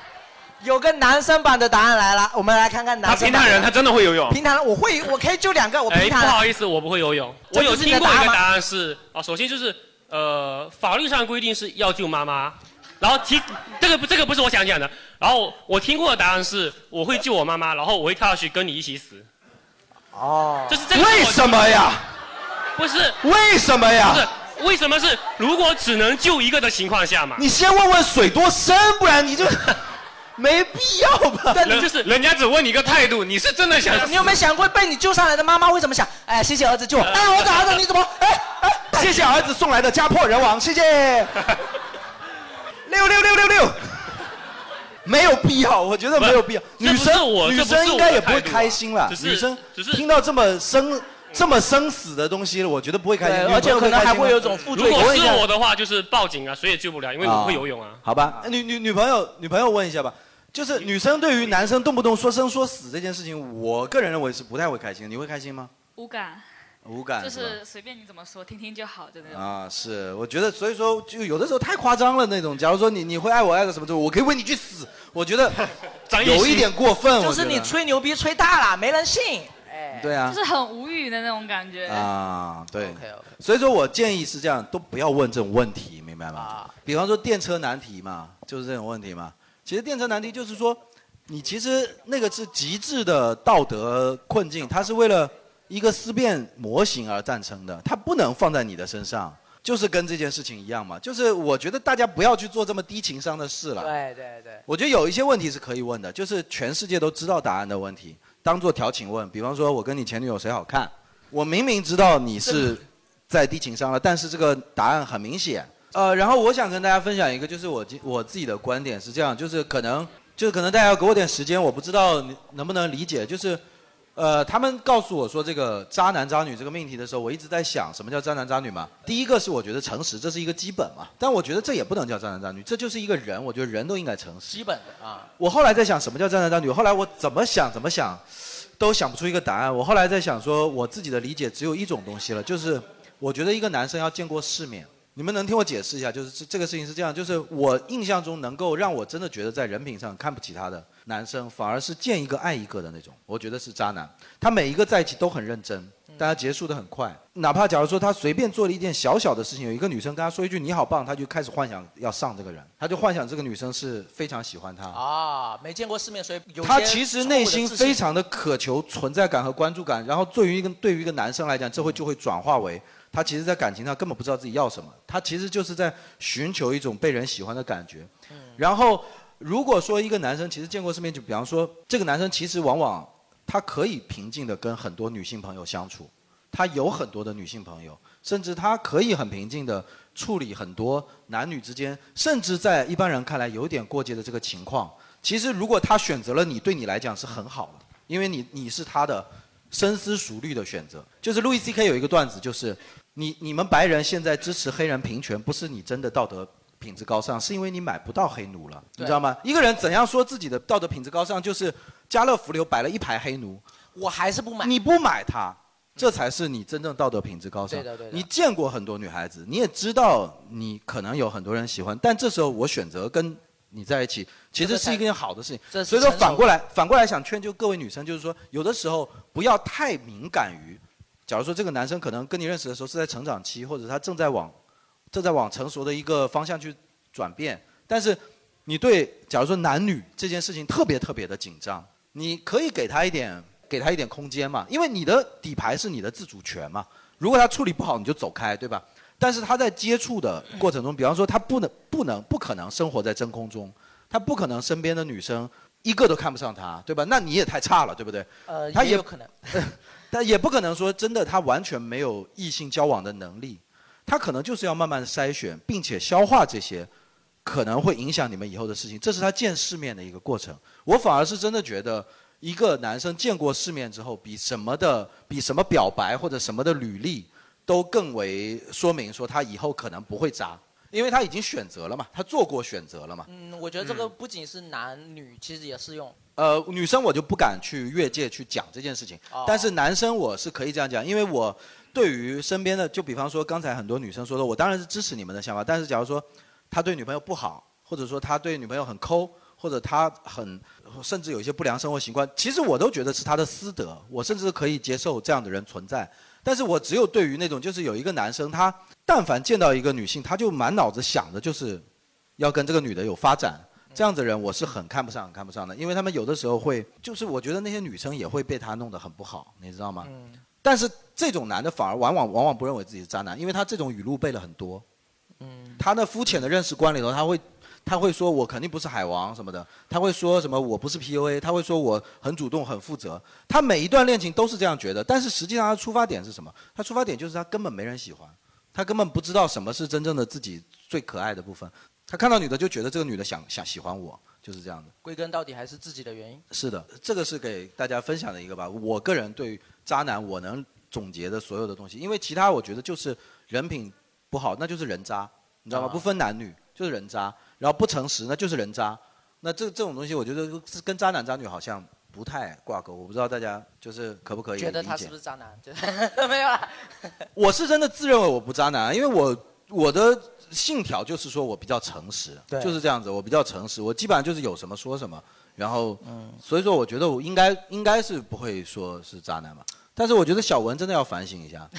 有个男生版的答案来了，我们来看看男生版的。他平潭人他真的会游泳平潭人我会，我可以救两个，我哎，平不潭人。好意思，我不会游泳。这我就有是听你过的一答案个吗答案是啊，首先就是呃，法律上规定是要救妈妈，然后提这个不这个不是我想讲的。然后我听过的答案是我会救我妈妈，然后我会跳下去跟你一起死。啊哦，就是这个为什么呀？不是为什么呀不是为什么是如果只能救一个的情况下嘛？你先问问水多深，不然你就 [LAUGHS] 没必要 [LAUGHS] 吧？但你就是人家只问你一个态度，你是真的想死？你有没有想过被你救上来的妈妈会怎么想？哎，谢谢儿子救我。哎，儿子儿子你怎么？哎哎，谢谢儿子送来的家破人亡，谢 [LAUGHS] 谢。六六六六六，没有必要，我觉得没有必要。不女是这不是生我女这不是生应该也不会我的态度啊开心了只，是女生只听到这么生这么生死的东西，我觉得不会开心，女对朋友而且可能还开心吗会有一种负如果我问是一下我的话，就是报警啊，谁也救不了，因为我不会游泳啊。好吧，女女女朋友女朋友问一下吧，就是女生对于男生动不动说生说死这件事情，我个人认为是不太会开心的。你会开心吗？ [LAUGHS] 无感，无感就是吧是随便你怎么说，听听就好的那种。啊，是，我觉得，所以说，就有的时候太夸张了那种。假如说你你会爱我爱到什么程度，我可以为你去死，我觉得张艺兴有一点过分。就我是觉得你吹牛逼吹大了，没人信。对啊就是很无语的那种感觉。啊，对。所以说我建议是这样，都不要问这种问题，明白吗？比方说电车难题嘛，就是这种问题嘛。其实电车难题就是说，你其实那个是极致的道德困境，它是为了一个思辨模型而诞生的，它不能放在你的身上。就是跟这件事情一样嘛，就是我觉得大家不要去做这么低情商的事了。对对对，我觉得有一些问题是可以问的，就是全世界都知道答案的问题，当做调情问。比方说，我跟你前女友谁好看？我明明知道你是在低情商了，但是这个答案很明显。呃，然后我想跟大家分享一个，就是我今我自己的观点是这样，就是可能就是可能大家要给我点时间，我不知道你能不能理解，就是。呃，他们告诉我说这个渣男渣女这个命题的时候，我一直在想什么叫渣男渣女嘛。第一个是我觉得诚实，这是一个基本嘛，但我觉得这也不能叫渣男渣女，这就是一个人，我觉得人都应该诚实。基本的啊。我后来在想什么叫渣男渣女，后来我怎么想怎么想，都想不出一个答案。我后来在想说，我自己的理解只有一种东西了，就是我觉得一个男生要见过世面。你们能听我解释一下，就是这这个事情是这样，就是我印象中能够让我真的觉得在人品上看不起他的男生，反而是见一个爱一个的那种，我觉得是渣男。他每一个在一起都很认真，但他结束的很快。哪怕假如说他随便做了一件小小的事情，有一个女生跟他说一句你好棒，他就开始幻想要上这个人，他就幻想这个女生是非常喜欢他。啊，没见过世面，所以有些他其实内心错误的自非常的渴求存在感和关注感，然后对于一个对于一个男生来讲，这会就会转化为他其实，在感情上根本不知道自己要什么，他其实就是在寻求一种被人喜欢的感觉。嗯然后，如果说一个男生其实见过世面，就比方说这个男生其实往往他可以平静的跟很多女性朋友相处，他有很多的女性朋友，甚至他可以很平静的处理很多男女之间，甚至在一般人看来有点过界的这个情况。其实如果他选择了你，对你来讲是很好的，因为你你是他的深思熟虑的选择。就是路易 C K 有一个段子，就是你你们白人现在支持黑人平权，不是你真的道德品质高尚，是因为你买不到黑奴了，你对知道吗？一个人怎样说自己的道德品质高尚，就是家乐福里有摆了一排黑奴，我还是不买。嗯你不买它，这才是你真正道德品质高尚。对的对的你见过很多女孩子，你也知道你可能有很多人喜欢，但这时候我选择跟你在一起，其实是一件好的事这情。所是以说成熟反过来，反过来想劝就各位女生，就是说有的时候不要太敏感于，假如说这个男生可能跟你认识的时候是在成长期，或者他正在往正在往成熟的一个方向去转变，但是你对假如说男女这件事情特别特别的紧张，你可以给他一点给他一点空间嘛，因为你的底牌是你的自主权嘛。如果他处理不好，你就走开，对吧？但是他在接触的过程中，比方说他不能不能不可能生活在真空中，他不可能身边的女生一个都看不上他，对吧？那你也太差了，对不对？呃，他也有可能。但也不可能说真的他完全没有异性交往的能力，他可能就是要慢慢地筛选，并且消化这些可能会影响你们以后的事情，这是他见世面的一个过程。我反而是真的觉得，一个男生见过世面之后，比什么的，比什么表白或者什么的履历，都更为说明说他以后可能不会渣，因为他已经选择了嘛，他做过选择了嘛。嗯，我觉得这个不仅是男女，其实也适用。呃，女生我就不敢去越界去讲这件事情，哦但是男生我是可以这样讲，因为我对于身边的，就比方说刚才很多女生说的，我当然是支持你们的想法，但是假如说他对女朋友不好，或者说他对女朋友很抠，或者他很呃甚至有一些不良生活习惯，其实我都觉得是他的私德，我甚至可以接受这样的人存在。但是我只有对于那种就是有一个男生，他但凡见到一个女性，他就满脑子想的就是要跟这个女的有发展，这样子的人我是很看不上、很看不上的，因为他们有的时候会，就是我觉得那些女生也会被他弄得很不好，你知道吗？但是这种男的反而往往往往不认为自己是渣男，因为他这种语录背了很多，他那肤浅的认识观里头，他会他会说我肯定不是海王什么的，他会说什么我不是 PUA，他会说我很主动很负责，他每一段恋情都是这样觉得，但是实际上他出发点是什么？他出发点就是他根本没人喜欢，他根本不知道什么是真正的自己最可爱的部分，他看到女的就觉得这个女的想想喜欢我，就是这样的。归根到底还是自己的原因。是的，这个是给大家分享的一个吧。我个人对渣男我能总结的所有的东西，因为其他我觉得就是人品不好，那就是人渣，你知道吗？啊不分男女，就是人渣。然后不诚实，那就是人渣。那这这种东西，我觉得是跟渣男渣女好像不太挂钩。我不知道大家就是可不可以觉得理他解是不是渣男？ [LAUGHS] 就是没有啊啦。 [LAUGHS] 我是真的自认为我不渣男，因为我我的信条就是说我比较诚实，对就是这样子，我比较诚实，我基本上就是有什么说什么，然后，所以说我觉得我应该应该是不会说是渣男嘛，但是我觉得小文真的要反省一下，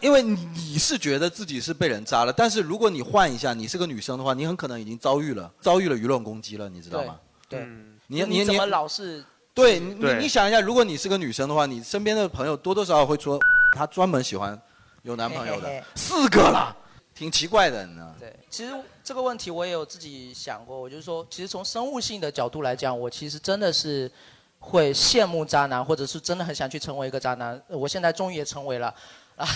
因为你是觉得自己是被人渣了，但是如果你换一下，你是个女生的话，你很可能已经遭遇了遭遇了舆论攻击了，你知道吗？对，嗯你你怎么老是对你对你想一下，如果你是个女生的话，你身边的朋友多多少少会说，她专门喜欢有男朋友的嘿嘿嘿四个了，挺奇怪的，你知道吗？对，其实这个问题我也有自己想过，我就是说，其实从生物性的角度来讲，我其实真的是会羡慕渣男，或者是真的很想去成为一个渣男。呃我现在终于也成为了，啊。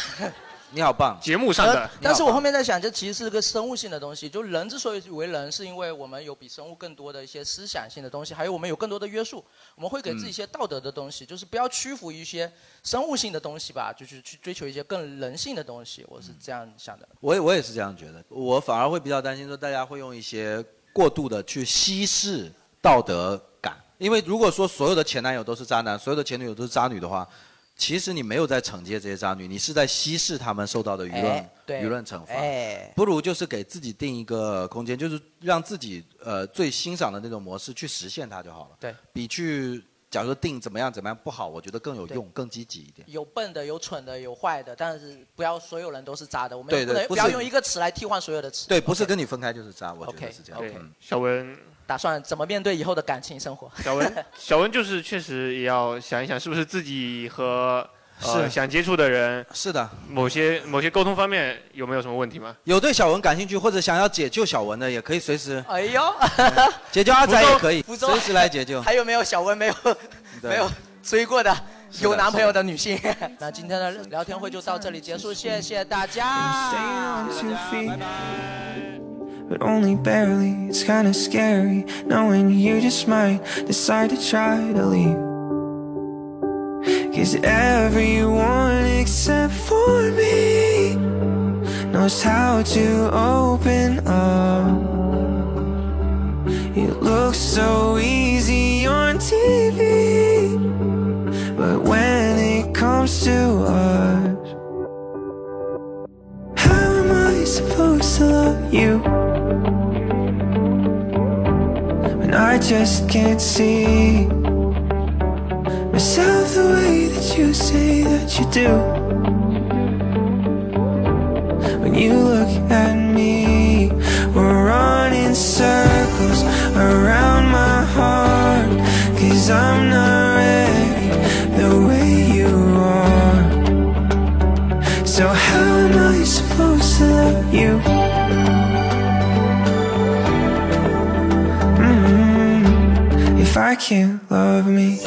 你好棒，节目上的呃但是我后面在想，这其实是个生物性的东西。就人之所以为人，是因为我们有比生物更多的一些思想性的东西，还有我们有更多的约束，我们会给自己嗯一些道德的东西，就是不要屈服于一些生物性的东西吧，就是去追求一些更人性的东西。我是这样想的。我也我也是这样觉得，我反而会比较担心说大家会用一些过度的去稀释道德感，因为如果说所有的前男友都是渣男，所有的前女友都是渣女的话，其实你没有在惩戒这些渣女，你是在稀释他们受到的舆论、哎对舆论惩罚。哎不如就是给自己定一个空间，就是让自己呃最欣赏的那种模式去实现它就好了。对，比去假如说定怎么样怎么样不好，我觉得更有对用，更积极一点。有笨的，有蠢的，有坏的，但是不要所有人都是渣的。我们对不对能不不是要用一个词来替换所有的词。对，不是跟你分开 [LAUGHS] 就是渣，我觉 OK，得是这样。 OK 嗯小文，打算怎么面对以后的感情生活？ [LAUGHS] 小文，小文就是确实也要想一想，是不是自己和呃是想接触的人是的某些某些沟通方面有没有什么问题吗？有对小文感兴趣或者想要解救小文的，也可以随时哎呦，解救阿仔也可以， [LAUGHS] 福州随时来解救。还有没有小文没有对没有追过的是的有男朋友的女性？ [LAUGHS] 嗯那今天的聊天会就到这里结束，谢谢大家，谢谢大家，拜拜。 but only barely. It's kinda scary knowing you just might decide to try to leave. Cause everyone except for me knows how to open up. It looks so easy on TV, but when it comes to us, how am I supposed to love you? when I just can't see myself the way that you say that you do. When you look at me, we're running circles around my heart. Cause I'm not ready the way you are. So, how am I supposed to love you? Mm-hmm. Mm, if I can't love me.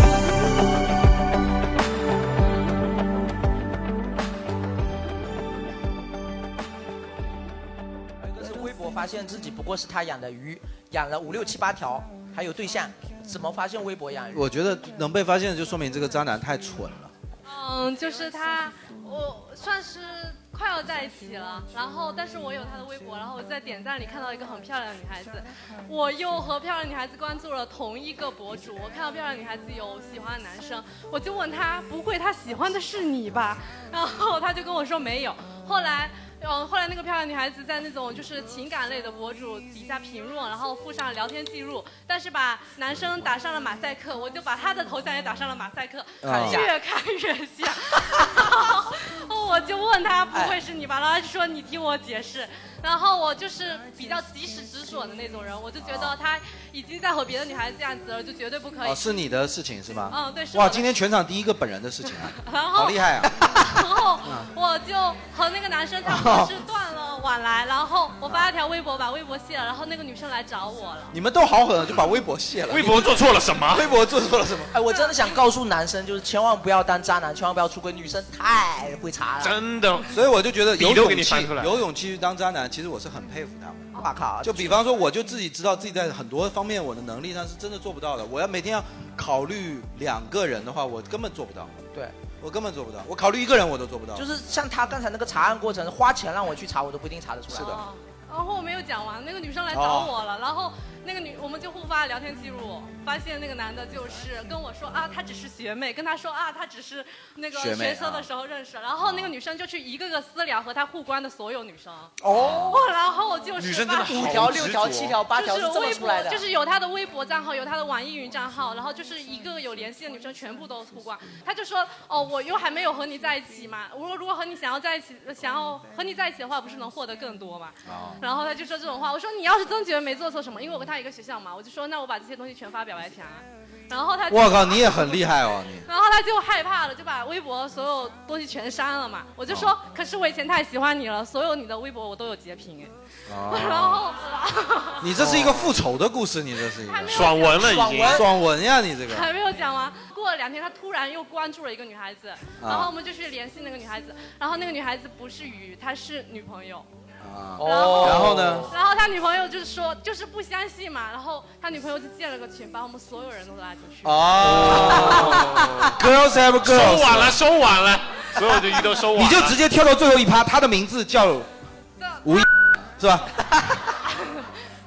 发现自己不过是他养的鱼，养了五六七八条，还有对象，怎么发现微博养鱼？我觉得能被发现的就说明这个渣男太蠢了。嗯，就是他，我算是快要在一起了，然后但是我有他的微博，然后我在点赞里看到一个很漂亮的女孩子，我又和漂亮女孩子关注了同一个博主，我看到漂亮女孩子有喜欢的男生，我就问他，不会他喜欢的是你吧？ [LAUGHS] 然后他就跟我说没有，后来。嗯，后来那个漂亮女孩子在那种就是情感类的博主底下评论，然后附上聊天记录，但是把男生打上了马赛克，我就把他的头像也打上了马赛克，看一下越看越像。然后我就问他，不会是你吧？然后他就说你听我解释。然后我就是比较及时止损的那种人，我就觉得他已经在和别的女孩子这样子了，就绝对不可以。哦，是你的事情哦是吗？嗯对是我哇，的今天全场第一个本人的事情 [LAUGHS] 啊，然后好厉害啊！嗯然后我就和那个男生他们是断了往来，然后我发了条微博，把微博卸了，然后那个女生来找我了。你们都好狠，就把微博卸了。微博做错了什么？微博做错了什么？哎，我真的想告诉男生，就是千万不要当渣男，千万不要出轨，女生太会查了。真的，所以我就觉得有笔都给勇你气翻出来，有勇气去当渣男，其实我是很佩服他们。我靠！就比方说，我就自己知道自己在很多方面我的能力上是真的做不到的。我要每天要考虑两个人的话，我根本做不到。对，我根本做不到。我考虑一个人我都做不到。就是像他刚才那个查案过程，花钱让我去查，我都不一定查得出来。啊是的，然后我没有讲完，那个女生来找我哦了，然后那个女我们就互发聊天记录，发现那个男的就是跟我说啊，他只是学妹，跟他说啊，他只是那个学妹啊学车的时候认识，然后那个女生就去一个个私聊和他互关的所有女生。哦哇然后我就是女生真发的现好五条六条执着七条八条就是这么微出来的啊博就是有他的微博账号，有他的网易云账号，然后就是一个有联系的女生全部都互关。他就说哦，我又还没有和你在一起嘛，我如果和你想要在一起，想要和你在一起的话，不是能获得更多嘛？啊然后他就说这种话，我说你要是真觉得没做错什么，因为我跟他一个学校嘛，我就说那我把这些东西全发表白墙，然后他就我靠，你也很厉害哦，你。 [LAUGHS] 然后他就害怕了，就把微博所有东西全删了嘛。我就哦说，可是我以前太喜欢你了，所有你的微博我都有截屏哎。 [LAUGHS] 然哦，后你这是一个复仇的故事，你这是一个没有爽文了已经爽文爽文呀，你这个。还没有讲完，过了两天他突然又关注了一个女孩啊子，然后我们就去联系那个女孩子，然后那个女孩子不是鱼，她是女朋友。哦然后呢？然后他女朋友就是说，就是不相信嘛。然后他女朋友就建了个群，把我们所有人都拉进去。 [LAUGHS] 哦，Girls have girls，收网了，收网了，所有的鱼都收网了。你就直接跳到最后一趴，他的名字叫吴亦，是吧？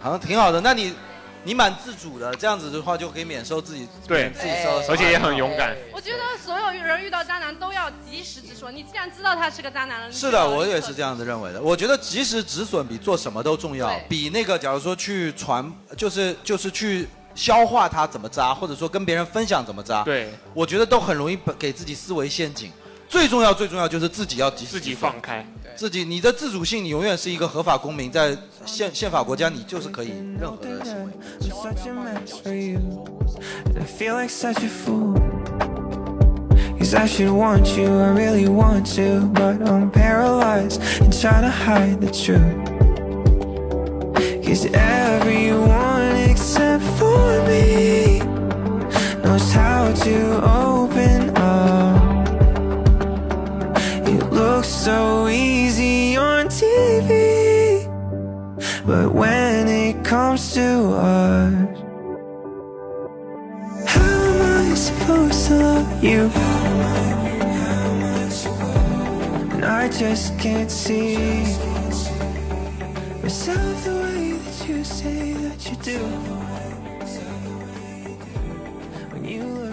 好像挺好的，那你你蛮自主的，这样子的话就可以免受自己对自己受，而且也很勇敢。我觉得所有人遇到渣男都要及时止损。你既然知道他是个渣男了，你是就的，要我也立是刻这样子认为的。我觉得及时止损比做什么都重要对，比那个假如说去传，就是就是去消化它怎么渣，或者说跟别人分享怎么渣，对，我觉得都很容易给自己思维陷阱。最重要最重要就是自己要及时自己止损放开，自己你的自主性，你永远是一个合法公民，在宪宪法国家你就是可以任何的行为。 I'm such a mess for you. And I feel like such a fool. Cause I should want you, I really want to. But I'm paralyzed and trying to hide the truth. Cause everyone except for me knows how to open up. It looks so easy on TV. But when it comes to us, how am I supposed to love you? And I just can't see myself the way that you say that you do. When you look